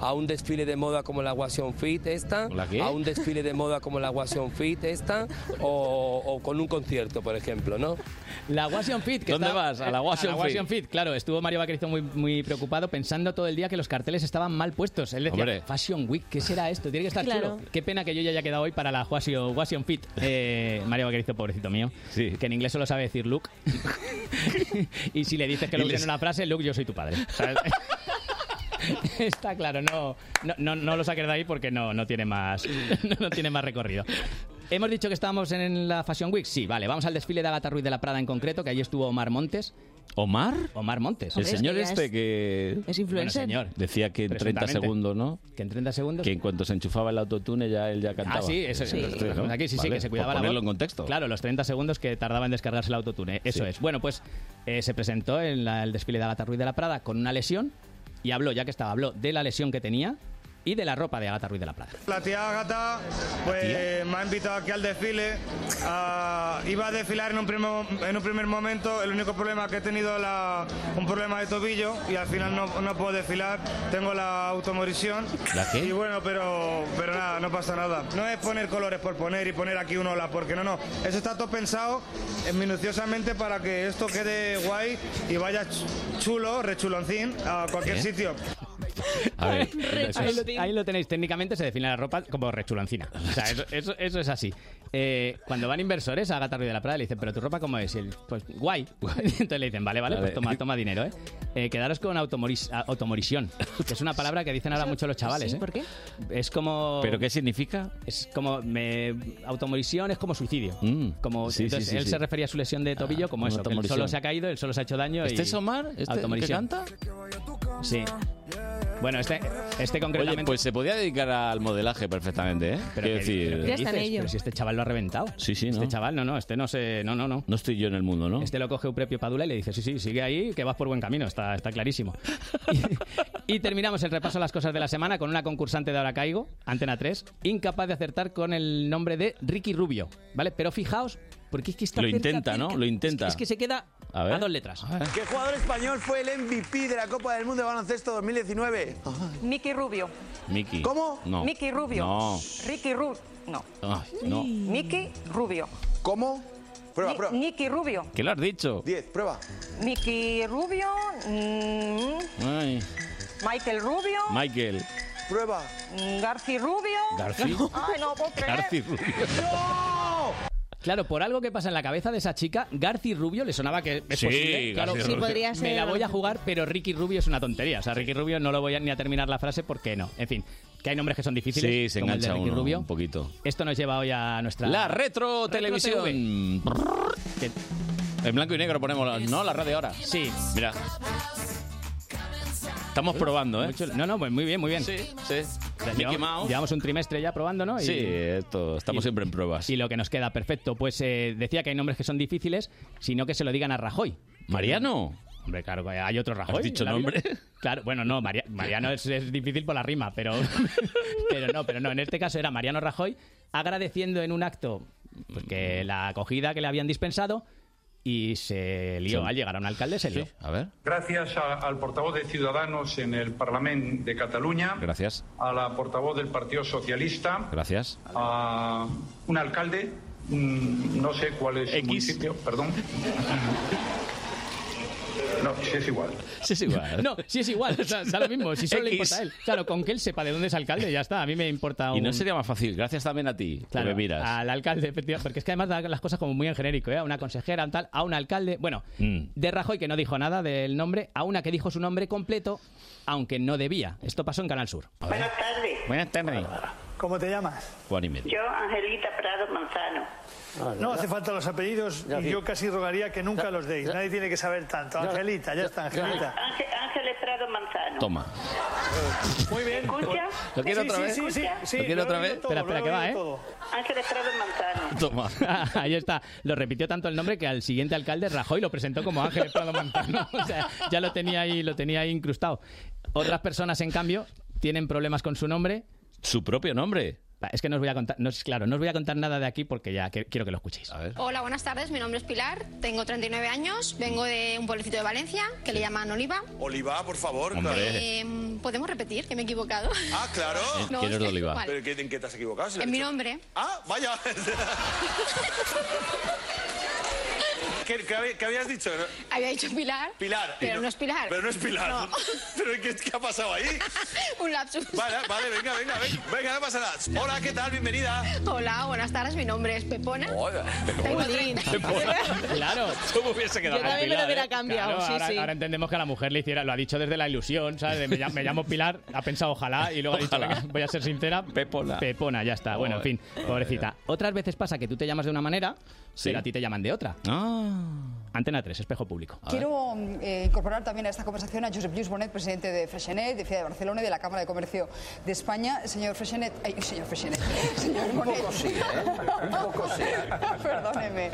a un desfile de moda como la Washington Fit esta,
qué?
a un desfile de moda como la Washington Fit esta, o, o con un concierto, por ejemplo, ¿no?
La Washington Fit. que está- Eh, a la Washington Fit, claro. Estuvo Mario Vaquerizo muy, muy preocupado pensando todo el día que los carteles estaban mal puestos. Él decía,
Hombre.
Fashion Week, ¿qué será esto? Tiene que estar
Claro.
chulo. Qué pena que yo ya haya quedado hoy para la Washington, Washington Fit. Eh, Mario Vaquerizo, pobrecito mío. Que en inglés solo sabe decir look. y si le dices que
Y
lo tiene
les-
una frase, look, yo soy tu padre. ¿sabes? Está claro, no, no, no, no lo saques de ahí porque no, no, tiene más, no, no tiene más recorrido. Hemos dicho que estábamos en la Fashion Week. Sí, vale, vamos al desfile de Agatha Ruiz de la Prada en concreto, que allí estuvo Omar Montes.
¿Omar?
Omar Montes.
El señor este que.
es influencer. Bueno, señor.
Decía que en 30
Presuntamente.
segundos, ¿no?
Que en 30 segundos.
Que en cuanto se enchufaba el autotune ya él ya cantaba.
Ah, sí, eso es.
Entonces, ¿no?
Aquí sí, sí,
Vale,
que se cuidaba
por
la voz.
ponerlo en contexto.
Claro, los 30 segundos que tardaba en descargarse el autotune. Eso
Sí.
es. Bueno, pues eh, se presentó en la- el desfile de Agatha Ruiz de la Prada con una lesión y habló, ya que estaba, habló de la lesión que tenía y de la ropa de Agatha Ruiz de la Prada.
La tía Agata pues, me ha invitado aquí al desfile. Ah, iba a desfilar en un, primer, en un primer momento. El único problema que he tenido es la- un problema de tobillo y al final no, no puedo desfilar. Tengo la automorición.
¿La qué?
Y bueno, pero, pero nada, no pasa nada. No es poner colores por poner y poner aquí un ola, porque no, no. Eso está todo pensado eh, minuciosamente para que esto quede guay y vaya ch- chulo, rechuloncín, a cualquier
¿Eh?
sitio.
A ver, eso
ahí,
es.
lo, ahí lo tenéis. Técnicamente se define la ropa como rechulancina. O sea, eso, eso- eso es así. Eh, cuando van inversores a Agatha Ruiz de la Prada le dicen, pero tu ropa cómo es? Y él, pues guay. Entonces le dicen, vale, vale,
Vale.
pues toma, toma dinero, ¿eh? Eh, Quedaros con automoris- a- automorisión, que es una palabra que dicen ahora mucho los chavales,
sí,
¿eh?
¿por
qué? Es como...
¿Pero qué significa?
Es como... Me, automorisión es como suicidio. como,
Mm. sí,
entonces
sí, sí,
él
sí.
se refería a su lesión de tobillo como
una
eso, que él
automorisión.
solo se ha caído, él solo se ha hecho daño
¿Este
y...
es Omar? ¿Este el que
automorisión.
canta?
Sí. Bueno, este, este concretamente...
Oye, pues se podía dedicar al modelaje perfectamente, ¿eh?
Pero
Quiero
qué-
decir,
pero qué dices, Pero si este chaval lo ha reventado.
Sí, sí, ¿no?
Este chaval, no, no, este no se... No, no, no.
No estoy yo en el mundo, ¿no?
Este lo coge propio Padula y le dice, sí, sí, sigue ahí, que vas por buen camino, está, está clarísimo. Y, y terminamos el repaso a las cosas de la semana con una concursante de Ahora Caigo, Antena 3, incapaz de acertar con el nombre de Ricky Rubio, ¿vale? Pero fijaos, porque es que está
Lo
cerca,
intenta, ¿no?
cerca.
Lo intenta.
Es que se queda
A
a,
ver.
dos letras.
¿Qué jugador español fue el MVP de la Copa del Mundo de Baloncesto 2019?
Mickey Rubio.
Miki.
¿Cómo?
No.
Mickey Rubio.
No.
Ricky Rubio. No.
Ay, no.
Mickey Rubio.
¿Cómo? Prueba,
Ni-
prueba.
Nicky Rubio.
¿Qué lo has dicho?
10, prueba.
Mickey Rubio. mm,
Ay,
Michael Rubio.
Michael.
Prueba.
mm, Garci Rubio.
Garci.
Ay, no puedo creer.
Garci Rubio.
Claro, por algo que pasa en la cabeza de esa chica, Garci Rubio le sonaba que es
Sí,
posible. Claro,
Garci Sí, Rubio. podría
Me
ser.
la voy a jugar, pero Ricky Rubio es una tontería. O sea, Ricky Rubio no lo voy a, ni a terminar la frase porque no. En fin, que hay nombres que son difíciles.
Sí, se
como el de
engancha
Ricky
uno
Rubio.
un poquito.
Esto nos lleva hoy a nuestra...
La retro, televisión.
TV.
En blanco y negro ponemos, la- ¿no? La radio ahora.
Sí.
Mira. Estamos
Uy,
probando, ¿eh?
muy chulo. No, no, pues muy bien, muy bien.
Sí, sí. Mickey
Llevamos,
Mouse.
llevamos un trimestre ya probando, ¿no? Y-
Sí, esto, estamos
y-
siempre en pruebas.
Y lo que nos queda perfecto, pues eh, decía que hay nombres que son difíciles, sino que se lo digan a Rajoy.
Mariano.
Hombre, claro, que hay otro Rajoy.
¿Has dicho
en la vida.
nombre?
Claro, bueno, no, Maria- Mariano es, es difícil por la rima, pero, pero no, pero no. En este caso era Mariano Rajoy agradeciendo en un acto pues,
Mm.
que la acogida que le habían dispensado y se lió.
Sí.
Al llegar a un alcalde se lió.
a ver.
Gracias a- al portavoz de Ciudadanos en el Parlament de Cataluña,
Gracias,
a la portavoz del Partido Socialista,
gracias.
a un alcalde, mm, no sé cuál es el municipio, perdón. No, sí es igual.
Sí, es igual.
No, sí es igual, o sea, da lo mismo, si solo le
X.
importa a él. Claro, con que él sepa de dónde es alcalde, ya está, a mí me importa
Y no
un-
sería más fácil, gracias también a ti, que
Claro,
me miras.
Al alcalde, efectivamente. Porque es que además da las cosas como muy en genérico, ¿eh? A una consejera, a un tal, a un alcalde. Bueno,
Mm,
de Rajoy que no dijo nada del nombre, a una que dijo su nombre completo, aunque no debía. Esto pasó en Canal Sur.
Buenas tardes.
Buenas tardes.
¿Cómo te llamas?
Juan y medio.
Yo, Angelita Prado Manzano. No hace falta los apellidos
Ya,
y
sí.
yo casi rogaría que nunca los deis. Nadie tiene que saber tanto. Angelita, ya está, Angelita. Ángeles Prado Manzano.
Toma.
Muy bien. ¿Escucha?
¿Lo quiero otra vez?
Sí, sí, sí. sí
¿Lo quiero
lo he
otra
oído
vez?
todo,
Espera,
lo
espera,
he
que va,
oído
¿eh?
todo. Ángeles Prado Manzano.
Toma.
Ahí está. Lo repitió tanto el nombre que al siguiente alcalde Rajoy lo presentó como Ángel Prado Montano. O sea, ya lo tenía ahí, lo tenía ahí incrustado. Otras personas, en cambio, tienen problemas con su nombre.
Su propio nombre.
Es que no os voy a contar, no, es- claro, no os voy a contar nada de aquí porque ya que- quiero que lo escuchéis.
Hola, buenas tardes. Mi nombre es Pilar, tengo 39 años, vengo de un pueblecito de Valencia que le llaman Oliva.
Oliva, por favor.
Eh, ¿Podemos repetir que me he equivocado?
Ah, claro.
Eh, No, ¿quién es de Oliva? vale.
¿Pero qué- en qué te has equivocado? Si le
Es
has
mi
dicho-
nombre.
Ah, vaya. ¿Qué, qué habí- qué habías dicho?
Había dicho Pilar.
Pilar. Y
Pero no, es Pilar.
Pero no es Pilar.
No.
¿Pero qué, qué ha pasado ahí?
un lapsus.
Vale, vale, venga, venga, venga, venga, no pasa nada. Hola, ¿qué tal? Bienvenida.
Hola, buenas tardes. Mi nombre es Pepona.
Hola.
Tengo
Claro.
¿Cómo hubiese
quedado?
Yo también
con
me lo
Pilar,
hubiera
eh?
cambiado,
Claro,
sí,
ahora,
sí.
ahora entendemos que a la mujer le hiciera, lo ha dicho desde la ilusión, ¿sabes? De me, llam- me llamo Pilar, ha pensado ojalá y luego ha dicho,
Ojalá.
"Venga, voy a ser sincera,
Pepona.
Pepona, ya está. Bueno, en fin, pobrecita. Otras veces pasa que tú te llamas de una manera, pero a ti te llaman de otra.
Ah.
Antena 3, espejo público.
Quiero eh, incorporar también a esta conversación a Josep Lluís Bonet, presidente de Freixenet, de Ciudad de Barcelona y de la Cámara de Comercio de España. Señor Freixenet... Ay, señor Freixenet. Señor
Un
Bonet.
poco sí, ¿eh? Un poco sí.
Perdóneme.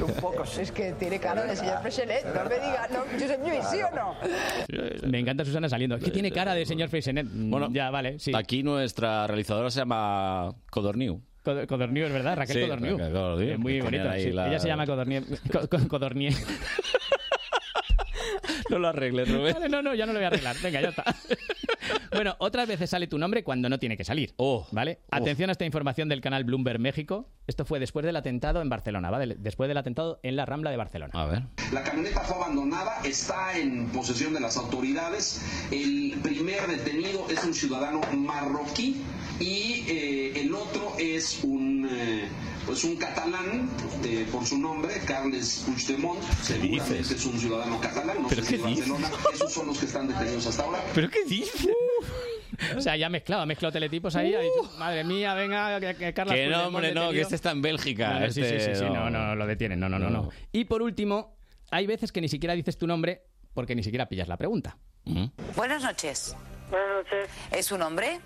Un poco sí.
Es que tiene cara de señor Freixenet. No me diga, no, Josep Lluís, ¿sí o no?
Me encanta Susana saliendo.
Eh,
Es que tiene cara de señor Freixenet. Bueno, ya, vale, sí.
Aquí nuestra realizadora se llama Codorniu.
Cod- Codorniu, es verdad, Raquel
Sí,
Codorniu.
Raquel Codorniu,
Es muy
que tenían
bonito.
ahí
sí.
la-
Ella se llama Codorniu. Co- co- Codorniu.
No lo arregles, Rubén.
Vale, no, no, ya no lo voy a arreglar. Venga, ya está. Bueno, otras veces sale tu nombre cuando no tiene que salir.
Oh,
¿Vale? Atención a esta información del canal Bloomberg México. Esto fue después del atentado en Barcelona, ¿vale? Después del atentado en la Rambla de Barcelona.
A ver.
La camioneta fue abandonada, está en posesión de las autoridades. El primer detenido es un ciudadano marroquí y eh, el otro es un eh, pues un catalán de- por su nombre, Carles Puigdemont. Seguramente es un ciudadano catalán, no
¿Pero
sé
qué
si de Barcelona. Esos son los que están detenidos hasta ahora.
¿Pero qué dices? O sea, ya ha mezclado, ha mezclado teletipos ahí. ha dicho, madre mía, venga, que, que Carla
Que no,
Puigdemont
hombre, no,
detenido".
que este está en Bélgica.
Ah, sí,
este,
sí, sí, sí, no, no, lo detienen, no, no, no. Y por último, hay veces que ni siquiera dices tu nombre porque ni siquiera pillas la pregunta.
Buenas noches. Buenas noches. ¿Es su nombre?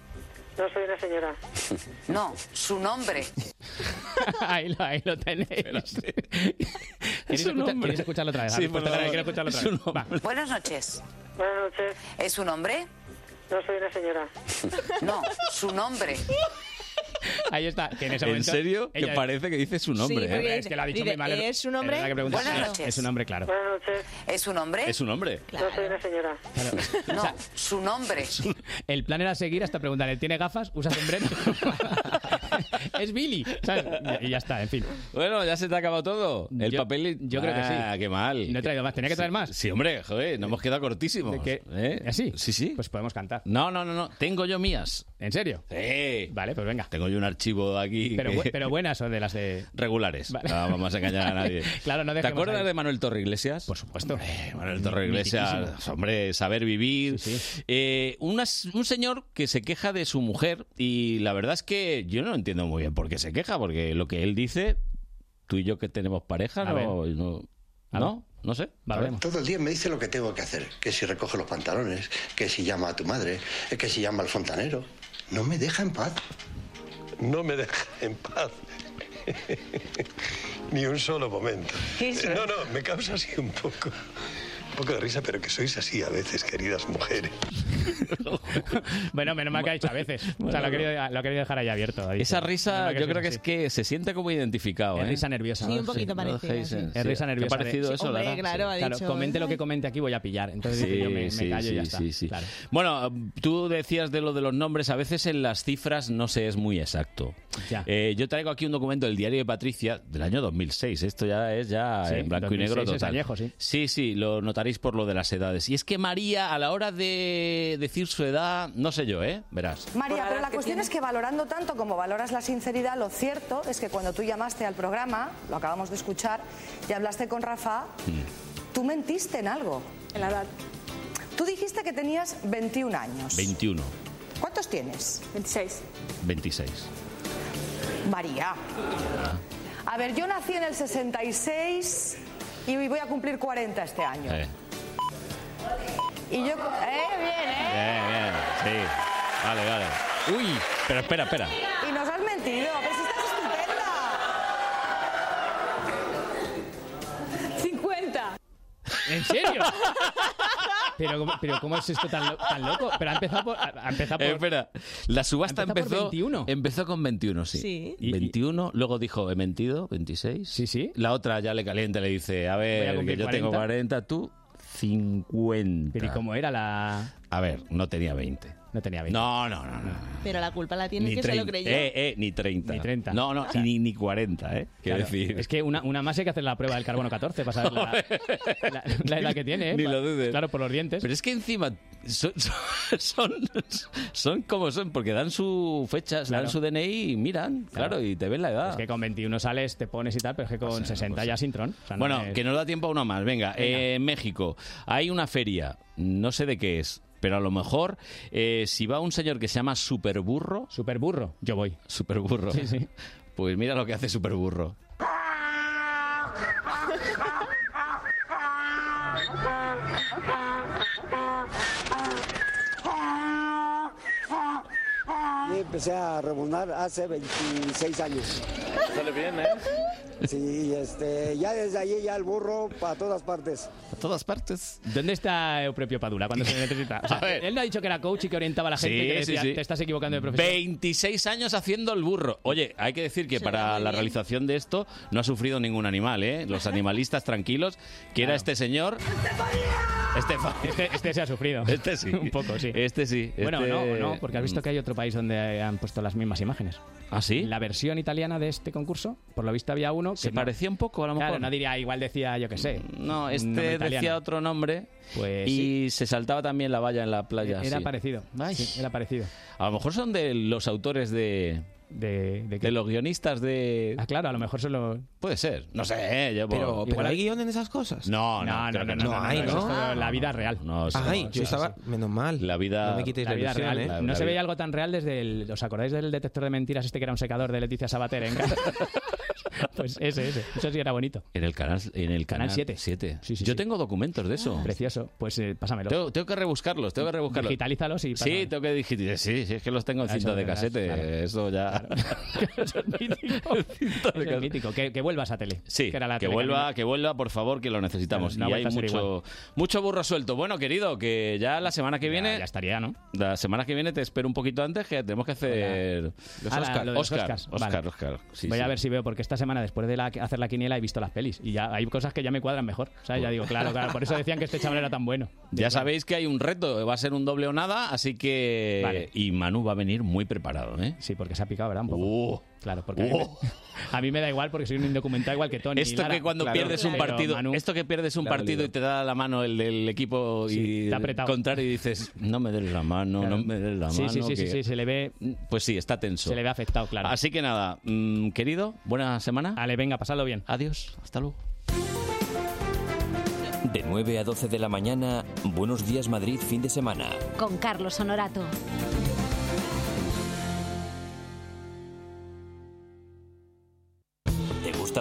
No soy una señora. No, su nombre.
ahí, lo, ahí lo tenéis. ¿Queréis,
su
escuchar-
nombre.
queréis escucharlo otra vez? La
Sí,
respuesta
por
otra vez,
favor.
quiero escucharlo otra
Es su
vez. Va.
Buenas noches. Buenas noches. ¿Es su nombre? No soy una señora. No, su nombre.
Ahí está. que en, ese
¿En
momento
serio? Que
ella-
parece que dice su nombre.
Sí,
¿eh?
porque Es que lo ha dicho muy mal.
¿es su nombre?
Era la que preguntaba.
Buenas
Es-
noches.
Es su nombre, claro.
Buenas noches. ¿Es su nombre?
Es su nombre.
No soy una señora. No, su nombre.
El plan era seguir hasta preguntarle, ¿tiene gafas? ¿Usa sombrero? es Billy. ¿sabes? Y ya está, en fin.
Bueno, ya se te ha acabado todo. El
Yo-
papel.
yo creo que sí.
Ah, qué mal.
No he traído más. Tenía que traer
Sí,
más.
Sí, hombre, joder, nos hemos quedado cortísimos.
¿De qué?
¿Eh?
¿Así?
Sí, sí.
Pues podemos cantar.
No, no, no, no. Tengo yo mías.
¿En serio?
Sí.
Vale, pues venga.
Tengo yo un archivo aquí.
Pero,
que-
bu- pero buenas o de las de...
Regulares.
Vale.
No vamos a engañar a nadie.
Claro, no
¿Te
dejemos
acuerdas
ahí.
de Manuel Torre Iglesias? Por
supuesto.
Manuel Torre Iglesias,
Mitiquísimo.
hombre, saber vivir. Eh, unas- un señor que se queja de su mujer y la verdad es que yo no entiendo muy bien por qué se queja, porque lo que él dice, tú y yo que tenemos pareja,
A
no, no, no, no sé. A ver.
Todo el día me dice lo que tengo que hacer, que si recoge los pantalones, que si llama a tu madre, que si llama al fontanero. No me deja en paz. No me deja en paz. Ni un solo momento. Eh, No, no, me causa así un poco. Un poco de risa, pero que sois así a veces, queridas mujeres.
Bueno, menos mal que ha dicho a veces. o sea,
Bueno,
lo ha querido, lo ha querido dejar ahí abierto. ha dicho.
Esa
Menos
risa,
mal
yo
sea
creo que es
así.
que se siente como identificado.
Es
¿eh?
risa nerviosa.
Sí,
¿no?
un poquito
No
parecida,
dejéis,
sí.
eh,
Sí.
Es risa
¿Te ha
nerviosa. de-
parecido Sí, eso, hombre, Lara? claro, ha dicho,
comente lo
"Eh".
que comente aquí voy a pillar. Entonces
Sí,
dice, yo me, me
sí,
callo y
sí,
ya está.
sí, sí.
Claro.
Bueno, tú decías de lo de los nombres, a veces en las cifras no se es muy exacto.
Ya.
Eh, yo traigo aquí un documento del diario de Patricia del año 2006, esto ya es ya
Sí,
en blanco y negro
2006
total.
es añejo, sí.
sí, sí, lo notaréis por lo de las edades. Y es que María, a la hora de decir su edad, no sé yo, ¿eh? Verás.
María, pero la cuestión es que valorando tanto como valoras la sinceridad, lo cierto es que cuando tú llamaste al programa, lo acabamos de escuchar, y hablaste con Rafa,
Mm,
tú mentiste en algo. En la edad. Tú dijiste que tenías 21 años.
21,
¿Cuántos tienes? 26.
26.
María.
Ah,
A ver, yo nací en el 66 y voy a cumplir 40 este año.
Eh,
Y yo... ¡Eh, bien, eh!
Bien, bien, sí. Vale, vale. Uy, pero espera, espera.
Y nos has mentido, pero si estás estupenda. 50. ¿En serio? Pero, ¿cómo- pero ¿cómo es esto tan, lo- tan loco? Pero ha empezado por... Ha ha empezado por...
Eh, espera, la subasta
empezado por
empezó,
21.
empezó con 21, sí.
Sí.
21, luego dijo, he mentido, 26. Sí, sí. La otra ya le calienta, le dice, a
Voy a
ver, que
cumplir
yo tengo 40, tú 50.
Pero ¿y cómo era la...?
A ver, no tenía 20.
No tenía
20. No, no, no. no.
Pero la culpa la tiene
Ni
que se lo
30.
creyó.
Eh, eh, ni 30.
Ni 30.
No, no,
O sea,
ni, ni 40, ¿eh? Quiero
Claro,
decir.
Es que una, una más hay que hacer la prueba del carbono 14 para saber la, la- la edad que tiene, ¿eh?
Ni lo dudes.
Claro, por los dientes.
Pero es que encima son, son, son- son como son, porque dan su fecha, dan
Claro.
su DNI y miran, claro, y te ven la edad.
Es que con 21 sales, te pones y tal, pero es que con 60 ya sin tron. O sea, no
Bueno,
es-
que nos da tiempo a uno más. Venga, eh, México. Hay una feria, no sé de qué es, pero a lo mejor eh, si va un señor que se llama Superburro.
Superburro, yo voy.
Superburro.
Sí, sí.
Pues mira lo que hace Superburro.
Y empecé a rebuznar hace 26 años.
Sale bien, ¿eh?
Sí, y este, ya desde allí ya el burro para todas partes.
A todas partes.
¿Dónde está el propio Padula cuando se le necesita? O sea,
A ver.
Él no ha dicho que era coach y que orientaba a la gente
Sí,
y que le
sí,
decía,
sí.
te estás equivocando de profesión.
26 años haciendo el burro. Oye, hay que decir que para la realización de esto no ha sufrido ningún animal, ¿eh? Los animalistas tranquilos, que era este señor. Estefan.
Este, este se ha sufrido.
Este sí.
Un poco, sí.
Este sí.
Bueno,
este-
no, no, porque has visto que hay otro país donde han puesto las mismas imágenes.
¿Ah, sí?
La versión italiana de este concurso, por lo visto había uno que.
Se parecía un poco a lo
Claro,
mejor.
no diría, "Ah, igual decía, yo qué sé.
No,
un
este
nombre
decía
italiano.
otro nombre
Pues
y se saltaba también la valla en la playa.
Era
sí.
parecido. sí, era parecido.
A lo mejor son de los autores de.
De,
los guionistas de.
Ah, claro, a lo mejor solo.
Puede ser. No sé, ¿eh? yo por-
Pero, pero
igual-
¿hay guión en esas cosas?
No, no, creo que no.
no, hay,
eso
¿no?
es todo
la vida real.
No, eso
Ay,
no,
yo
eso
estaba. Menos mal.
La vida.
No me quitéis la,
vida
ilusión,
real.
¿eh?
No se
La-
veía algo tan real desde el. ¿Os acordáis del detector de mentiras este que era un secador de Leticia Sabater en casa? pues ese, ese. Eso sí era bonito.
En el canal, en el
Canal
canal,
siete.
7. Yo tengo documentos de eso.
Precioso. Pues eh, pásamelo.
Tengo, tengo que rebuscarlos, tengo que rebuscarlos.
Digitalízalos y
Sí, tengo que digitalizar. Sí, sí, es que los tengo en
Ah, eso
cinta de
tendrás,
casete.
claro.
Eso ya.
Eso es mítico. Que, que vuelvas a tele.
Sí,
era la
que
telecamino.
vuelva, que vuelva, por favor, que lo necesitamos.
No ha
y hay
vuelto a ser
mucho, mucho burro suelto. Bueno, querido, que ya la semana que viene. Ya
estaría, ¿no?
La semana que viene te espero un poquito antes, que tenemos que hacer.
Ah, la- lo de los
Oscar,
Oscars.
Oscar,
Vale.
Oscar. Sí,
Voy a
sí.
ver si veo, porque esta semana, después de la- hacer la quiniela, he visto las pelis. Y ya hay cosas que ya me cuadran mejor. O sea, ya digo, claro, claro. Por eso decían que este chaval era tan bueno.
Ya sabéis que hay un reto, va a ser un doble o nada, así que.
Vale.
Y Manu va a venir muy preparado, ¿eh? Oh.
Sí, porque se ha picado, ¿verdad? Un poco. claro, porque a, mí
Uh.
me, a mí me da igual porque soy un indocumentado igual que Tony. y
Esto
Lara.
que cuando
Claro.
pierdes un
Pero
partido,
Manu-
esto que pierdes un
la ha
partido
liado.
y te da la mano el del equipo y
te ha apretado.
contrario y dices, no me des la mano,
Claro.
no me des la
Sí,
mano.
sí, sí, sí,
que-".
sí, se le ve,
Pues sí, está tenso.
se le ve afectado, claro.
Así que nada, mm, querido, buena semana.
Vale, venga, pasadlo bien.
Adiós, hasta luego.
De 9 a 12 de la mañana, Buenos Días Madrid, fin de semana.
Con Carlos Honorato.
¿Te gusta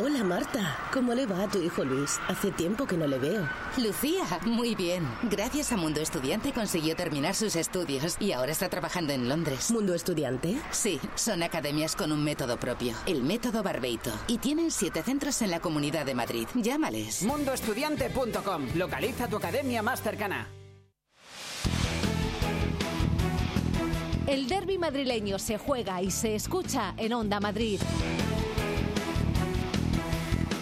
Hola Marta, ¿cómo le va a tu hijo Luis? Hace tiempo que no le veo.
Lucía, muy bien. Gracias a Mundo Estudiante consiguió terminar sus estudios y ahora está trabajando en Londres.
¿Mundo Estudiante?
Sí, son academias con un método propio, el método Barbeito. Y tienen siete centros en la Comunidad de Madrid. Llámales.
Mundoestudiante.com. Localiza tu academia más cercana.
El derby madrileño se juega y se escucha en Onda Madrid.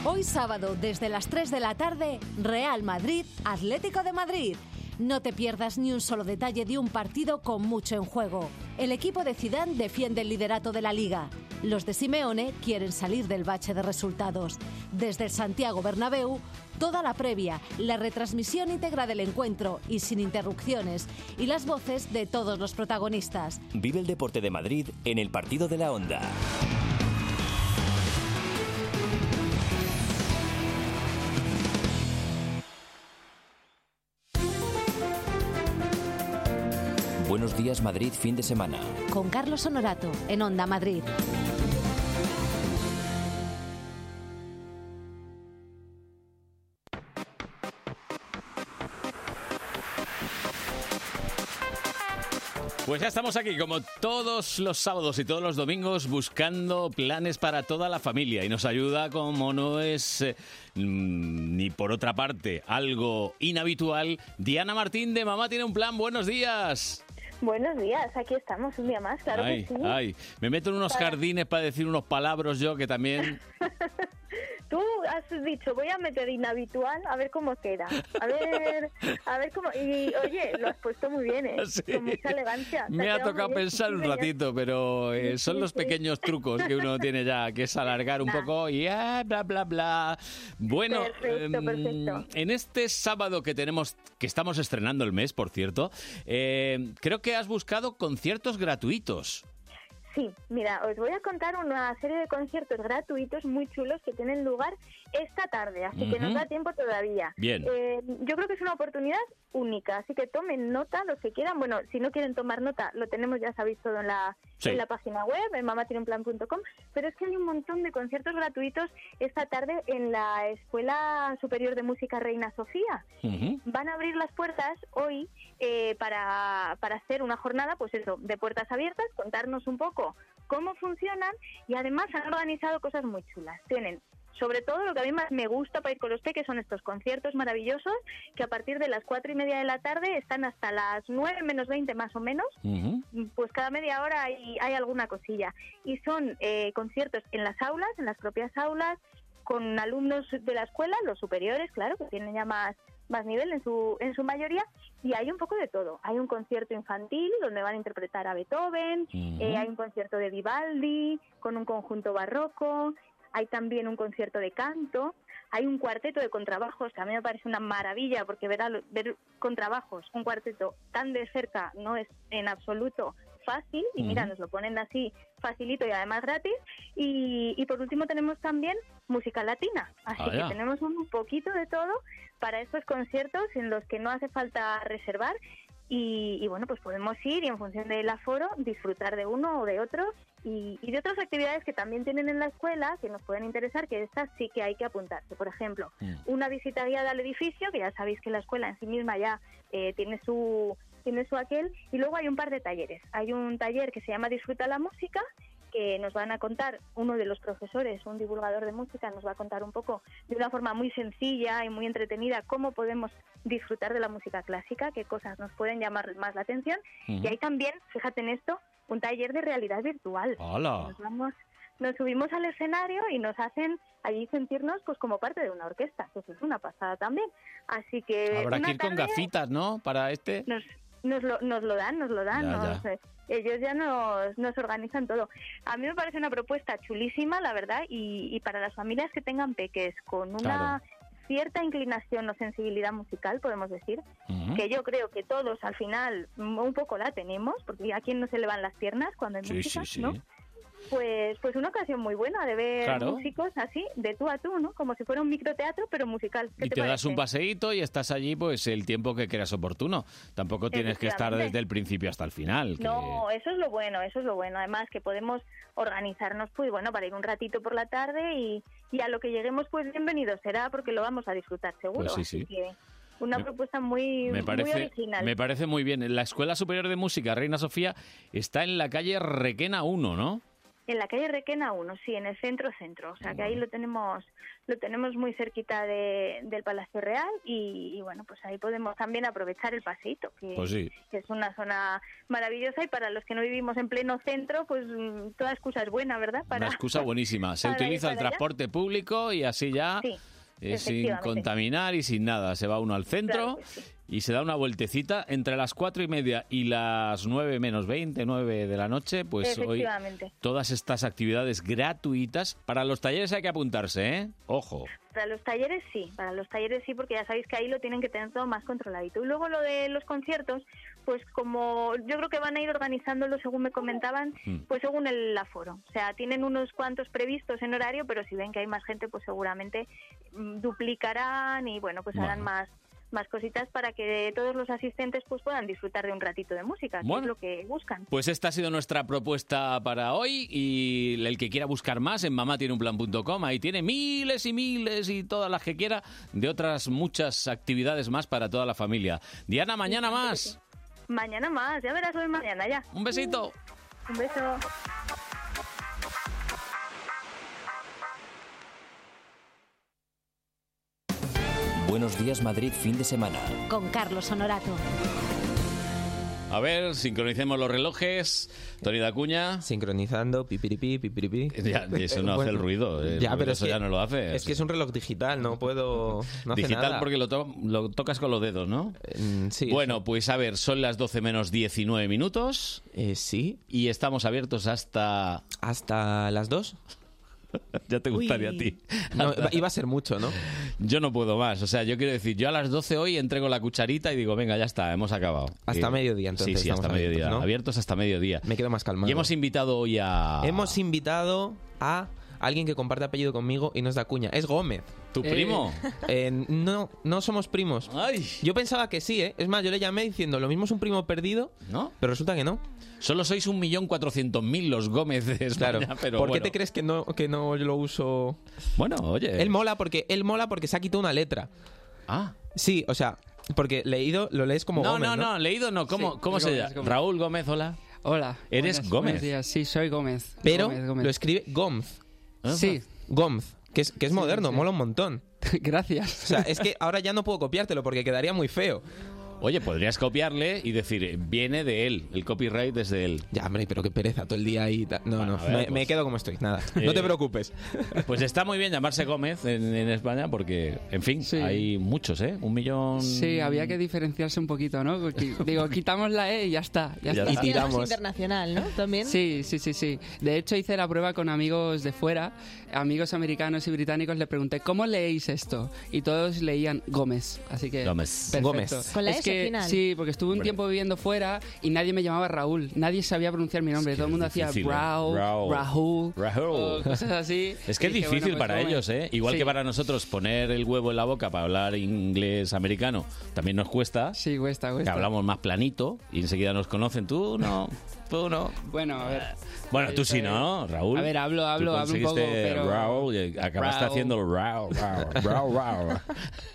Hoy sábado, desde las 3 de la tarde, Real Madrid, Atlético de Madrid. No te pierdas ni un solo detalle de un partido con mucho en juego. El equipo de Zidane defiende el liderato de la liga. Los de Simeone quieren salir del bache de resultados. Desde el Santiago Bernabéu, toda la previa, la retransmisión íntegra del encuentro y sin interrupciones, y las voces de todos los protagonistas.
Vive el deporte de Madrid en el partido de la Onda. Buenos Días Madrid, fin de semana.
Con Carlos Honorato, en Onda Madrid.
Pues ya estamos aquí, como todos los sábados y todos los domingos, buscando planes para toda la familia. Y nos ayuda, como no es eh, mm, ni por otra parte algo inhabitual, Diana Martín de Mamá tiene un plan. Buenos días.
Buenos días, aquí estamos un día más, claro
ay,
que sí.
ay, me meto en unos
Para-
jardines para decir unos palabras yo que también...
Tú has dicho, voy a meter inhabitual a ver cómo queda. A ver, a ver cómo. Y oye, lo has puesto muy bien, ¿eh?
Sí.
Con mucha elegancia. Te
Me ha
quedado
tocado
muy bien,
pensar
sí,
un
señor.
ratito, pero eh, son los pequeños trucos que uno tiene ya, que es alargar un poco y ah, bla, bla, bla. Bueno,
Perfecto,
em,
perfecto.
en este sábado que tenemos, que estamos estrenando el mes, por cierto, eh, creo que has buscado conciertos gratuitos.
Sí, mira, os voy a contar una serie de conciertos gratuitos muy chulos que tienen lugar esta tarde, así que nos
Ujú.
da tiempo todavía.
Bien.
Eh, yo creo que es una oportunidad única. Así que tomen nota los que quieran. Bueno, si no quieren tomar nota, lo tenemos, ya sabéis, todo en la,
Sí.
en la página web, en mamatieneunplan.com. Pero es que hay un montón de conciertos gratuitos esta tarde en la Escuela Superior de Música Reina Sofía. Van a abrir las puertas hoy eh, para, para hacer una jornada, pues eso, de puertas abiertas, contarnos un poco cómo funcionan y además han organizado cosas muy chulas. Tienen sobre todo lo que a mí más me gusta para ir con los que son estos conciertos maravillosos que a partir de las cuatro y media de la tarde están hasta las nueve menos veinte más o menos pues cada media hora hay, hay alguna cosilla. Y son eh, conciertos en las aulas, en las propias aulas, con alumnos de la escuela, los superiores, claro, que tienen ya más, más nivel en su, en su mayoría, y hay un poco de todo. Hay un concierto infantil donde van a interpretar a Beethoven,
Ujú.
eh, hay un concierto de Vivaldi con un conjunto barroco, hay también un concierto de canto, hay un cuarteto de contrabajos, que a mí me parece una maravilla, porque ver, a lo- ver contrabajos, un cuarteto tan de cerca, no es en absoluto fácil, y mira,
Ujú.
nos lo ponen así facilito y además gratis. Y, y por último tenemos también música latina, así
Ala.
que tenemos un poquito de todo para estos conciertos en los que no hace falta reservar. Y, y bueno, pues podemos ir y en función del aforo disfrutar de uno o de otro y, y de otras actividades que también tienen en la escuela que nos pueden interesar, que estas sí que hay que apuntarse. Por ejemplo,
Mm.
una visita guiada al edificio, que ya sabéis que la escuela en sí misma ya eh, tiene su tiene su aquel, y luego hay un par de talleres. Hay un taller que se llama Disfruta la música, que nos van a contar uno de los profesores, un divulgador de música, nos va a contar un poco de una forma muy sencilla y muy entretenida cómo podemos disfrutar de la música clásica, qué cosas nos pueden llamar más la atención.
Ujú.
Y hay también, fíjate en esto, un taller de realidad virtual.
¡Hala!
Nos vamos nos subimos al escenario y nos hacen allí sentirnos pues como parte de una orquesta, que eso es una pasada también. Así que
Habrá
Eh, una
que ir con
tarde-
gafitas, ¿no? Para este.
nos, nos, lo, nos lo dan, nos lo dan.
Ya,
nos-
ya.
eh, ellos ya nos, nos organizan todo. A mí me parece una propuesta chulísima, la verdad, y, y para las familias que tengan peques con una cierta inclinación o sensibilidad musical, podemos decir,
Ujú.
que yo creo que todos al final mm, un poco la tenemos, porque a quién no se le van las piernas cuando hay
Sí,
música,
sí, sí.
¿no? Pues, pues una ocasión muy buena de ver
Claro.
músicos así, de tú a tú, ¿no? Como si fuera un microteatro, pero musical. ¿Qué
Y te, das
parece?
un paseíto y estás allí pues el tiempo que creas oportuno. Tampoco tienes que estar
Efectivamente.
desde el principio hasta el final. que-
No, eso es lo bueno, eso es lo bueno. Además que podemos organizarnos, pues bueno, para ir un ratito por la tarde y, y a lo que lleguemos, pues bienvenido será porque lo vamos a disfrutar seguro.
Pues sí,
Así
sí.
que una
Me-
propuesta muy,
Me
muy
parece,
original.
me parece muy bien. La Escuela Superior de Música Reina Sofía está en la calle Requena 1, ¿no?
En la calle Requena 1, sí, en el centro centro. O sea que ahí
Mm.
lo tenemos, lo tenemos muy cerquita de- del Palacio Real y, y, bueno, pues ahí podemos también aprovechar el paseito, que,
Pues sí.
que es una zona maravillosa y para los que no vivimos en pleno centro, pues mm, toda excusa es buena, ¿verdad? Para,
Una excusa buenísima. Se
para ir
utiliza el
para allá.
transporte público y así ya
Sí,
eh, sin
efectivamente.
contaminar y sin nada. Se va uno al centro y se da una vueltecita entre las cuatro y media y las nueve menos veinte, nueve de la noche. Pues hoy
Efectivamente.
todas estas actividades gratuitas. Para los talleres hay que apuntarse, ¿eh? Ojo.
Para los talleres sí, para los talleres sí, porque ya sabéis que ahí lo tienen que tener todo más controladito. Y luego lo de los conciertos, pues como yo creo que van a ir organizándolo, según me comentaban,
Mm.
pues según el aforo. O sea, tienen unos cuantos previstos en horario, pero si ven que hay más gente, pues seguramente mm, duplicarán y bueno, pues harán más más cositas para que todos los asistentes pues puedan disfrutar de un ratito de música, que
Bueno.
es lo que buscan.
Pues esta ha sido nuestra propuesta para hoy y el que quiera buscar más en mamatieneunplan.com ahí tiene miles y miles y todas las que quiera de otras muchas actividades más para toda la familia. Diana, mañana más.
Mañana más, ya verás hoy mañana ya.
Un besito.
Un beso.
Buenos días Madrid fin de semana.
Con Carlos Honorato.
A ver, sincronicemos los relojes. Tony Dacuña.
Sincronizando, pipiripi, pipiripi.
Ya, eso no hace el ruido, eh, porque eso
es que-
ya no lo hace.
Es que es un reloj digital, no puedo. No hace
Digital
nada. Mm,
porque lo, to- lo tocas con los dedos, ¿no? Bueno, pues a ver, son las 12 menos 19 minutos.
Eh, sí.
Y estamos abiertos hasta...
¿Hasta las 2?
ya te gustaría
Uy.
a ti.
No, iba a ser mucho, ¿no?
Yo no puedo más. O sea, yo quiero decir, yo a las 12 hoy entrego la cucharita y digo, venga, ya está, hemos acabado.
Hasta
Eh,
mediodía, entonces.
Sí, sí,
estamos
hasta mediodía.
abiertos, ¿no?
Abiertos hasta mediodía.
Me quedo más calmado.
Y hemos invitado hoy a...
Hemos invitado a
alguien que comparte apellido conmigo y no es da cuña. Es Gómez.
¿Tu Eh. primo?
Eh, no, no somos primos. Yo pensaba que sí, ¿eh? Es más, yo le llamé diciendo, lo mismo es un primo perdido.
¿No?
Pero resulta que no.
Solo sois 1.400.000 los Gómez de España,
Claro.
pero
¿Por
bueno.
qué te crees que no, que no yo lo uso?
Bueno, oye.
Él mola porque, él mola porque se ha quitado una letra.
Ah.
Sí, o sea, porque leído lo lees como
no,
Gómez,
no, no, leído no. ¿Cómo,
Sí,
cómo se
Gómez,
llama?
Gómez.
Raúl Gómez, hola.
Hola.
Eres
buenos-
Gómez.
buenos días. Sí, soy Gómez.
Pero
Gómez, Gómez.
lo escribe Gómez.
Ah.
Sí.
Gómez, que es, que es
Sí,
moderno,
sí.
mola un montón.
Gracias.
O sea, es que ahora ya no puedo copiártelo porque quedaría muy feo.
Oye, podrías copiarle y decir, eh, viene de él, el copyright es de él.
Ya, hombre, pero qué pereza todo el día ahí. No, no, me, me quedo como estoy, nada.
pues. Eh,
No te preocupes.
Pues está muy bien llamarse Gómez en, en España porque, en fin, hay muchos, ¿eh? Un millón.
Sí, había que diferenciarse un poquito, ¿no? Porque, digo, quitamos la E y ya está. Ya
Ya
está.
está. Y tiramos.
internacional, ¿no? También.
Sí, sí, sí, sí. De hecho, hice la prueba con amigos de fuera, amigos americanos y británicos. Le pregunté, ¿cómo leéis esto? Y todos leían Gómez. Así que.
Gómez.
perfecto.
Gómez. Con
la
Es
S
que-
final.
Sí, porque estuve un tiempo viviendo fuera y nadie me llamaba Raúl. Nadie sabía pronunciar mi nombre. Todo el mundo hacía
difícil, ¿eh?
Raúl,
Raúl.
Rahul.
Raúl.
o cosas así.
Es que es
Y dije, bueno, pues,
difícil para
Gómez.
ellos, ¿eh? Igual
Sí.
que para nosotros poner el huevo en la boca para hablar inglés americano, también nos cuesta.
Sí, cuesta,
Que
cuesta.
hablamos más planito y enseguida nos conocen. Tú no. Tú no.
Bueno, a ver.
Bueno, tú sí, ¿no, Raúl?
A ver, hablo,
Tú
hablo, hablo un poco,
conseguiste
pero-
Raúl y acabaste
Raúl.
haciendo Raúl, Raúl, Raúl, Raúl.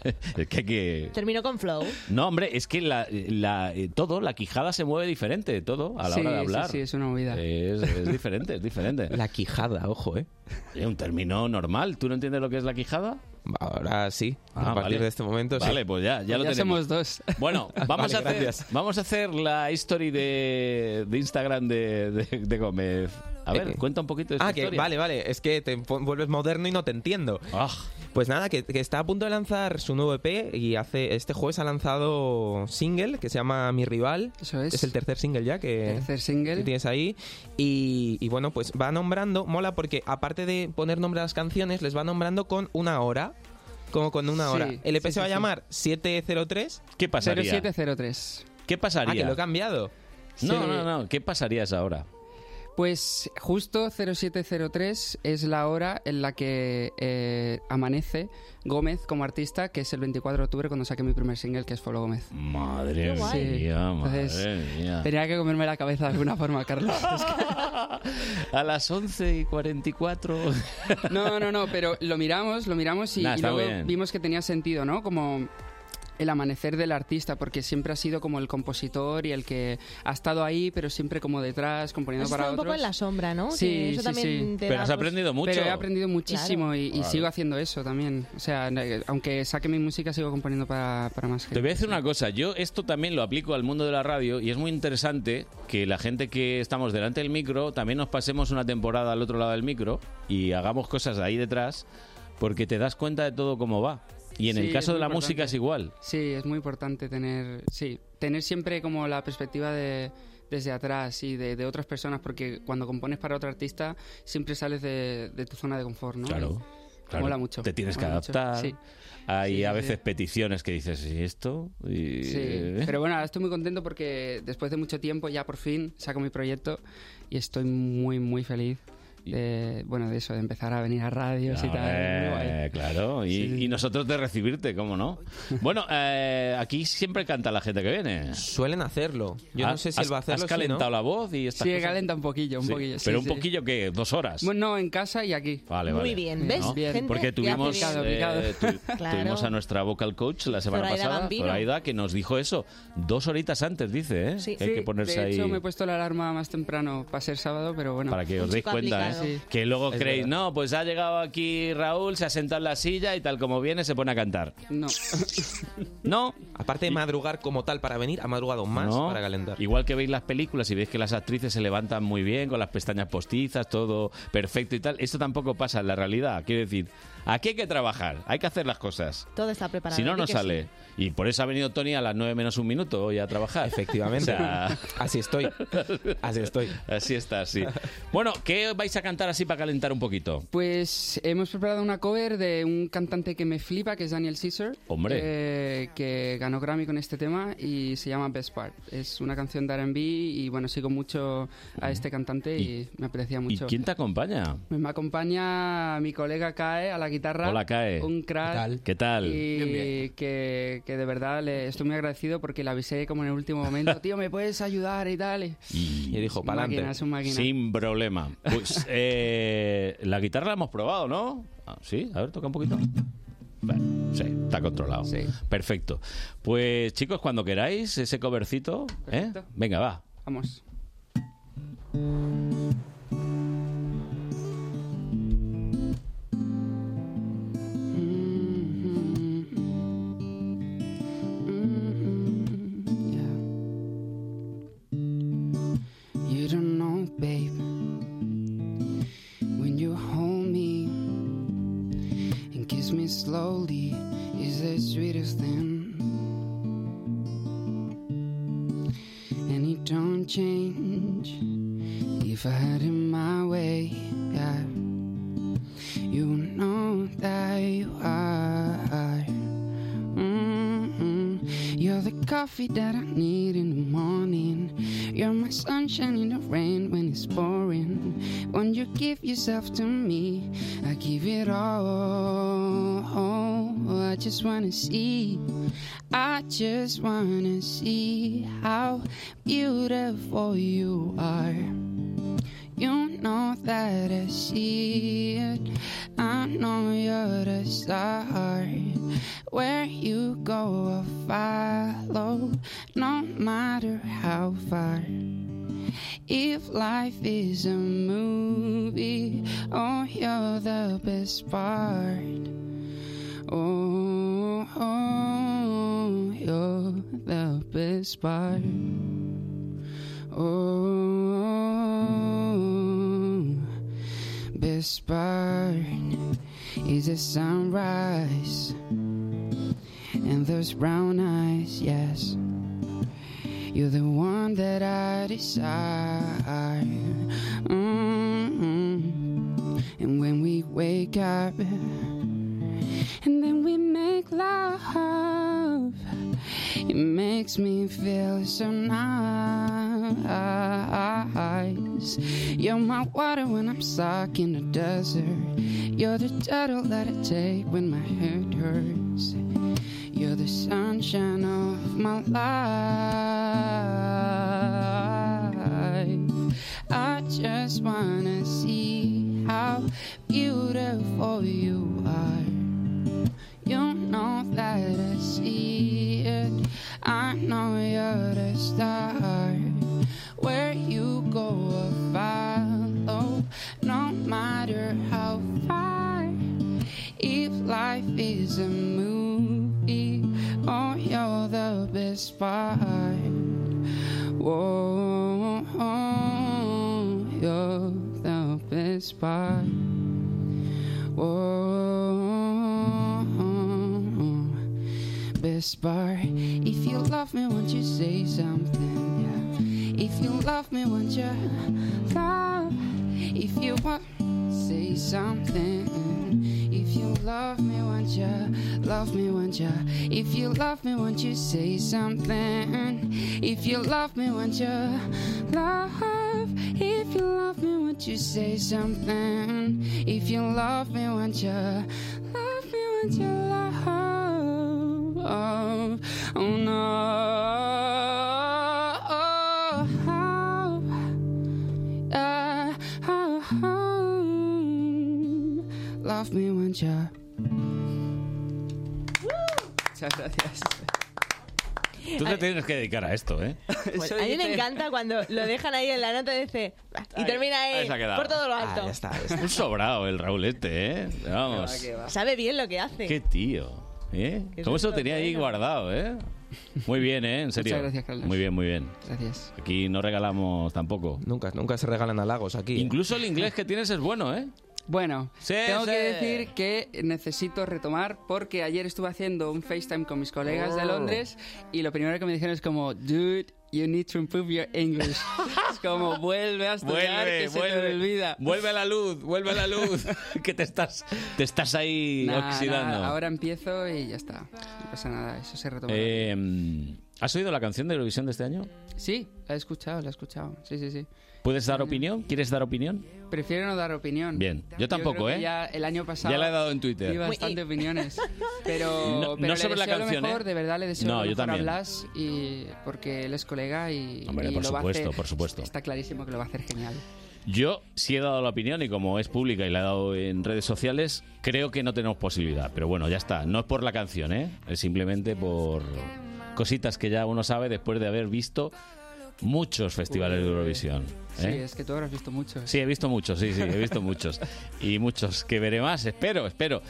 Es que hay que...
Terminó con Flow.
No, hombre, es que la, la- eh, todo, la quijada se mueve diferente, todo, a la
Sí,
hora de
sí,
hablar.
sí, es una movida.
Es, es diferente, es diferente.
La quijada, ojo, ¿eh?
Es un término normal. ¿Tú no entiendes lo que es la quijada?
Ahora sí,
Ah,
a partir
vale.
de este momento. sí.
Vale, pues ya, ya lo tenemos.
dos.
Bueno, vamos,
Vale,
a hacer,
gracias.
vamos a hacer la story de, de Instagram de, de, de Gómez. A ver,
Eh,
cuenta un poquito de su
Ah, que
historia. Ah.
vale, vale, es que te pon- vuelves moderno y no te entiendo. Pues nada, que, que está a punto de lanzar su nuevo EP y hace este jueves ha lanzado single que se llama Mi Rival.
Eso es.
Es el tercer single ya que,
Tercer single.
que tienes ahí. Y, y bueno, pues va nombrando, mola porque aparte de poner nombre a las canciones, les va nombrando con una hora. Como con una
Sí,
hora. El EP
sí,
se va a
sí, sí.
llamar 703.
¿Qué pasaría?
0703.
¿Qué pasaría?
Ah, que lo he cambiado.
Sí.
No, no, no. ¿Qué pasaría esa hora?
Pues justo 0703 es la hora en la que eh, amanece Gómez como artista, que es el 24 de octubre cuando saqué mi primer single, que es Follow Gómez.
Madre
Qué guay.
mía, madre
Entonces,
mía.
Tenía que comerme la cabeza de alguna forma, Carlos. Es
A las 11 y 44.
que- No, no, no, pero lo miramos, lo miramos y,
Nah,
y
está
luego
bien.
vimos que tenía sentido, ¿no? Como el amanecer del artista, porque siempre ha sido como el compositor y el que ha estado ahí, pero siempre como detrás, componiendo
Has
para
estado un
otros.
poco en la sombra, ¿no? Que eso también te da, pues,
Pero he aprendido muchísimo
Claro.
y, y
Claro.
sigo haciendo eso también. O sea, n- aunque saque mi música, sigo componiendo para, para más gente.
Te voy a decir una cosa, yo esto también lo aplico al mundo de la radio y es muy interesante que la gente que estamos delante del micro también nos pasemos una temporada al otro lado del micro y hagamos cosas ahí detrás porque te das cuenta de todo cómo va. Y en
Sí,
el
es
caso de
muy
la
importante.
música es igual.
Sí, es muy importante tener, sí, tener siempre como la perspectiva de desde atrás y de, de otras personas, porque cuando compones para otro artista siempre sales de, de tu zona de confort, ¿no?
Claro, claro.
Mola mucho.
Te tienes que
mola mucho.
adaptar.
Sí.
Hay
Sí, sí,
a
sí.
veces peticiones que dices, ¿y esto? Y- eh".
Sí, pero bueno, ahora estoy muy contento porque después de mucho tiempo ya por fin saco mi proyecto y estoy muy, muy feliz de, bueno, de eso, de empezar a venir a radios y tal. muy guay.
Eh, claro, y, y nosotros de recibirte, ¿cómo no? Bueno, eh, aquí siempre canta la gente que viene.
Suelen hacerlo. Yo no sé si él va a hacerlo,
Has
sí,
calentado
¿no?
la voz y estas
Sí,
cosas?
calenta un poquillo, un
Sí,
poquillo. sí,
pero un
sí.
poquillo que dos horas.
Bueno, no, en casa y aquí.
Vale,
Muy
vale.
bien, ¿ves?
¿No?
Bien.
Porque
Gente que hace
tuvimos,
bien. Picado,
eh,
picado.
tu-
Claro.
tuvimos a nuestra vocal coach la semana
Zoraida
pasada,
Gambino.
Zoraida, que nos dijo eso. Dos horitas antes, dice, ¿eh? Que hay que ponerse
de hecho,
ahí.
me he puesto la alarma más temprano para ser sábado, pero bueno.
Para que os deis cuenta, ¿eh? que luego
Es
creéis,
verdad.
no, pues ha llegado aquí Raúl, se ha sentado en la silla y tal como viene se pone a cantar.
No.
No.
Aparte de madrugar como tal para venir, ha madrugado más
No.
para calentar.
Igual que veis las películas y veis que las actrices se levantan muy bien con las pestañas postizas, todo perfecto y tal, esto tampoco pasa en la realidad. Quiero decir, aquí hay que trabajar, hay que hacer las cosas.
Todo está preparado.
Si no,
di
no
que
sale. Y por eso ha venido Tony a las 9 menos un minuto hoy a trabajar. Efectivamente.
Así estoy.
Así estoy. Así está, sí. Bueno, ¿qué vais a a cantar así para calentar un poquito?
Pues hemos preparado una cover de un cantante que me flipa, que es Daniel Caesar.
Hombre.
eh, que ganó Grammy con este tema y se llama Best Part. Es una canción de RB y bueno, sigo mucho a este cantante y, me apetecía
¿Y
mucho.
quién te acompaña?
Pues me acompaña mi colega Kae a la guitarra.
Hola, Kae.
Un crack.
¿Qué tal? ¿Qué tal?
Y
Bien,
Que, que de verdad le estoy muy agradecido porque le avisé como en el último momento, tío, ¿me puedes ayudar y tal?
Y dijo,
"Pa'lante". máquina, es un máquina.
Sin problema. Pues eh, la guitarra la hemos probado, ¿no? Ah, sí, a ver, toca un poquito. Vale, sí, está controlado. Perfecto. Pues chicos, cuando queráis, ese covercito, ¿eh?
Perfecto.
Venga, va.
Vamos. You don't know, babe, when you hold me and kiss me slowly is the sweetest thing. And it don't change if I had it my way. Yeah, you know that you are. Mm-mm. Mm-hmm. You're the coffee that I need in the morning. You're my sunshine in the rain when it's pouring. When you give yourself to me, I give it all. I just wanna see, I just wanna see how beautiful you are. You know that I see it. I know you're the star. Where you go, I'll follow, no matter how far. If life is a movie, oh, you're the best part. Oh, oh you're the best part. Oh, best part is the sunrise and those brown eyes, yes. You're the one that I desire. Mm-mm. And when we wake up, and then we make love. It makes me feel so nice. You're my water when I'm stuck in the desert. You're the turtle that I take when my head hurts. You're the sunshine of my life. I just wanna see how beautiful you are. You know that I see it. I know you're the star. Where you go, I'll follow, no matter how far. If life is a movie, oh, you're the best part. Whoa, you're the best part. Whoa, best part. If you love me, won't you say something? Yeah. If you love me, won't you love? If you want, say something. If you love me, won't you love me, won't you? If you love me, won't you say something? If you love me, won't you love? If you love me, won't you say something? If you love me, won't you love me, won't you love? Oh Oh, no. Uh, oh, oh. Love me, won't ya? Muchas gracias.
Tú te tienes que dedicar a esto, ¿eh?
Pues a mí me encanta cuando lo dejan ahí en la nota y dice y termina ahí,
Ahí se ha quedado.
por todo lo alto. Ah,
Ah, ya está, ya está. Un sobrado el Raúl este, ¿eh? Vamos.
Sabe bien lo que hace.
Qué tío, ¿eh?
Qué
Como eso
susto,
tenía ahí
bueno.
guardado, ¿eh? Muy bien, ¿eh? En serio.
Muchas gracias, Carlos.
Muy bien, muy bien.
Gracias.
Aquí no regalamos tampoco.
Nunca, nunca se regalan halagos aquí.
Incluso el inglés que tienes es bueno, ¿eh?
Bueno, tengo
sí.
que decir que necesito retomar porque ayer estuve haciendo un FaceTime con mis colegas de
Oh.
Londres y lo primero que me dijeron es como, dude, you need to improve your English. es como, vuelve a estudiar que se te olvida.
Vuelve a la luz, vuelve a la luz, que te estás, te estás ahí
Nah,
oxidando.
nah, ahora empiezo y ya está. No pasa nada, eso se retoma.
Eh, ¿Has oído la canción de Eurovisión de este año?
Sí, la he escuchado, la he escuchado. Sí, sí, sí.
¿Puedes
Mm.
dar opinión? ¿Quieres dar opinión?
Prefiero no dar opinión.
Bien, yo tampoco,
Mm. creo que
¿eh?
Ya el año pasado.
Ya la he dado en Twitter.
Di bastante opiniones. Pero,
No-
pero
no
le
sobre la
deseo lo
canción,
mejor,
¿eh?
de verdad le deseo
No,
lo
yo
mejor a
también.
Blas y porque él es colega y,
Hombre,
y
por
lo va a
supuesto,
hacer,
por supuesto. ¿Eh?
Está clarísimo que lo va a hacer genial.
Yo sí he dado la opinión y como es pública y la he dado en redes sociales, creo que no tenemos posibilidad. Pero bueno, ya está. No es por la canción, ¿eh? Es simplemente por cositas que ya uno sabe después de haber visto muchos festivales de Eurovisión.
Sí,
¿eh?
es que tú habrás visto mucho.
Sí, he visto muchos, sí, sí, he visto muchos. Y muchos que veré más, espero, espero.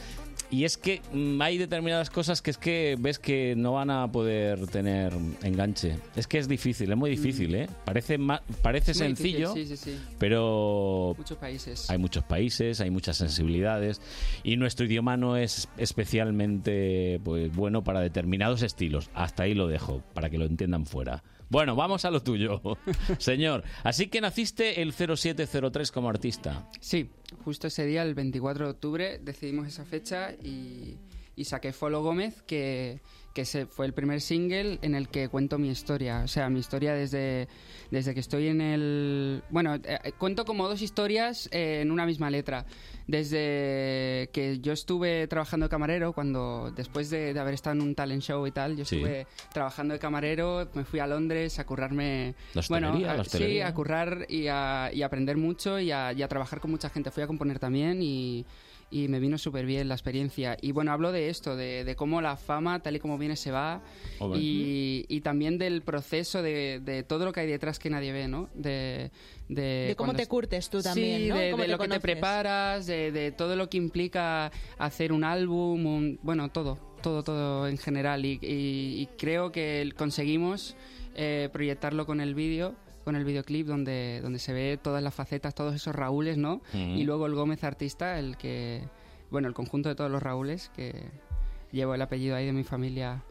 Y es que mm, hay determinadas cosas que es que ves que no van a poder tener enganche. Es que es difícil, es muy difícil, ¿eh? Parece, ma- parece
Mm. Es muy
sencillo,
difícil, sí, sí, sí.
pero...
Muchos países.
Hay muchos países, hay muchas sensibilidades y nuestro idioma no es especialmente pues, bueno para determinados estilos. Hasta ahí lo dejo, para que lo entiendan fuera. Bueno, vamos a lo tuyo, señor. Así que naciste el 0703 como artista.
Sí, justo ese día, el 24 de octubre, decidimos esa fecha y, y saqué Follow Gómez, que, que se, fue el primer single en el que cuento mi historia. O sea, mi historia desde, desde que estoy en el... Bueno, eh, eh, cuento como dos historias eh, en una misma letra. Desde que yo estuve trabajando de camarero, cuando después de, de haber estado en un talent show y tal, yo
Sí.
estuve trabajando de camarero, me fui a Londres a currarme...
La hostelería,
bueno, a-
la
sí,
hostelería.
a currar y a, y a aprender mucho y a, y a trabajar con mucha gente. Fui a componer también y, y me vino súper bien la experiencia. Y bueno, hablo de esto, de, de cómo la fama, tal y como viene, se va.
Hombre.
Y, y también del proceso de, de todo lo que hay detrás que nadie ve, ¿no? De, de,
De cómo
cuando-
te curtes tú
Sí,
también, ¿no?
de,
¿Cómo
de
te
lo que te
conoces?
preparas, de, de todo lo que implica hacer un álbum, un- bueno, todo, todo, todo en general. Y, y- y creo que el- conseguimos eh, proyectarlo con el vídeo con el videoclip donde, donde se ve todas las facetas, todos esos Raúles, ¿no?
Ujú.
Y luego el Gómez Artista, el que, bueno, el conjunto de todos los Raúles, que llevo el apellido ahí de mi familia.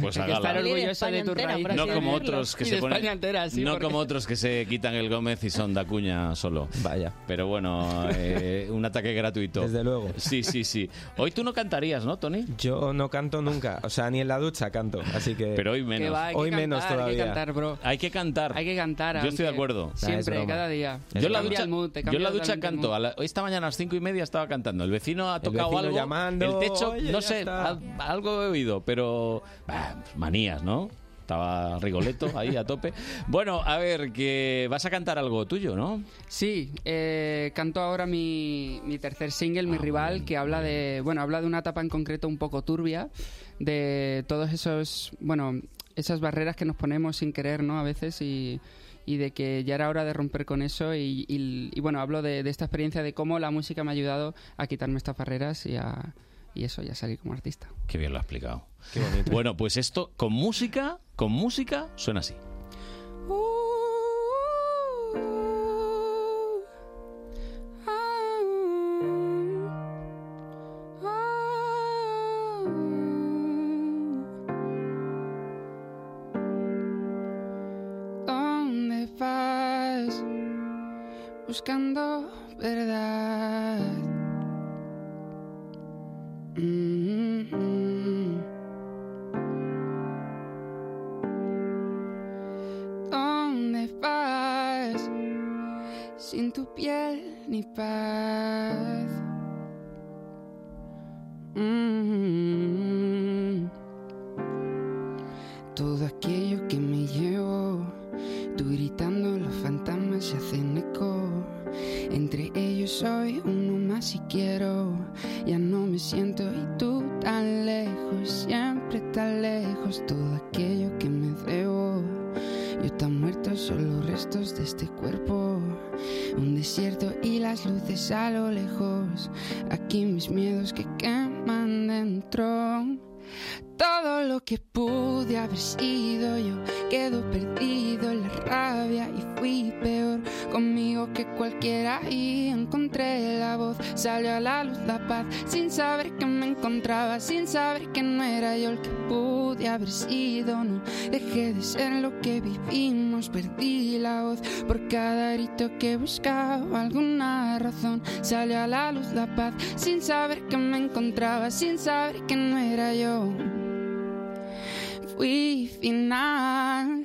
Pues
Hay que
hágala.
estar orgulloso de tu raíz.
No como otros que
Y
se
de
ponen.
España entera, sí,
no
porque-
como otros que se quitan el Gómez y son da cuña solo. Vaya. Pero bueno, eh, un ataque gratuito. Desde
luego.
Sí, sí, sí. Hoy tú no cantarías, ¿no, Tony?
Yo no canto nunca, o sea, ni en la ducha canto, así que...
Pero hoy menos.
Que va, hay que
hoy menos
cantar, hay que
todavía.
cantar, bro.
Hay que cantar.
Hay que cantar.
Yo estoy de
aunque
acuerdo. Nah, es
Siempre,
broma.
cada día.
Yo en la
Cambia
ducha,
el mood, te
yo en la
cambia
ducha
totalmente el mood.
canto. A la- esta mañana a las cinco y media estaba cantando. El vecino ha tocado
vecino
algo.
llamando,
el techo,
"Oye,
no
ya
sé,
está".
al- algo he oído, pero bah, manías, ¿no? Estaba Rigoleto ahí a tope. Bueno, a ver, que vas a cantar algo tuyo, ¿no?
Sí, eh, canto ahora mi, mi tercer single, Mi Rival, que habla de, bueno, habla de una etapa en concreto un poco turbia, de todos esos, bueno, esas barreras que nos ponemos sin querer, ¿no? A veces y, y de que ya era hora de romper con eso y, y- y, bueno, hablo de, de esta experiencia de cómo la música me ha ayudado a quitarme estas barreras y a... Y eso, ya salir como artista.
Qué bien lo ha explicado. Bueno, pues esto con música, con música suena así.
¿Dónde vas? Buscando verdad.
Mm-hmm.
Mm. ¿Dónde vas? Sin tu piel ni paz. Mm. Todo aquello que me llevo, tú gritando, los fantasmas se hacen eco. Entre ellos soy uno más si quiero, ya no me siento y tú tan lejos, siempre tan lejos. Todo aquello que me debo, yo tan muerto, solo restos de este cuerpo. Un desierto y las luces a lo lejos, aquí mis miedos que queman dentro.
Todo lo que pude haber sido yo quedó perdido en la rabia y fui peor conmigo que cualquiera y encontré la voz, salió a la luz la paz sin saber que me encontraba, sin saber que no era yo el que pude haber sido, no dejé de ser lo que vivimos, perdí la voz por cada grito que buscaba alguna razón, salió a la luz la paz sin saber que me encontraba, sin saber que no era yo fui final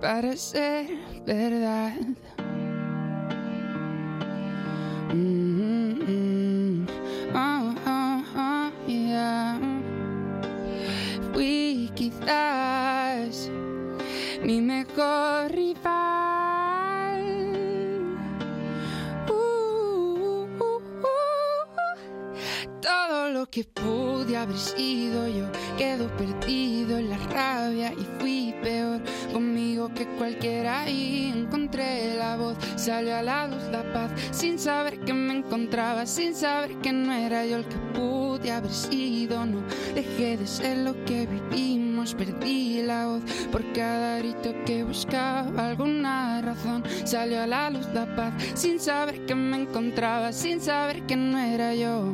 para ser verdad. Mm, mm, oh, oh, oh, yeah. Fui quizás mi mejor rival. Uh, uh, uh. Todo lo que pude haber sido yo quedó perdido en la rabia y fui peor conmigo que cualquiera y encontré la voz, salió a la luz la paz sin saber que me encontraba, sin saber que no era yo el que pude haber sido, no dejé de ser lo que vivimos, perdí la voz por cada grito que buscaba alguna razón, salió a la luz la paz sin saber que me encontraba, sin saber que no era yo.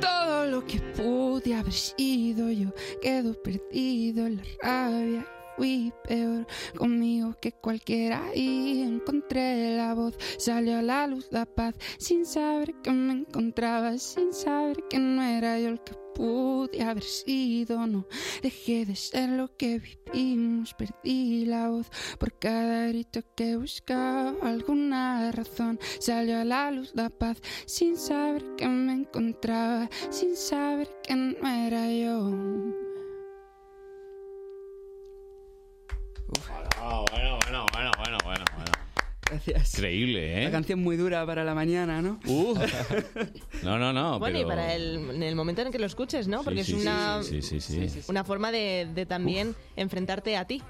Todo lo que pude haber sido yo quedó perdido en la rabia. Fui peor conmigo que cualquiera y encontré la voz, salió a la luz la paz, sin saber que me encontraba, sin saber que no era yo el que pude haber sido, no dejé de ser lo que vivimos, perdí la voz por cada grito que buscaba alguna razón, salió a la luz la paz, sin saber que me encontraba, sin saber que no era yo.
Bueno, Ah, bueno, bueno, bueno, bueno, bueno, bueno.
Gracias.
Increíble,
La
¿eh?
canción muy dura para la mañana, ¿no?
Uh. No, no, no.
Bueno,
Ah, pero...
y para el, en el momento en que lo escuches, ¿no?
Sí,
Porque
sí,
es una,
Sí, sí, sí. sí.
una forma de, de también enfrentarte a ti.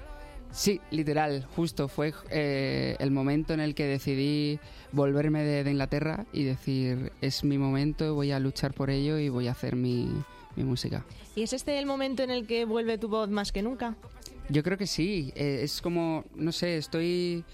Sí, literal, justo fue eh, el momento en el que decidí volverme de, de Inglaterra y decir, es mi momento, voy a luchar por ello y voy a hacer mi, mi música.
¿Y es este el momento en el que vuelve tu voz más que nunca?
Yo creo que sí, eh, es como, no sé, estoy...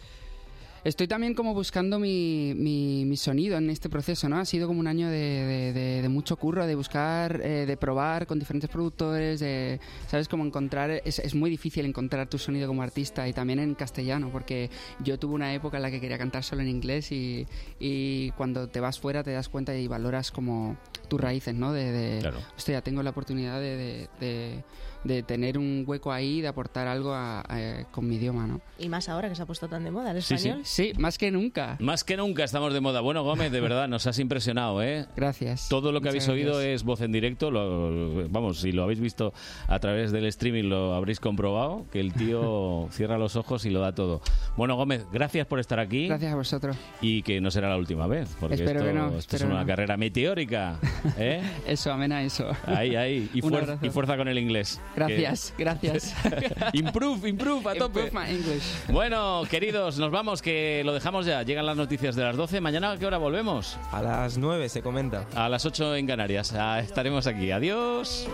Estoy también como buscando mi, mi- mi sonido en este proceso, ¿no? Ha sido como un año de, de- de- de mucho curro, de buscar, eh, de probar con diferentes productores, de, ¿sabes? Como encontrar, es, es muy difícil encontrar tu sonido como artista y también en castellano, porque yo tuve una época en la que quería cantar solo en inglés y, y cuando te vas fuera te das cuenta y valoras como tus raíces, ¿no? De, de hostia, tengo la oportunidad de, de- de- de tener un hueco ahí, de aportar algo a- a- con mi idioma, ¿no?
Y más ahora que se ha puesto tan de moda el
Sí, sí.
español.
Sí, más que nunca.
Más que nunca estamos de moda. Bueno, Gómez, de verdad, nos has impresionado, ¿eh?
Gracias.
Todo lo que
Muchas
habéis oído
gracias.
es voz en directo. lo- vamos, si lo habéis visto a través del streaming, lo habréis comprobado, que el tío cierra los ojos y lo da todo. Bueno, Gómez, gracias por estar aquí
Gracias a vosotros.
y que no será la última vez, porque
Espero
esto,
que no,
esto es
espero que
una
no.
carrera meteórica. ¿eh?
Eso, amena eso.
Ahí, ahí. Y,
Un
fuer-
abrazo.
y fuerza con el inglés. que-
Gracias, gracias.
improve, improve, a tope.
Improve my English.
Bueno, queridos, nos vamos, que lo dejamos ya. Llegan las noticias de las 12. Mañana, ¿a qué hora volvemos?
A las 9 se comenta.
A las 8 en Canarias. Ah, Estaremos aquí. Adiós.